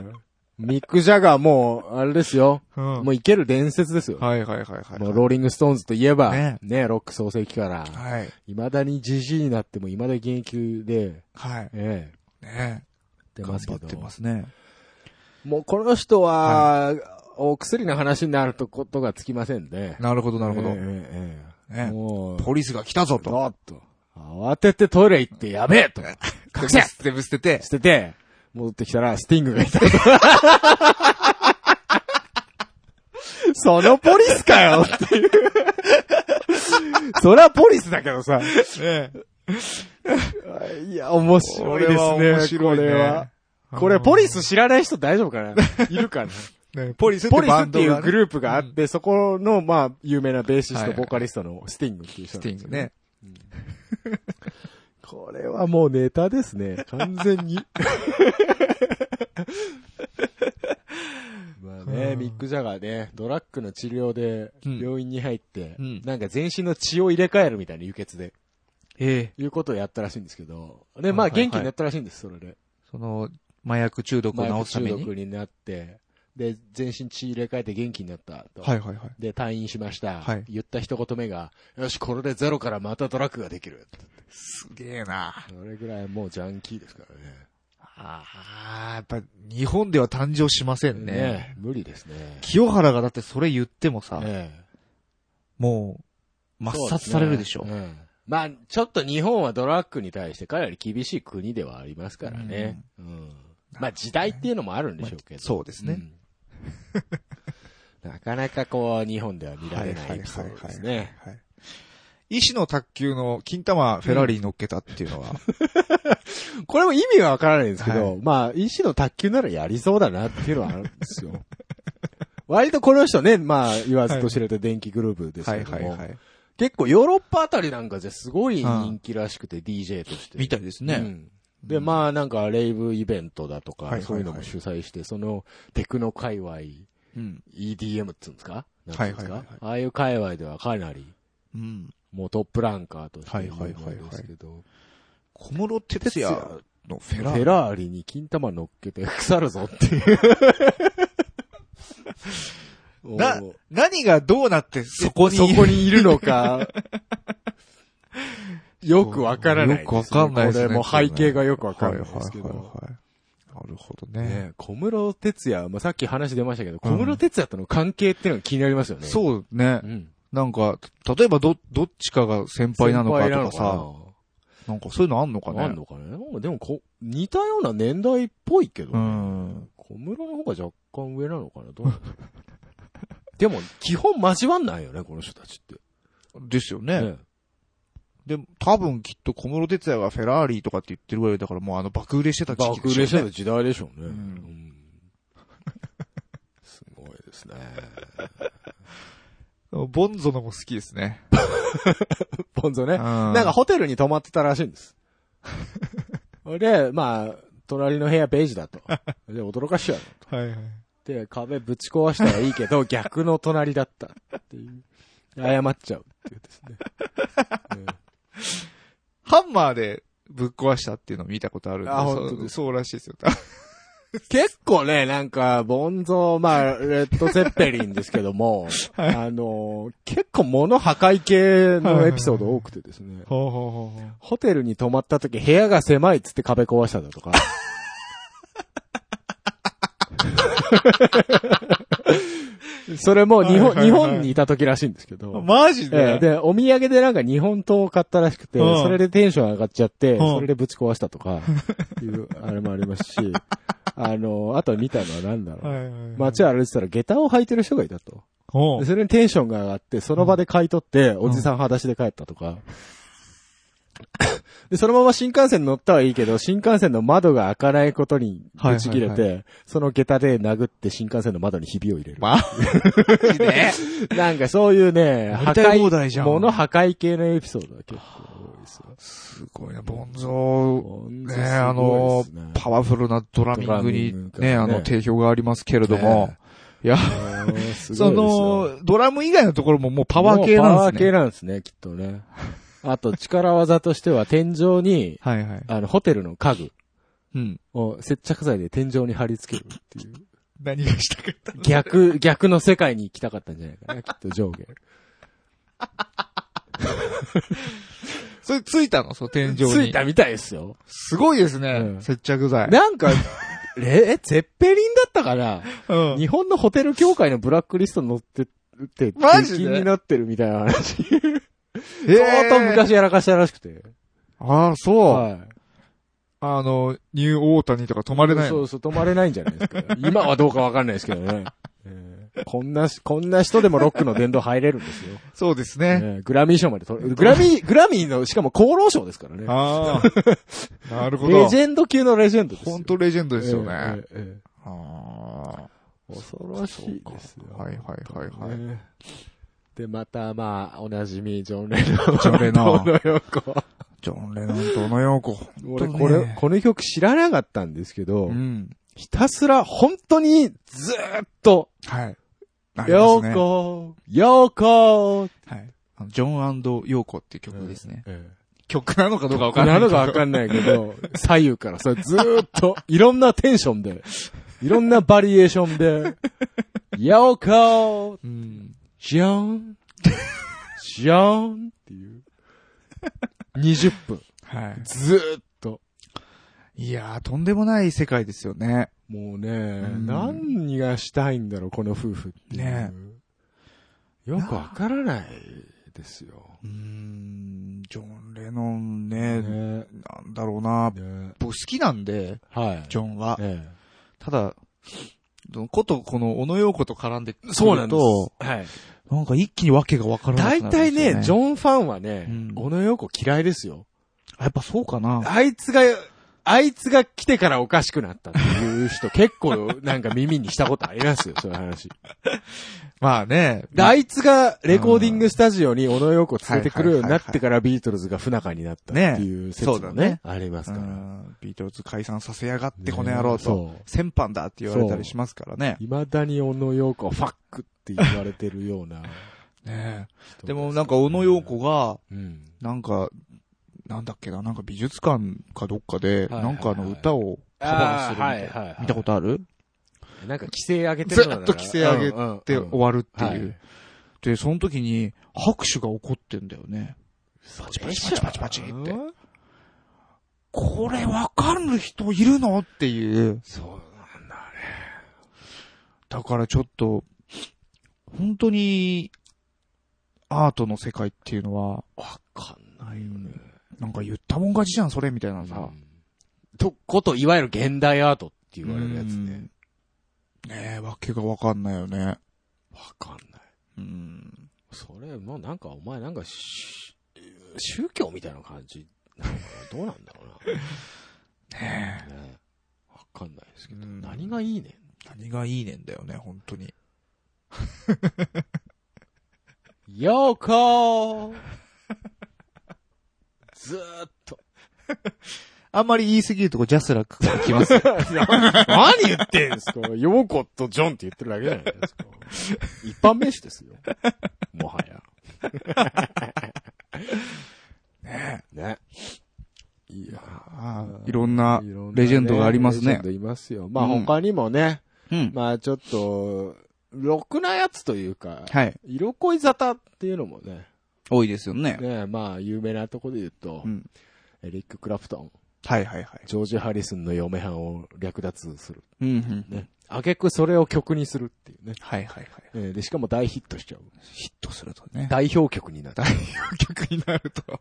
Speaker 3: ミック・ジャガーもう、あれですよ。
Speaker 1: うん
Speaker 3: もういける伝説ですよ。
Speaker 1: はいはいはいはい。
Speaker 3: もうローリング・ストーンズといえば、
Speaker 1: ね
Speaker 3: ねロック創世期から、
Speaker 1: はい。
Speaker 3: 未だにジジイになっても未だに現役で、
Speaker 1: はい。
Speaker 3: ええ、
Speaker 1: ね
Speaker 3: 出
Speaker 1: 頑
Speaker 3: ます
Speaker 1: 張
Speaker 3: け
Speaker 1: って
Speaker 3: ど。
Speaker 1: ますね。
Speaker 3: もうこの人は、お薬の話になるとことがつきませんね。
Speaker 1: なるほどなるほ
Speaker 3: え
Speaker 1: ど
Speaker 3: え。ええええ
Speaker 1: ね
Speaker 3: もう、
Speaker 1: ポリスが来たぞと。
Speaker 3: おっと、慌ててトイレ行ってやべえと。隠せ
Speaker 1: 全部捨てて
Speaker 3: し。てて、戻ってきたら、スティングがいた。 そのポリスかよっていう。そりゃポリスだけどさ。
Speaker 1: ね
Speaker 3: いや、面白いですね。
Speaker 1: これは面白いね
Speaker 3: これは。これ、ポリス知らない人大丈夫かない るかな
Speaker 1: ねポリスって
Speaker 3: ポリス
Speaker 1: バ
Speaker 3: っ
Speaker 1: ン
Speaker 3: て
Speaker 1: ド
Speaker 3: いう
Speaker 1: が
Speaker 3: グ
Speaker 1: ね。
Speaker 3: ループがあって、そこの、まあ、有名なベーシ
Speaker 1: は
Speaker 3: ス
Speaker 1: いは
Speaker 3: ト、
Speaker 1: い
Speaker 3: ボーカリストのスティングっていう
Speaker 1: ス
Speaker 3: 人なん
Speaker 1: テ
Speaker 3: で
Speaker 1: ィン
Speaker 3: すけ
Speaker 1: グ
Speaker 3: ど。
Speaker 1: ね。
Speaker 3: これはもうネタですね。完全に。 まあね、ミック・ジャガーね、ドラッグの治療で
Speaker 1: うん
Speaker 3: 病院に入って、
Speaker 1: うん
Speaker 3: なんか全身の血を入れ替えるみたいな輸血で、
Speaker 1: ええ。
Speaker 3: いうことをやったらしいんですけど、で、
Speaker 1: は
Speaker 3: まあ
Speaker 1: いはいはい
Speaker 3: 元気になったらしいんです、それで。
Speaker 1: その、麻薬中毒
Speaker 3: 麻
Speaker 1: を
Speaker 3: 薬
Speaker 1: 治すため
Speaker 3: 中
Speaker 1: に。
Speaker 3: 毒になって、で、全身血入れ替えて元気になったと。
Speaker 1: はいはいはい。
Speaker 3: で、退院しました。
Speaker 1: はい
Speaker 3: 言った一言目が、よし、これでゼロからまたドラッグができる。
Speaker 1: すげえな。
Speaker 3: それぐらいもうジャンキーですからね。
Speaker 1: ああ、やっぱ日本では誕生しませんね。
Speaker 3: ね無理ですね。
Speaker 1: 清原がだってそれ言ってもさ、
Speaker 3: え
Speaker 1: もう、
Speaker 3: え
Speaker 1: 抹殺されるでしょ。
Speaker 3: そうすねええまあ、ちょっと日本はドラッグに対してかなり厳しい国ではありますからね。うんまあ、時代っていうのもあるんでしょうけど。
Speaker 1: そうですね。
Speaker 3: うん なかなかこう、日本では見られないエピソードですね。
Speaker 1: はい。医師の卓球の金玉フェラーリに乗っけたっていうのは、
Speaker 3: これも意味がわからないんですけど、
Speaker 1: は
Speaker 3: まあ、医師の卓球ならやりそうだなっていうのはあるんですよ。 割とこの人ね、まあ、言わずと知れた電気グループです
Speaker 1: は
Speaker 3: け
Speaker 1: い
Speaker 3: ども、
Speaker 1: はいはい。
Speaker 3: 結構ヨーロッパあたりなんかじゃすごい人気らしくて、DJ として。
Speaker 1: みたいです
Speaker 3: う
Speaker 1: ね。
Speaker 3: んで、まあなんかレイブイベントだとか、
Speaker 1: はいはいはい
Speaker 3: そういうのも主催して、そのテクノ界隈、
Speaker 1: うん。
Speaker 3: EDM って言うんですかなんて言うんです
Speaker 1: はいはいはい
Speaker 3: か、
Speaker 1: はい
Speaker 3: ああいう界隈ではかなり、
Speaker 1: うん。
Speaker 3: もうトップランカーとして
Speaker 1: はい
Speaker 3: 有
Speaker 1: はいはいはい
Speaker 3: 名ですけど、
Speaker 1: 小室哲也のフェラー
Speaker 3: フ
Speaker 1: リ
Speaker 3: ェ。ラーリに金玉乗っけて腐るぞって いう。
Speaker 1: な
Speaker 3: もう、
Speaker 1: 何がどうなってそこに
Speaker 3: そこにいるの か、よくわからないですね、
Speaker 1: よくわかんないですね。
Speaker 3: これもう背景がよくわかんないですけど。
Speaker 1: はいはいはいはい。なるほどね。
Speaker 3: ねえ、小室哲也、まあ、さっき話出ましたけど、小室哲也との関係っていうのが気になりますよね。う。
Speaker 1: そうね
Speaker 3: う。ん。
Speaker 1: なんか、例えばど、どっちかが先輩なのかとか
Speaker 3: 先輩な
Speaker 1: さ、
Speaker 3: の
Speaker 1: なんかそういうのあんのか
Speaker 3: か
Speaker 1: ね。
Speaker 3: なあんのかね。なんかでもこ、似たような年代っぽいけど、
Speaker 1: うん。
Speaker 3: 小室の方が若干上なのかなどうってでも、基本交わんないよね、この人たちっ
Speaker 1: ですよ
Speaker 3: て。
Speaker 1: ね。
Speaker 3: ね
Speaker 1: でも、多分きっと小室哲也がフェラーリとかって言ってるぐらいだからもうあの爆売れしてた時期
Speaker 3: 爆
Speaker 1: で
Speaker 3: 売
Speaker 1: すよ
Speaker 3: れ
Speaker 1: ね
Speaker 3: してた時代でしょうね。
Speaker 1: うん
Speaker 3: うんすごいですね。
Speaker 1: ボンゾのも好きですね。
Speaker 3: ポンゾ
Speaker 1: う
Speaker 3: ね。
Speaker 1: な
Speaker 3: なんか、ホテルに泊まってたらしいんです。で、まあ、隣の部屋ベージュ だと。で、驚かしちゃう。
Speaker 1: はいはい。
Speaker 3: で、壁ぶち壊したらいいけ ど、逆の隣だったっていう。謝っちゃうっていうです ね。
Speaker 1: ハンマーでぶっ壊したっていうのを見たことあるんで。
Speaker 3: あ
Speaker 1: そう
Speaker 3: 本当です
Speaker 1: そうらしいですよ。
Speaker 3: 結構ね、なんか、ボンゾー、まあ、レッド・ゼッペリンですけど も、あの、結構物破壊系のエピソード多くてですね、
Speaker 1: ほうほうほうほう。
Speaker 3: ホテルに泊まった時部屋が狭いっつって壁壊しただ とか。それも
Speaker 1: は
Speaker 3: 日
Speaker 1: いはいは
Speaker 3: 本、
Speaker 1: い
Speaker 3: 日本にいた時らしいんですけど。
Speaker 1: マジ
Speaker 3: え
Speaker 1: で、
Speaker 3: えで、お土産でなんか日本刀を買ったらしくて、
Speaker 1: うん
Speaker 3: それでテンション上がっちゃって、
Speaker 1: ん
Speaker 3: それでぶち壊したと か、いう、あれもありますし、あの、あと見たのは何だろう。
Speaker 1: はいはいはい。
Speaker 3: 街を歩いてたら下駄を履いてる人がいたと。
Speaker 1: ほ
Speaker 3: で
Speaker 1: う
Speaker 3: それにテンションが上がって、その場で買い取って、おじさん裸足で帰ったとか。 で、そのまま新幹線乗ったはいいけど、新幹線の窓が開かないことにぶち切れて、
Speaker 1: はいは
Speaker 3: その下駄で殴って新幹線の窓にひびを入れる。
Speaker 1: マジで
Speaker 3: なんかそういうね、
Speaker 1: や
Speaker 3: 破
Speaker 1: りたい放
Speaker 3: 壊
Speaker 1: 題じゃ、ん
Speaker 3: 物破壊系のエピソードが結構多いですよ。
Speaker 1: すごいな、ボンゾ
Speaker 3: ほん
Speaker 1: ー。ね
Speaker 3: とすごいですね
Speaker 1: あの、パワフルなドラミング
Speaker 3: ドラミン
Speaker 1: に
Speaker 3: グ
Speaker 1: ね、
Speaker 3: が
Speaker 1: あ
Speaker 3: ね
Speaker 1: の、定評がありますけれども
Speaker 3: ね。
Speaker 1: い や、
Speaker 3: あ
Speaker 1: そ
Speaker 3: ーすごいですよ
Speaker 1: の、ドラム以外のところももうパワー系
Speaker 3: もうパ
Speaker 1: な
Speaker 3: ワ
Speaker 1: ん
Speaker 3: ー
Speaker 1: です
Speaker 3: 系
Speaker 1: ね。
Speaker 3: なんですね、きっとね。あと、力技としては天井に、
Speaker 1: はいはい。
Speaker 3: あの、ホテルの家具
Speaker 1: うん。
Speaker 3: を接着剤で天井に貼り付けるって いう。
Speaker 1: 何がしたかった
Speaker 3: 逆、逆の世界に行きたかったんじゃないかな、きっと上下。
Speaker 1: それついたの そう、天井に。
Speaker 3: ついたみたいですよ。
Speaker 1: すごいですね。
Speaker 3: うん
Speaker 1: 接着剤。
Speaker 3: な んか、え、えゼッペリンだったかな
Speaker 1: うん。
Speaker 3: 日本のホテル協会のブラックリストに載ってて、
Speaker 1: マジで
Speaker 3: 出禁になってるみたいな話。
Speaker 1: えー
Speaker 3: 相当昔やらかしたらしくて。
Speaker 1: ああ、そう。
Speaker 3: はい。
Speaker 1: あの、ニューオータニとか泊まれない
Speaker 3: そ
Speaker 1: の
Speaker 3: うそう、止まれないんじゃないですか。今はどうかわかんないですけど ね。えーこんなし、こんな人でもロックの殿堂入れるんですよ。
Speaker 1: そうですね。
Speaker 3: えーグラミー賞まで取る。グラミー、グラミーの、しかも厚労省ですからね。
Speaker 1: あ あ。なるほ
Speaker 3: レ
Speaker 1: ど
Speaker 3: ジ。ェンド級のレジェンドですよ。
Speaker 1: 本当レジェンドですよね。
Speaker 3: え
Speaker 1: あ
Speaker 3: ーえーえ
Speaker 1: あ
Speaker 3: ー恐ろしいですよ
Speaker 1: ー。。はいはいはいはい。
Speaker 3: ねで、また、まあ、おなじみ、ジョン・レノン。
Speaker 1: ジョンレノン
Speaker 3: どうのよこ
Speaker 1: ジョン・レノンと小野洋子。
Speaker 3: 俺、
Speaker 1: 本当
Speaker 3: こ
Speaker 1: ね
Speaker 3: れ、この曲知らなかったんですけど
Speaker 1: う、ん。
Speaker 3: ひたすら本当にずーっと、
Speaker 1: はい。あり
Speaker 3: よ
Speaker 1: ま
Speaker 3: う
Speaker 1: すね
Speaker 3: こー、ようこー
Speaker 1: はい。あのジョンヨーコっていう曲ですね。
Speaker 3: え
Speaker 1: 曲なのかどうかわ
Speaker 3: え
Speaker 1: かんない。
Speaker 3: なのかわかんないけど、左右からそれずーっと、いろんなテンションで、いろんなバリエーショ ンで、ようこー、
Speaker 1: うん。
Speaker 3: シャーン、シャーンっていう、20分、
Speaker 1: は
Speaker 3: ずーっと。
Speaker 1: い。いやー、とんでもない世界ですよね。
Speaker 3: もうね、
Speaker 1: ん
Speaker 3: 何がしたいんだろう、この夫婦っていう。
Speaker 1: ね
Speaker 3: よくわからないですよ。
Speaker 1: うーん、ジョン・レノンね、
Speaker 3: ね
Speaker 1: なんだろうな。
Speaker 3: ね
Speaker 1: 僕好きなんで、
Speaker 3: はい。
Speaker 1: ジョンは。
Speaker 3: え
Speaker 1: ただ、ことこの小野洋子と絡んでく
Speaker 3: え
Speaker 1: る
Speaker 3: そうなんです
Speaker 1: と、。
Speaker 3: はい。
Speaker 1: なんか一気に訳がわからない、
Speaker 3: 大体ね、ジョンファンはね
Speaker 1: うん、
Speaker 3: 小野洋子嫌いですよ。
Speaker 1: やっぱそうかな。
Speaker 3: あいつが、あいつが来てからおかしくなったっていう人結構なんか耳にしたことありますよ、そういう話。
Speaker 1: まあね。
Speaker 3: で、あいつがレコーディングスタジオに小野洋子連れてくるようになってからビートルズが不仲になったっていう説
Speaker 1: ねそ
Speaker 3: も
Speaker 1: うだね
Speaker 3: ね、あります
Speaker 1: う
Speaker 3: から。
Speaker 1: んビートルズ解散させやがって、この野郎と。
Speaker 3: そう。
Speaker 1: 先般だって言われたりしますからね。
Speaker 3: 未だに小野洋子はファックって言われてるような。
Speaker 1: ねでもなんか小野洋子が、
Speaker 3: うん。
Speaker 1: なんか、なんだっけな、なんか美術館かどっかで、
Speaker 3: はい
Speaker 1: なんかあの歌をカバーするみたい
Speaker 3: あーはいはいはい
Speaker 1: 見たことある
Speaker 3: なんか規制上げてるの
Speaker 1: ずっと規制上げで終わるって
Speaker 3: はい
Speaker 1: いう。で、その時に拍手が起こってんだよね。パチパチパチパチパチって。これわかる人いるのっていう。
Speaker 3: そうなんだ、あ
Speaker 1: だからちょっと、本当に、アートの世界っていうのは、
Speaker 3: れ。わかんないよね。
Speaker 1: なんか言ったもん勝ちじゃん、それみたいな
Speaker 3: う
Speaker 1: さ。
Speaker 3: んと、こと、いわゆる現代アートって言われるやつね。
Speaker 1: ねえ、わけがわかんないよね。
Speaker 3: かんない。
Speaker 1: うん。
Speaker 3: それ、もうなんかお前なんかし、宗教みたいな感じなのかなどうなんだろう
Speaker 1: ねえ。
Speaker 3: な。ねわかんないですけど。
Speaker 1: うん
Speaker 3: 何がいいねん。
Speaker 1: 何がいいねんだよね、本当に。
Speaker 3: ようこーずーっと。
Speaker 1: あんまり言い過ぎるとこジャスラックが来ますよ。
Speaker 3: 何言ってんす かヨーコとジョンって言ってるだけじゃないですか。一般名詞ですよ。もはや。 ねえ。ね。いや
Speaker 1: ああ
Speaker 3: ー
Speaker 1: いろんな。
Speaker 3: いろんな
Speaker 1: レジェンドがありますね
Speaker 3: レジェンドいますよ。まあ
Speaker 1: うん
Speaker 3: 他にもね、
Speaker 1: うん。
Speaker 3: まあちょっと、ろくなやつというか、
Speaker 1: はい。
Speaker 3: 色恋沙汰っていうのもね、
Speaker 1: 多いですよね。
Speaker 3: ねまあ有名なところで言うと、
Speaker 1: うん
Speaker 3: エリック・クラプトン、
Speaker 1: はいはいはい。
Speaker 3: ジョージ・ハリスンの嫁はんを略奪する。
Speaker 1: うんうん。
Speaker 3: ね。あげくそれを曲にするっていうね。
Speaker 1: はいはいはい。
Speaker 3: えーで、しかも大ヒットしちゃう。
Speaker 1: ヒットするとね。
Speaker 3: 代表曲になる。
Speaker 1: 逆になると。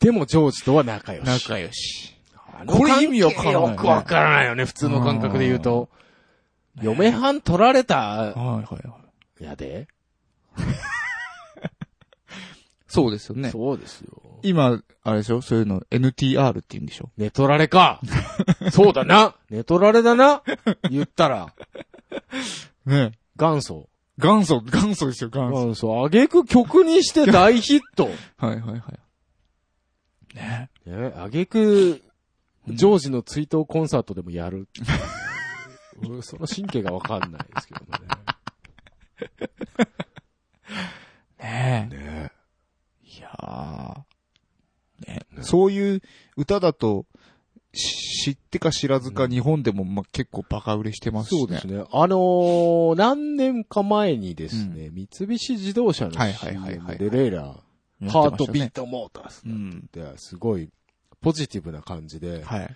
Speaker 3: でもジョージとは仲良し。
Speaker 1: 仲良し。
Speaker 3: あ
Speaker 1: これ意味わかんない
Speaker 3: よくわからないよね、普通の感覚で言うと。嫁はん取られた、
Speaker 1: はいはいはい。
Speaker 3: やで。
Speaker 1: そうですよね。
Speaker 3: そうですよ。
Speaker 1: 今、あれでしょそういうの NTR って言うんでしょ
Speaker 3: 寝取ら れか。そうだな。寝取られだな。言ったら、
Speaker 1: ね
Speaker 3: 元祖。
Speaker 1: 元祖、元祖ですよ、元。
Speaker 3: 元祖。あげく曲にして大ヒッ ト。
Speaker 1: はいはいはい。ね
Speaker 3: ね、あげく、ジョージの追悼コンサートでも やる。うんその神経がわかんないですけども
Speaker 1: ね
Speaker 3: ね。ね
Speaker 1: いやーねそういう歌だと、し知ってか知らずか日本でもまあ結構バカ売れしてますしね。
Speaker 3: そうですね。あのー、何年か前にですね、三菱自動車の
Speaker 1: はいはいはいは
Speaker 3: CM
Speaker 1: い
Speaker 3: でレーラー、
Speaker 1: やって
Speaker 3: ハ
Speaker 1: ましたね
Speaker 3: ートビートモーターズ
Speaker 1: うん。
Speaker 3: って、すごいポジティブな感じで、
Speaker 1: はい。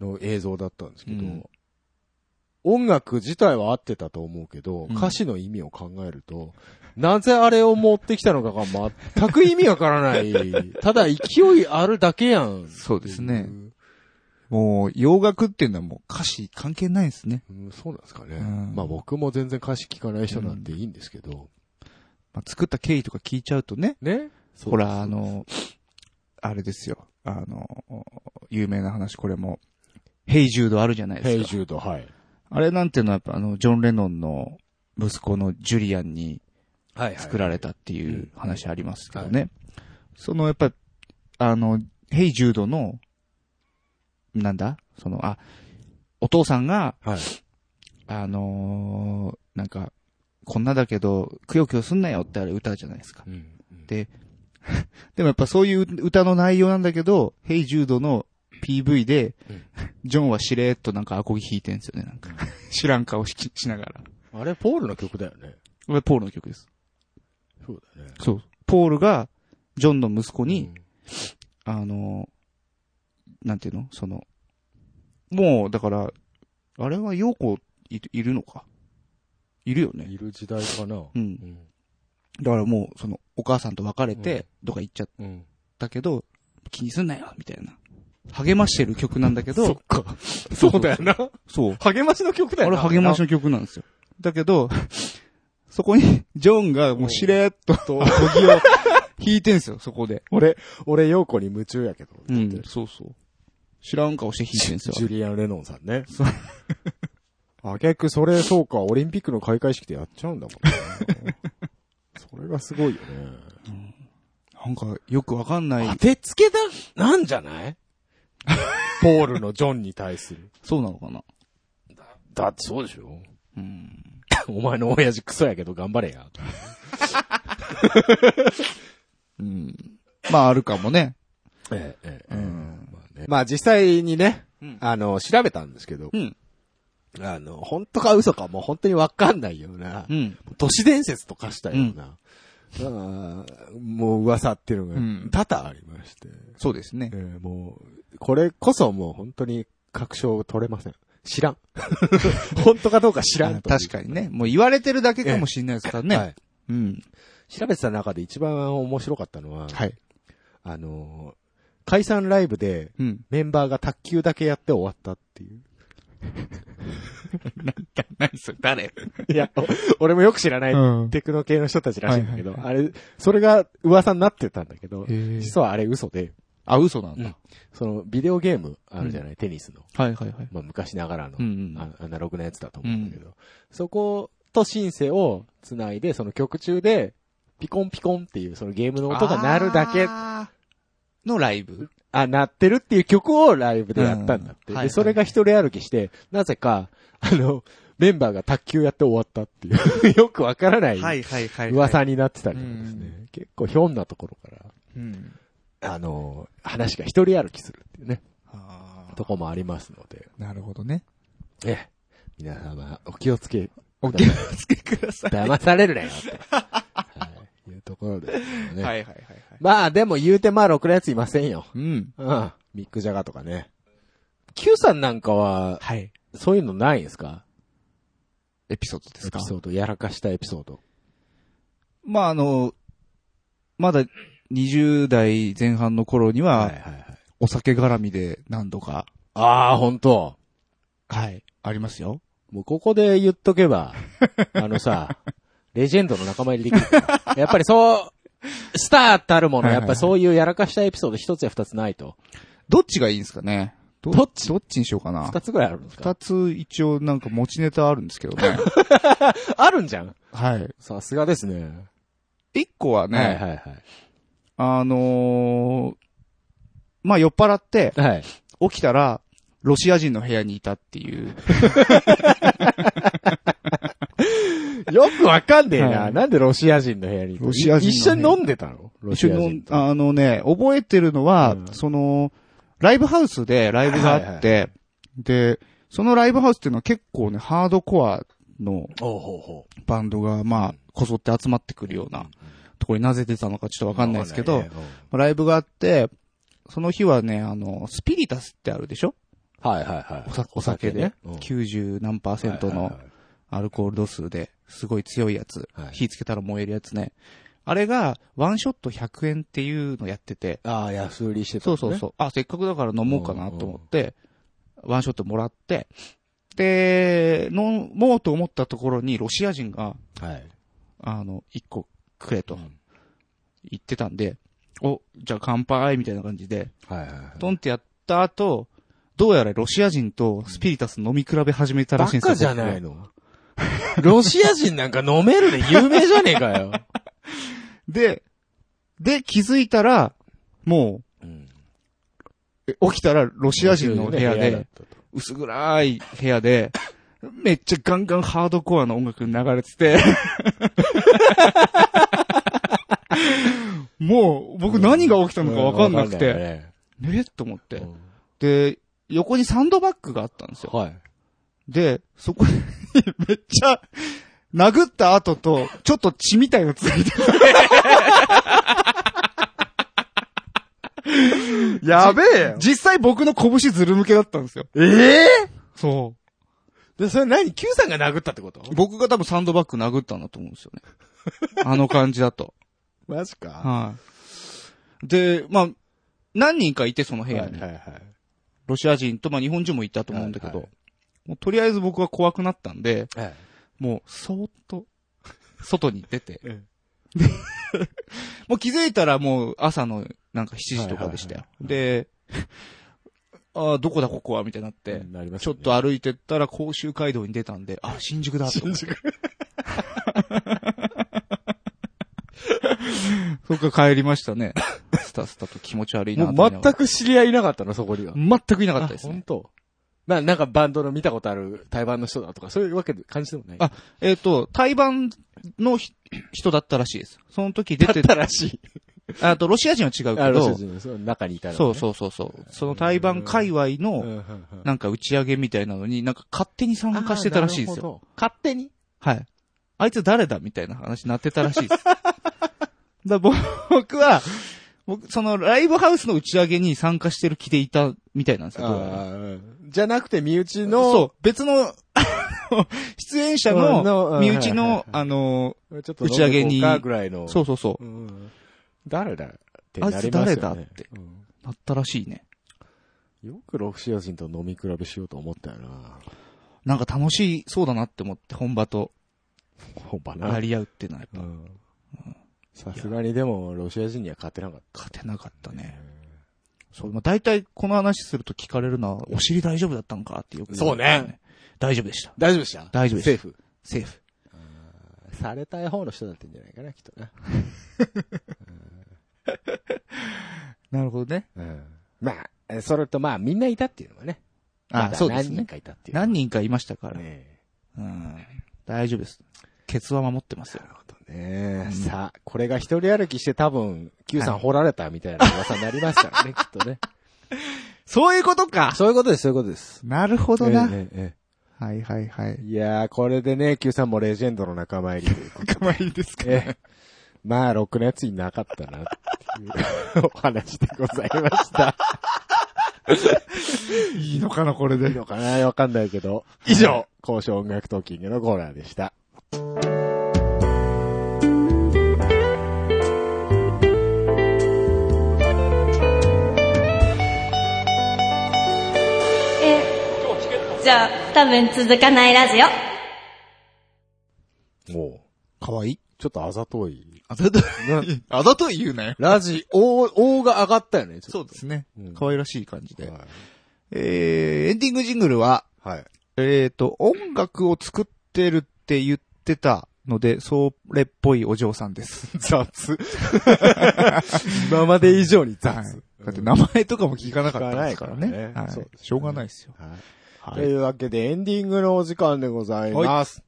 Speaker 3: の映像だったんですけど、
Speaker 1: うん
Speaker 3: 音楽自体は合ってたと思うけど、
Speaker 1: うん
Speaker 3: 歌詞の意味を考えると、なぜあれを持ってきたのかが全く意味わから ない。ただ勢いあるだけやん。
Speaker 1: そうですねもう、洋楽っていうのはもう歌詞関係ないですね。
Speaker 3: うん。そうなんですかね。
Speaker 1: うん
Speaker 3: まあ僕も全然歌詞聞かない人なんでいいんですけど。
Speaker 1: まあ、作った経緯とか聞いちゃうとね。
Speaker 3: ねそう
Speaker 1: ほら、あの、あれですよ。あの、有名な話、これも。ヘイジュードあるじゃないですか。
Speaker 3: ヘイジュード、はい。
Speaker 1: あれなんていうのはやっぱあの、ジョン・レノンの息子のジュリアンに
Speaker 3: はい、
Speaker 1: 作られたって
Speaker 3: はい
Speaker 1: い
Speaker 3: はいう
Speaker 1: 話ありますけどね。そのやっぱ、あの、ヘイ・ジュードの、なんだその、あ、お父さんが、
Speaker 3: はい。
Speaker 1: あのーなんか、こんなだけど、くよくよすんなよってあれ歌じゃないですか。
Speaker 3: うん。
Speaker 1: でもやっぱそういう歌の内容なんだけど、ヘイ・ジュードの PV で
Speaker 3: うん、
Speaker 1: ジョンはしれーっとなんかアコギ弾いてんすよね、なんか。 知らん顔ししながら。
Speaker 3: あれ、ポールの曲だよね。
Speaker 1: これポールの曲です。
Speaker 3: そうだね。
Speaker 1: そう。ポールが、ジョンの息子
Speaker 3: こ
Speaker 1: に、、あの、なんていうのその、もう、だから、あれは陽子いいるのかいるよね。
Speaker 3: いる時代かな。
Speaker 1: う。
Speaker 3: うんん。
Speaker 1: だからもう、その、お母さんと別れて、どっか行っちゃっ
Speaker 3: うん。
Speaker 1: たけど、気にすんなよみたいな。励ましてる曲なんだけ
Speaker 3: そっ
Speaker 1: ど、
Speaker 3: か。そうだよな。
Speaker 1: そう。
Speaker 3: 励ましの曲だ
Speaker 1: あ
Speaker 3: よ
Speaker 1: れ
Speaker 3: な。
Speaker 1: 励ましの曲なんですよ。だけど、そこに、ジョンがもうしれーっと、
Speaker 3: と、
Speaker 1: 釘を弾いてんすよ、そこで。
Speaker 3: 俺、俺、陽子に夢中やけど。
Speaker 1: うん、そうそう。知らん顔して弾いてんすよ。
Speaker 3: ジュリアン・レノンさんね。 あげく、それ、そうか、オリンピックの開会式でやっちゃうんだもん ね。それがすごいよね。
Speaker 1: なんか、よくわかんない。
Speaker 3: てつけだ、なんじゃないポールのジョンに対する。
Speaker 1: そうなのかな
Speaker 3: だってそうでしょ
Speaker 1: うん。
Speaker 3: お前の親父クソやけど頑張れや。
Speaker 1: うん。まあ、あるかもね。
Speaker 3: ええ、ええ
Speaker 1: うん。
Speaker 3: まあねまあ実際にね、
Speaker 1: うん
Speaker 3: あの、調べたんですけど、
Speaker 1: うん。
Speaker 3: あの、本当か嘘かもう本当にわかんないような、
Speaker 1: うん。
Speaker 3: 都市伝説とかしたような、あーもう噂っていうの
Speaker 1: う
Speaker 3: が
Speaker 1: ん
Speaker 3: 多々ありまして、
Speaker 1: そうですね
Speaker 3: え。ーもう、これこそもう本当に確証取れません。知 らん。本当かどうか知ら
Speaker 1: あ
Speaker 3: ん
Speaker 1: の
Speaker 3: という
Speaker 1: 確かにね。もう言われてるだけかもしれないですからね。
Speaker 3: はい。
Speaker 1: うん。
Speaker 3: 調べてた中で一番面白かったのは、
Speaker 1: はい。
Speaker 3: あの、解散ライブで
Speaker 1: うん。
Speaker 3: メンバーが卓球だけやって終わったっていう。
Speaker 1: 何それ誰
Speaker 3: いや、お俺もよく知らない
Speaker 1: うん。
Speaker 3: テクノ系の人たちらしいんだけど、
Speaker 1: はい
Speaker 3: あれ、それが噂になってたんだけど、
Speaker 1: へ
Speaker 3: 実はあれ嘘で、
Speaker 1: あ、嘘なん
Speaker 3: うんそのビデオゲームあるじゃない、テニスの。
Speaker 1: はいはいはい。
Speaker 3: まあ昔ながらの、
Speaker 1: うん
Speaker 3: あアナログなやつだと思うんだけど、そことシンセをつないで、その曲中で、ピコンピコンっていうそのゲームの音が鳴るだけ、あ
Speaker 1: のライブ
Speaker 3: 鳴ってるっていう曲をライブでやったんだって。
Speaker 1: うんはいはい
Speaker 3: で、それが一人歩きして、なぜか、あの、メンバーが卓球やって終わったっていう、 よくわからない
Speaker 2: はいはいはい。
Speaker 3: 噂になってたりとかですね、結構ひょんなところか
Speaker 1: うん。
Speaker 3: ら、あの、話が一人歩きするっていうね、
Speaker 1: あ
Speaker 3: とこもありますので、
Speaker 1: なるほどね。
Speaker 3: ええ、皆様、お気をつけ
Speaker 1: お気をつけくださ
Speaker 3: 騙されるなよって。はい。いうところですよ
Speaker 1: い。
Speaker 3: ね。
Speaker 1: はいはいはいはい。
Speaker 3: まあでも言うてまあろくなやついませんよ。
Speaker 1: うん。
Speaker 3: うん。ミックジャガーとかね。Q さんなんかは、
Speaker 1: はい。
Speaker 3: そういうのないんですか
Speaker 1: エピソードで
Speaker 3: エ
Speaker 1: すか
Speaker 3: ピソード、やらかしたエピソード。
Speaker 1: まああの、まだ20代前半の頃に
Speaker 3: はい
Speaker 1: は
Speaker 3: はい、はい。
Speaker 1: お酒絡みで何度か、
Speaker 3: ああ、本当
Speaker 1: はい、ありますよ。
Speaker 3: もうここで言っと けば、あのさ、レジェンドの仲間入りできるから。やっぱりそう、スターたるもの、
Speaker 1: はいは
Speaker 3: や
Speaker 1: いはい
Speaker 3: っぱそういうやらかしたエピソード一つや二つないと。
Speaker 1: どっちがいいんですかねど
Speaker 3: どっち
Speaker 1: どっちにしようかな
Speaker 3: 二。つぐらいあるんですか
Speaker 1: 二つ一応なんか持ちネタあるんですけど ね。
Speaker 3: あるんじゃん
Speaker 1: はい。
Speaker 3: さすがですね。
Speaker 1: 一個はね、
Speaker 3: はいはいは
Speaker 1: あのーまあ酔っ払って、
Speaker 3: い。はい。
Speaker 1: 起きたら、ロシア人の部屋にいたっていう。
Speaker 3: よくわかんねえな。
Speaker 1: はい
Speaker 3: なんでロシア人の部屋に
Speaker 1: ロシア人の部屋
Speaker 3: い一緒に飲んでたのロ
Speaker 1: 一
Speaker 3: シ
Speaker 1: 緒
Speaker 3: ア
Speaker 1: に
Speaker 3: 人
Speaker 1: 飲んあのね、覚えてるのは、
Speaker 3: うん
Speaker 1: その、ライブハウスでライブがあって、で、そのライブハウスっていうのは結構ね、ハードコアの
Speaker 3: ほうほうほう。
Speaker 1: バンドが、まあ、こぞって集まってくるようなところになぜ出たのかちょっとわかんないですけど、
Speaker 3: わかんないね
Speaker 1: ライブがあって、その日はね、あの、スピリタスってあるでしょ
Speaker 3: うんはいはいはい。
Speaker 1: おさお酒で、
Speaker 3: お酒ね
Speaker 1: 90何パーセント
Speaker 3: はい
Speaker 1: の
Speaker 3: はいはい
Speaker 1: アルコール度数で、すごい強いやつ、
Speaker 3: はい
Speaker 1: 火つけたら燃えるやつね。あれが、ワンショット100円っていうのやってて、
Speaker 3: ああ、安売りしてた
Speaker 1: そ
Speaker 3: の
Speaker 1: う
Speaker 3: ね。
Speaker 1: そうそう。あ、せっかくだから飲もうかなと思って、ワンショットもらって、で、飲もうと思ったところにロシア人が、
Speaker 3: はい。
Speaker 1: あの、一個くれと
Speaker 3: うん
Speaker 1: 言ってたんで、お、じゃあ乾杯みたいな感じで、
Speaker 3: はいはいはい。
Speaker 1: ドンってやった後、どうやらロシア人とスピリタス飲み比べ始めたら
Speaker 3: バ
Speaker 1: しいんですよ。
Speaker 3: カじゃない
Speaker 1: 僕
Speaker 3: のロシア人なんか飲めるで有名じゃねえか よ。
Speaker 1: で、で、気づいたら、も
Speaker 3: うん
Speaker 1: う、え起きたらロシア人の部屋
Speaker 3: ロシア人だっ
Speaker 1: で、
Speaker 3: たと
Speaker 1: 薄暗い部屋で、 めっちゃガンガンハードコアの音楽流れて て、もう、僕何が起きたのかわかんなく
Speaker 3: う
Speaker 1: て、ねえと思っ
Speaker 3: わか
Speaker 1: て
Speaker 3: んないよ。ね
Speaker 1: で、横にサンドバッグがあったんですよ
Speaker 3: うん。はい。
Speaker 1: で、そこに、 めっちゃ、殴った後と、ちょっと血みたいのついて る。
Speaker 2: やべえよ
Speaker 1: 実際僕の拳ずる向けだったんですよ。
Speaker 3: ええ
Speaker 1: そ
Speaker 3: で、それ何 ?Q さんが殴ったってこと
Speaker 1: う。僕が多分サンドバッグ殴ったんだと思うんです よね。あの感じだと。
Speaker 3: マジか。
Speaker 1: はい。で、まあ、何人かいて、その部
Speaker 3: は
Speaker 1: 屋
Speaker 3: いはい
Speaker 1: に。
Speaker 3: はい。
Speaker 1: ロシア人と、まあ、日本人もいたと思うんだけど、
Speaker 3: はいは
Speaker 1: もうとりあえず僕は怖くなったんで、
Speaker 3: はい
Speaker 1: もう、そーっと、 外に出て、
Speaker 3: ええ
Speaker 1: で もう気づいたらもう朝のなんか7時とかでしたよ。で、ああ、どこだここはみたいになって、
Speaker 3: なります
Speaker 1: ちょっと歩いてったら甲州街道に出たんで、あ、新宿 だと思って。
Speaker 3: 宿。
Speaker 1: そっから帰りましたね。 スタスタと気持ち悪いなと
Speaker 3: も
Speaker 1: 思いうな
Speaker 3: 全
Speaker 1: が
Speaker 3: く知り合いいなかったの、そこには。
Speaker 1: ら。全くいなかったです
Speaker 3: 本
Speaker 1: ね。
Speaker 3: 当。な、なんかバンドの見たことある台湾の人だとか、そういうわけで感じでもない。
Speaker 1: あえっ、と、台湾のひ人だったらしいです。その時出、
Speaker 3: だってたらしい。
Speaker 1: あとロシア人は違う
Speaker 3: あ
Speaker 1: け
Speaker 3: ロシア
Speaker 1: ど、
Speaker 3: 人のその中にいたのね。
Speaker 1: そうそうそうそう。その台湾界隈
Speaker 3: う
Speaker 1: の、
Speaker 3: んうんうん。
Speaker 1: なんか打ち上げみたいなのに、なんか勝手に参加してたらしいですよ。
Speaker 3: よ。勝手に
Speaker 1: はい。あいつ誰だみたいな話になってたらしい です。だ僕僕は、僕、そのライブハウスの打ち上げに参加してる気でいたみたいなんですよ。どうやら
Speaker 3: あーうんじゃなくて、身内の、
Speaker 1: そう、別の、出演者
Speaker 3: うん
Speaker 1: の
Speaker 3: の
Speaker 1: 身内
Speaker 3: はいはいは
Speaker 1: の
Speaker 3: い、
Speaker 1: あの、
Speaker 3: う、ちょっ
Speaker 1: 打ち上げに
Speaker 3: 飲んでこうかぐらいの。
Speaker 1: そうそうそうう、
Speaker 3: んうん。誰だってなり
Speaker 1: あいつ
Speaker 3: ますよね
Speaker 1: 誰だって
Speaker 3: うん
Speaker 1: なったらしいね。
Speaker 3: よくロシア人と飲み比べしようと思ったよな。
Speaker 1: なんか楽しそうだなって思って、本場と
Speaker 3: ほぼな。
Speaker 1: やり合うっていうのはやっ
Speaker 3: う
Speaker 1: ぱ、
Speaker 3: ん。さすがにでも、ロシア人には勝てなかっ
Speaker 1: 勝てなかった
Speaker 3: た
Speaker 1: ね。。そう、まあ、大体この話すると聞かれるのは、お尻大丈夫だったんかってよく、
Speaker 3: そうね。
Speaker 1: 大丈夫でした。
Speaker 3: 大丈夫でした
Speaker 1: 大丈夫でした
Speaker 3: セーフ。
Speaker 1: セーフ。
Speaker 3: されたい方の人だったんじゃないかな、きっとな。
Speaker 1: なるほどね。
Speaker 3: うん。まあえ、それとまあ、みんないたっていうのがね。ま
Speaker 1: あ、
Speaker 3: だ
Speaker 1: そうです
Speaker 3: 何人
Speaker 1: ね。
Speaker 3: かいたっていう。
Speaker 1: 何人かいましたから。
Speaker 3: ね
Speaker 1: うん。大丈夫です。ケツは守ってますよ。
Speaker 3: なるほどね。さあ、これが一人歩きして多分、Q さん掘られたみたいな噂になりますからね、きっと ね。
Speaker 1: そういうことか
Speaker 3: そういうことです、そういうことです。
Speaker 1: なるほどな。
Speaker 3: えええ
Speaker 1: はいはいはい
Speaker 3: え。いやー、これでね、Q さんもレジェンドの仲間入りということで。
Speaker 1: まあいいですか。
Speaker 3: ええまあ、ろくなやついなかったな、っていうお話でございました。
Speaker 1: いいのかな、これ
Speaker 3: いい。のかなわかんないけど。以上、交渉音楽トーキングのコーナーでした。
Speaker 6: え、じゃあ、多分続かないラジオ。
Speaker 3: もう、
Speaker 1: かわいい。
Speaker 3: ちょっとあざとい。
Speaker 1: あざとい。あざとい言うなよ。
Speaker 3: ラジオ、王が上がったよね、ちょっ
Speaker 1: そうですね
Speaker 3: うん。
Speaker 1: 可愛らしい感じ
Speaker 3: と
Speaker 1: で。
Speaker 3: はい
Speaker 1: えー、エンディングジングルは、
Speaker 3: はい。
Speaker 1: えーと、音楽を作ってるって言ってたので、それっぽいお嬢さんです。
Speaker 3: 雑。今まで以上に雑。
Speaker 1: はいだって
Speaker 3: うん
Speaker 1: 名前とかも聞かなかったですから
Speaker 3: 聞かない
Speaker 1: ね。
Speaker 3: からね
Speaker 1: はい
Speaker 3: そうですね
Speaker 1: しょうがないですよ。
Speaker 3: はい。というわけでエンディングのお時間でございます。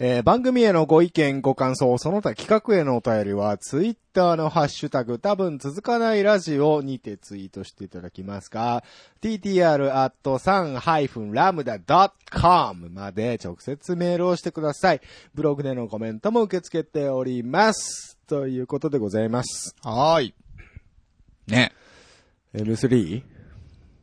Speaker 3: えー番組へのご意見、ご感想、その他企画へのお便りは、ツイッターのハッシュタグ、多分続かないラジオにてツイートしていただきますか、ttr.san-lambda.com まで直接メールをしてください。ブログでのコメントも受け付けております。ということでございます。
Speaker 1: はーい。ね。
Speaker 3: M3?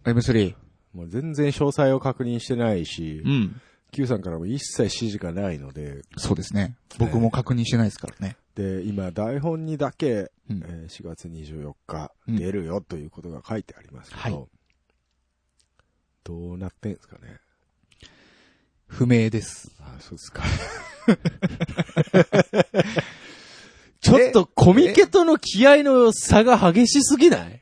Speaker 1: M3。
Speaker 3: もう全然詳細を確認してないし
Speaker 1: う、ん。
Speaker 3: Q さんからも一切指示がないので、
Speaker 1: そうですね。僕も確認してないですからね。
Speaker 3: で、今、台本にだけ、
Speaker 1: うん
Speaker 3: えー4月24日、
Speaker 1: うん
Speaker 3: 出るよということが書いてありますけど、
Speaker 1: は
Speaker 3: どうなってんですかね。
Speaker 1: 不明です。
Speaker 3: あ、そうですか。 ちょっとコミケとの気合の差が激しすぎない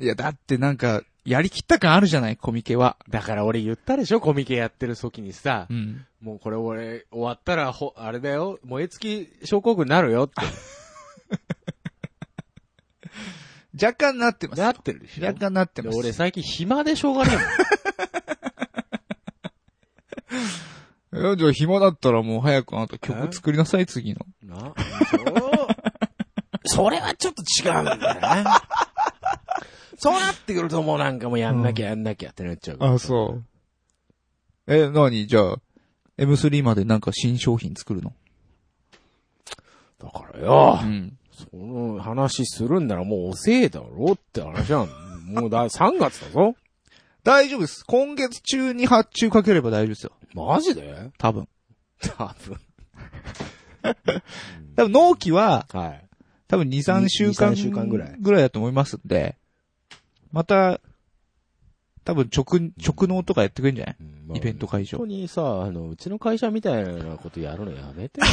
Speaker 1: いや、だってなんか、やりきった感あるじゃない、コミケは。
Speaker 3: だから俺言ったでしょコミケやってる時にさ、
Speaker 1: うん。
Speaker 3: もうこれ俺終わったらほ、あれだよ、燃え尽き症候群になるよって
Speaker 1: 若干なってますよ。
Speaker 3: なってるでしょ
Speaker 1: 若干なって
Speaker 3: で
Speaker 1: ます。
Speaker 3: 俺最近暇でしょうがねえもん。
Speaker 1: えじゃあ暇だったらもう早くあなた曲作りなさい、次の。
Speaker 3: な、それはちょっと違うんだよね。そうなってくるともうなんかもうやんなきゃやんなきゃってなっちゃうから。
Speaker 1: あ、そう。え、なにじゃあ、M3 までなんか新商品作るの
Speaker 3: だからよ、
Speaker 1: ん。
Speaker 3: その話するんならもう遅えだろって話なんもう だ、3月だぞ。
Speaker 1: 大丈夫です。今月中に発注かければ大丈夫ですよ。
Speaker 3: マジで
Speaker 1: 多分。
Speaker 3: 多分。
Speaker 1: 多分納期は、
Speaker 3: はい。
Speaker 1: 多分2、3週間。
Speaker 3: 2 3週間ぐらい
Speaker 1: ぐらいだと思いますんで、また、多分直、直納とかやってくれるんじゃないイベント会場
Speaker 3: 本当にさ、あの、うちの会社みたいなことやるのやめて よ。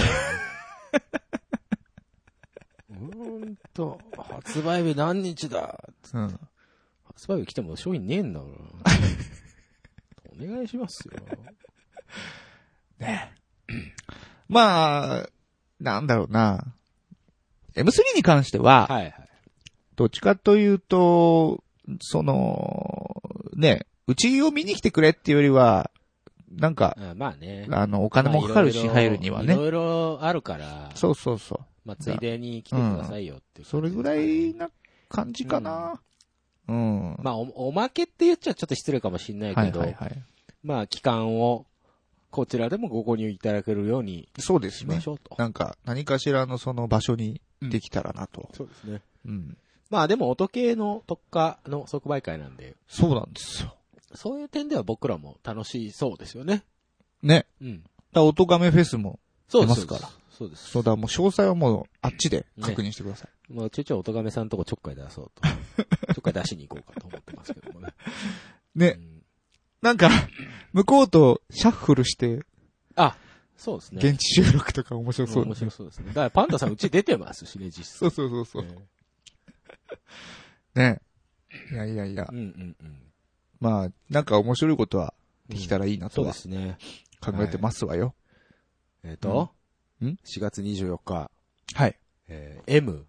Speaker 3: うーんと、発売日何日だ
Speaker 1: うん。
Speaker 3: 発売日来ても商品ねえんだから。お願いしますよ。
Speaker 1: まあ、なんだろうな。M3 に関しては、
Speaker 3: はいはい。
Speaker 1: どっちかというと、その、ね、うちを見に来てくれっていうよりは、なんか、
Speaker 3: あまあね。
Speaker 1: あの、お金もかかるし、
Speaker 3: まあい
Speaker 1: 入
Speaker 3: ろい
Speaker 1: る
Speaker 3: ろ
Speaker 1: にはいね。
Speaker 3: ろいろあるから、
Speaker 1: そうそうそ。
Speaker 3: まあついでに来てくださいよっていうう
Speaker 1: そ
Speaker 3: 感
Speaker 1: れ
Speaker 3: じ
Speaker 1: ぐらいな感じかな。うん。
Speaker 3: まあお、おまけって言っちゃちょっと失礼かもしんない
Speaker 1: は
Speaker 3: け
Speaker 1: い
Speaker 3: ど、
Speaker 1: はいはい。
Speaker 3: まあ、期間を、こちらでもご購入いただけるように
Speaker 1: そうです
Speaker 3: しま
Speaker 1: ね
Speaker 3: し。ょうと。
Speaker 1: なんか、何かしらのその場所にできたらなと。
Speaker 3: そうですね。
Speaker 1: うん。
Speaker 3: まあ、でも、音系の特化の即売会なんで、
Speaker 1: そうなんですよ。
Speaker 3: そういう点では僕らも楽しそうですよね。
Speaker 1: ね。
Speaker 3: うん。
Speaker 1: だ音亀フェスも、
Speaker 3: そうで
Speaker 1: 出
Speaker 3: す。
Speaker 1: ますから
Speaker 3: そうです。
Speaker 1: そうだ、もう詳細はもう、あっちで確認してください。
Speaker 3: まあ、ちょいちょいおとがめさんとこちょっかい出そうと。ちょっかい出しに行こうかと思ってますけどもね。
Speaker 1: ね
Speaker 3: うん
Speaker 1: なんか、向こうとシャッフルして、
Speaker 3: そうですね。
Speaker 1: 現地収録とか面白そう
Speaker 3: 面
Speaker 1: ですね
Speaker 3: 白そうですね。だからパンダさんうち出てますしね、実
Speaker 1: そう
Speaker 3: 際。
Speaker 1: そうそうそう。
Speaker 3: ね
Speaker 1: ね。いやいやいや
Speaker 3: う。んうんうん。
Speaker 1: まあ、なんか面白いことはできたらいいな
Speaker 3: そ
Speaker 1: と
Speaker 3: うで
Speaker 1: は
Speaker 3: すね。
Speaker 1: 考えてますわよ。
Speaker 3: えっと、
Speaker 1: うんん
Speaker 3: ?4 月24日、
Speaker 1: はい。
Speaker 3: えー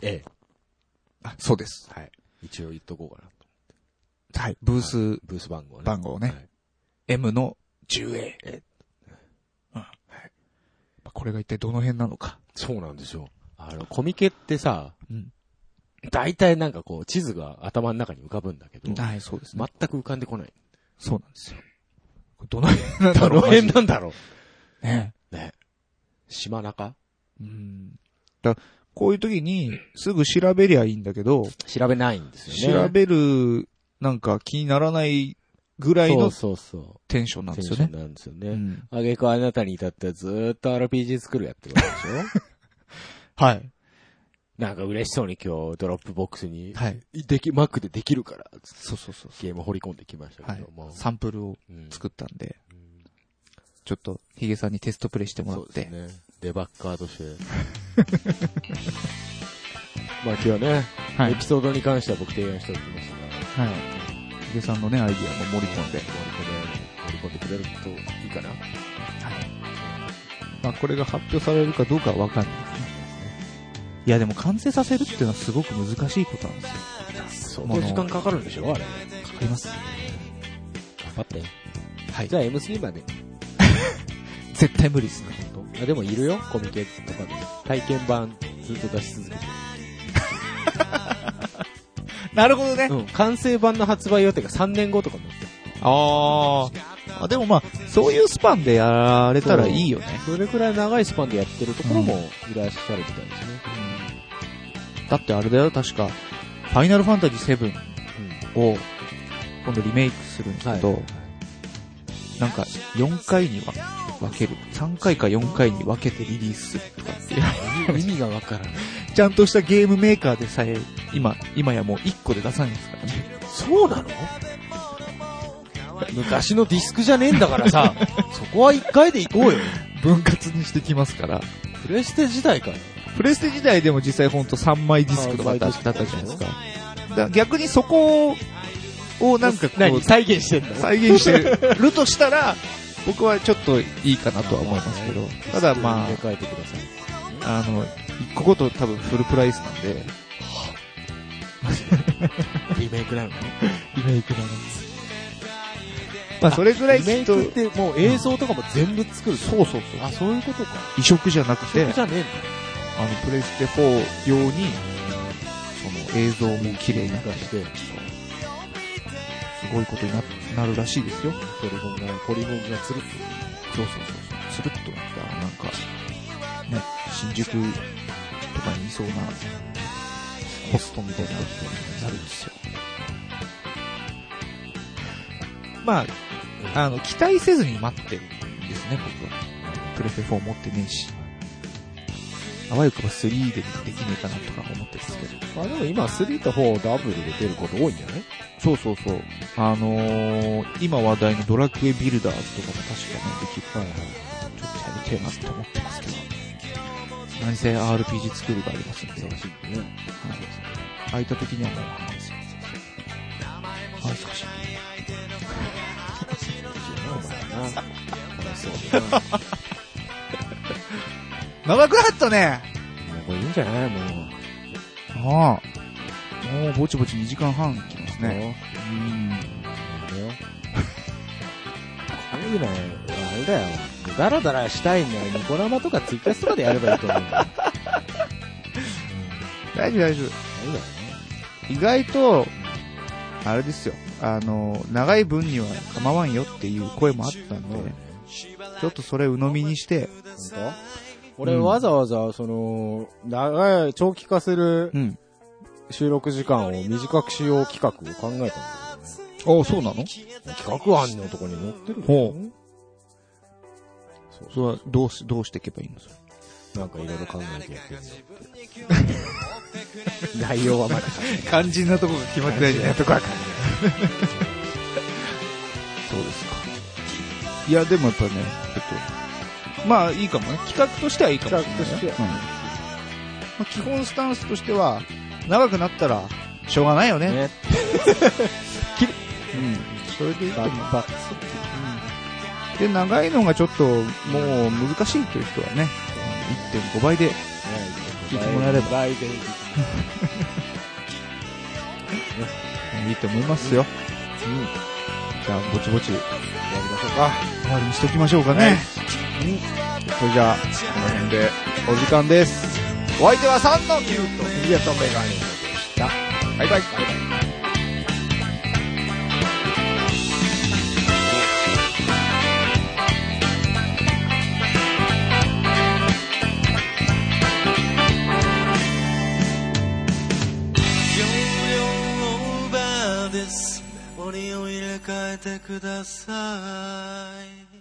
Speaker 3: M10A。
Speaker 1: あ、そうです。
Speaker 3: はい。一応言っとこうかなと。
Speaker 1: はい。ブー
Speaker 3: は
Speaker 1: ス
Speaker 3: いブース番号ね。
Speaker 1: 番号ね。
Speaker 3: はい。
Speaker 1: M の 10A。うん。まあこれが一体どの辺なのか。
Speaker 3: そうなんですよ。あの、コミケってさ、
Speaker 1: うん
Speaker 3: 大体なんかこう、地図が頭の中に浮かぶんだけど、
Speaker 1: はい、そうです
Speaker 3: 全く浮かんでこない。
Speaker 1: そうなんですよ。これどの辺なんだ
Speaker 3: ど
Speaker 1: ろ
Speaker 3: の
Speaker 1: う
Speaker 3: 辺なんだろ
Speaker 1: ね。
Speaker 3: う。ね。島中
Speaker 1: うん。だこういう時に、すぐ調べりゃいいんだけど、
Speaker 3: 調べないんですよ
Speaker 1: 調
Speaker 3: ね。
Speaker 1: べる、なんか気にならないぐらい
Speaker 3: そう
Speaker 1: の
Speaker 3: そうそ
Speaker 1: テンションな
Speaker 3: う。
Speaker 1: ん
Speaker 3: テ
Speaker 1: です
Speaker 3: ンシ
Speaker 1: よ
Speaker 3: ョン
Speaker 1: ね。
Speaker 3: なんですよ
Speaker 1: う
Speaker 3: ね。
Speaker 1: ん。
Speaker 3: あげくあなたに至ってはずーっと RPG 作るやってるわけで しょ
Speaker 1: はい。
Speaker 3: なんか嬉しそうに今日ドロップボックスに、
Speaker 1: はい。
Speaker 3: でき、Mac でできるから、つって
Speaker 1: そうそうそうそ
Speaker 3: ゲーム掘り込んできまし
Speaker 1: う。
Speaker 3: た
Speaker 1: は
Speaker 3: け
Speaker 1: い
Speaker 3: ども。。
Speaker 1: サンプルを
Speaker 3: うん
Speaker 1: 作ったんで、
Speaker 3: うん
Speaker 1: ちょっとヒゲさんにテストプレイしてもら
Speaker 3: そ
Speaker 1: っ
Speaker 3: うで
Speaker 1: て。
Speaker 3: すね。デバッカー として。まあ今日はね、
Speaker 1: はい
Speaker 3: エピ。ソードに関しては僕提案しておきますが、
Speaker 1: はい。ヒゲさんのね、アイディアも盛り込んで。
Speaker 3: 盛り込んで、盛り込んでくれるといいかな。
Speaker 1: まあこれが発表されるかどうかはわかんないですね。いやでも完成させるっていうのはすごく難しいことなんですよ。
Speaker 3: 相
Speaker 1: 当時間
Speaker 3: かかるんでしょあれ。
Speaker 1: かかります。
Speaker 3: 頑張って。
Speaker 1: はい
Speaker 3: じ。ゃあ M3 まで。
Speaker 1: 絶対無理ですね、本
Speaker 3: あ、でもいるよ、コミケとかで。体験版ずっと出し続けて。
Speaker 1: 当。なるほどね。
Speaker 3: うん、完成版の発売予定が3年後とかになってる
Speaker 1: あーあ。でもまあ、そういうスパンでやれたらいいよね。
Speaker 3: それくらい長いスパンでやってるところもいらっしゃるみたいですね。
Speaker 1: だってあれだよ、確か、ファイナルファンタジー7を、今度リメイクするんですけど、なんか、4回には分ける。3回か4回に分けてリリースするとかっていう。
Speaker 3: うん。意味がわからない。
Speaker 1: ちゃんとしたゲームメーカーでさえ、今、今やもう1個で出さないですからね。
Speaker 3: そうなの昔のディスクじゃねえんだか らさ、そこは一回で行こうよ。
Speaker 1: 分割にしてきますから。
Speaker 3: プレステ時代から。
Speaker 1: プレステ時代でも実際ほんと3枚ディスクとかだっただったじゃないですか。だから逆にそこをなんかこう、
Speaker 3: 再現してんだ
Speaker 1: 再現してるとしたら、僕はちょっといいかなとは思いますけ ど。ただま
Speaker 3: 入れ替えてください。
Speaker 1: あ、あの、一個ごと多分フルプライスなんで、
Speaker 3: リメイクなのね。
Speaker 1: リメイクなんです。まあそれぐらい
Speaker 3: リメイ
Speaker 1: と
Speaker 3: クってもう映像とかも全部作る。
Speaker 1: そうそうそう。
Speaker 3: あ、そういうことか。
Speaker 1: 移植じゃなくて、あ
Speaker 3: 曲じゃねえんだ。
Speaker 1: の、プレステ4用に、その映像も綺麗に
Speaker 3: 出し
Speaker 1: す
Speaker 3: て、
Speaker 1: ごいことにななるらしいですよ。
Speaker 3: ポリゴンが、ポリゴンがつるっ
Speaker 1: そうそうそうそう。つるっとなった、なんか、ね、新宿とかにいそうな、ホストみたいな人になるんですよ。まあ、あの、期待せずに待ってるんですね、僕は。プレフェ4持ってねえし。あわよくば3でできねえかなとか思ってますけど。
Speaker 3: と。あ、でも今3と4ダブルで出ること多いんじゃない
Speaker 1: そうそうそう。あのー、今話題のドラクエビルダーズとかも確かね、できるから、ちょっとやりてえなって思ってますけど。何せ RPG 作るがありますんで、はい、
Speaker 3: しいんだね。
Speaker 1: 空いた時にはもうわかんないですよ。あ、忙しい。
Speaker 3: お前な。楽しそうだな。
Speaker 1: 長くなったね
Speaker 3: もうこれいいんじゃないもう。
Speaker 1: ああ。もうぼちぼち2時間半きますね。
Speaker 3: ね。
Speaker 1: うん。
Speaker 3: あれよ。こういうの、あれだよ。ダラダラしたいんだよ。ニコ生とかツイキャスとかでやればいいと思うんだよ。
Speaker 1: 大丈夫大丈夫。
Speaker 3: うん、あれだよね。
Speaker 1: 意外と、あれですよ。あの、長い分には構わんよっていう声もあったんで、ちょっとそれ鵜呑みにして、
Speaker 3: 本当俺、
Speaker 1: うん
Speaker 3: わざわざ、その、長い、長期化する
Speaker 1: うん。
Speaker 3: 収録時間を短くしよう企画を考えた
Speaker 1: ああ、そうなの
Speaker 3: んだよ。企画案のとこに載ってるよ
Speaker 1: ほ
Speaker 3: そう
Speaker 1: それはどうし、どうしていけばいいのそれ。
Speaker 3: なんかいろいろ考えてやってるん だって。内容はまだ考えてない
Speaker 1: 肝心なとこが決まってないじゃない
Speaker 3: とか考
Speaker 1: いや、でもやっぱね、ちょっと、まあいいかもね。企画としてはいいかもしれない、ね。
Speaker 3: 企画として
Speaker 1: うんまあ、基本スタンスとしては、長くなったら、しょうがないよね。
Speaker 3: ね
Speaker 1: うん。それでいいと
Speaker 3: バ
Speaker 1: 思う。
Speaker 3: ッバッ
Speaker 1: で、長いのがちょっと、もう難しいという人はね、1.5倍で聞いてもらえれば
Speaker 3: 倍でいい
Speaker 1: いいと思いますよ。じゃあ、ぼちぼち、やりましょうか。終わりにしときましょうかね。うんそれじゃあ、この辺で、お時間です。お相手は3のキュート、ヒゲとメガネでした。バイバイ。バイバイ
Speaker 7: 容量オーバーですメモリを入れ替えてください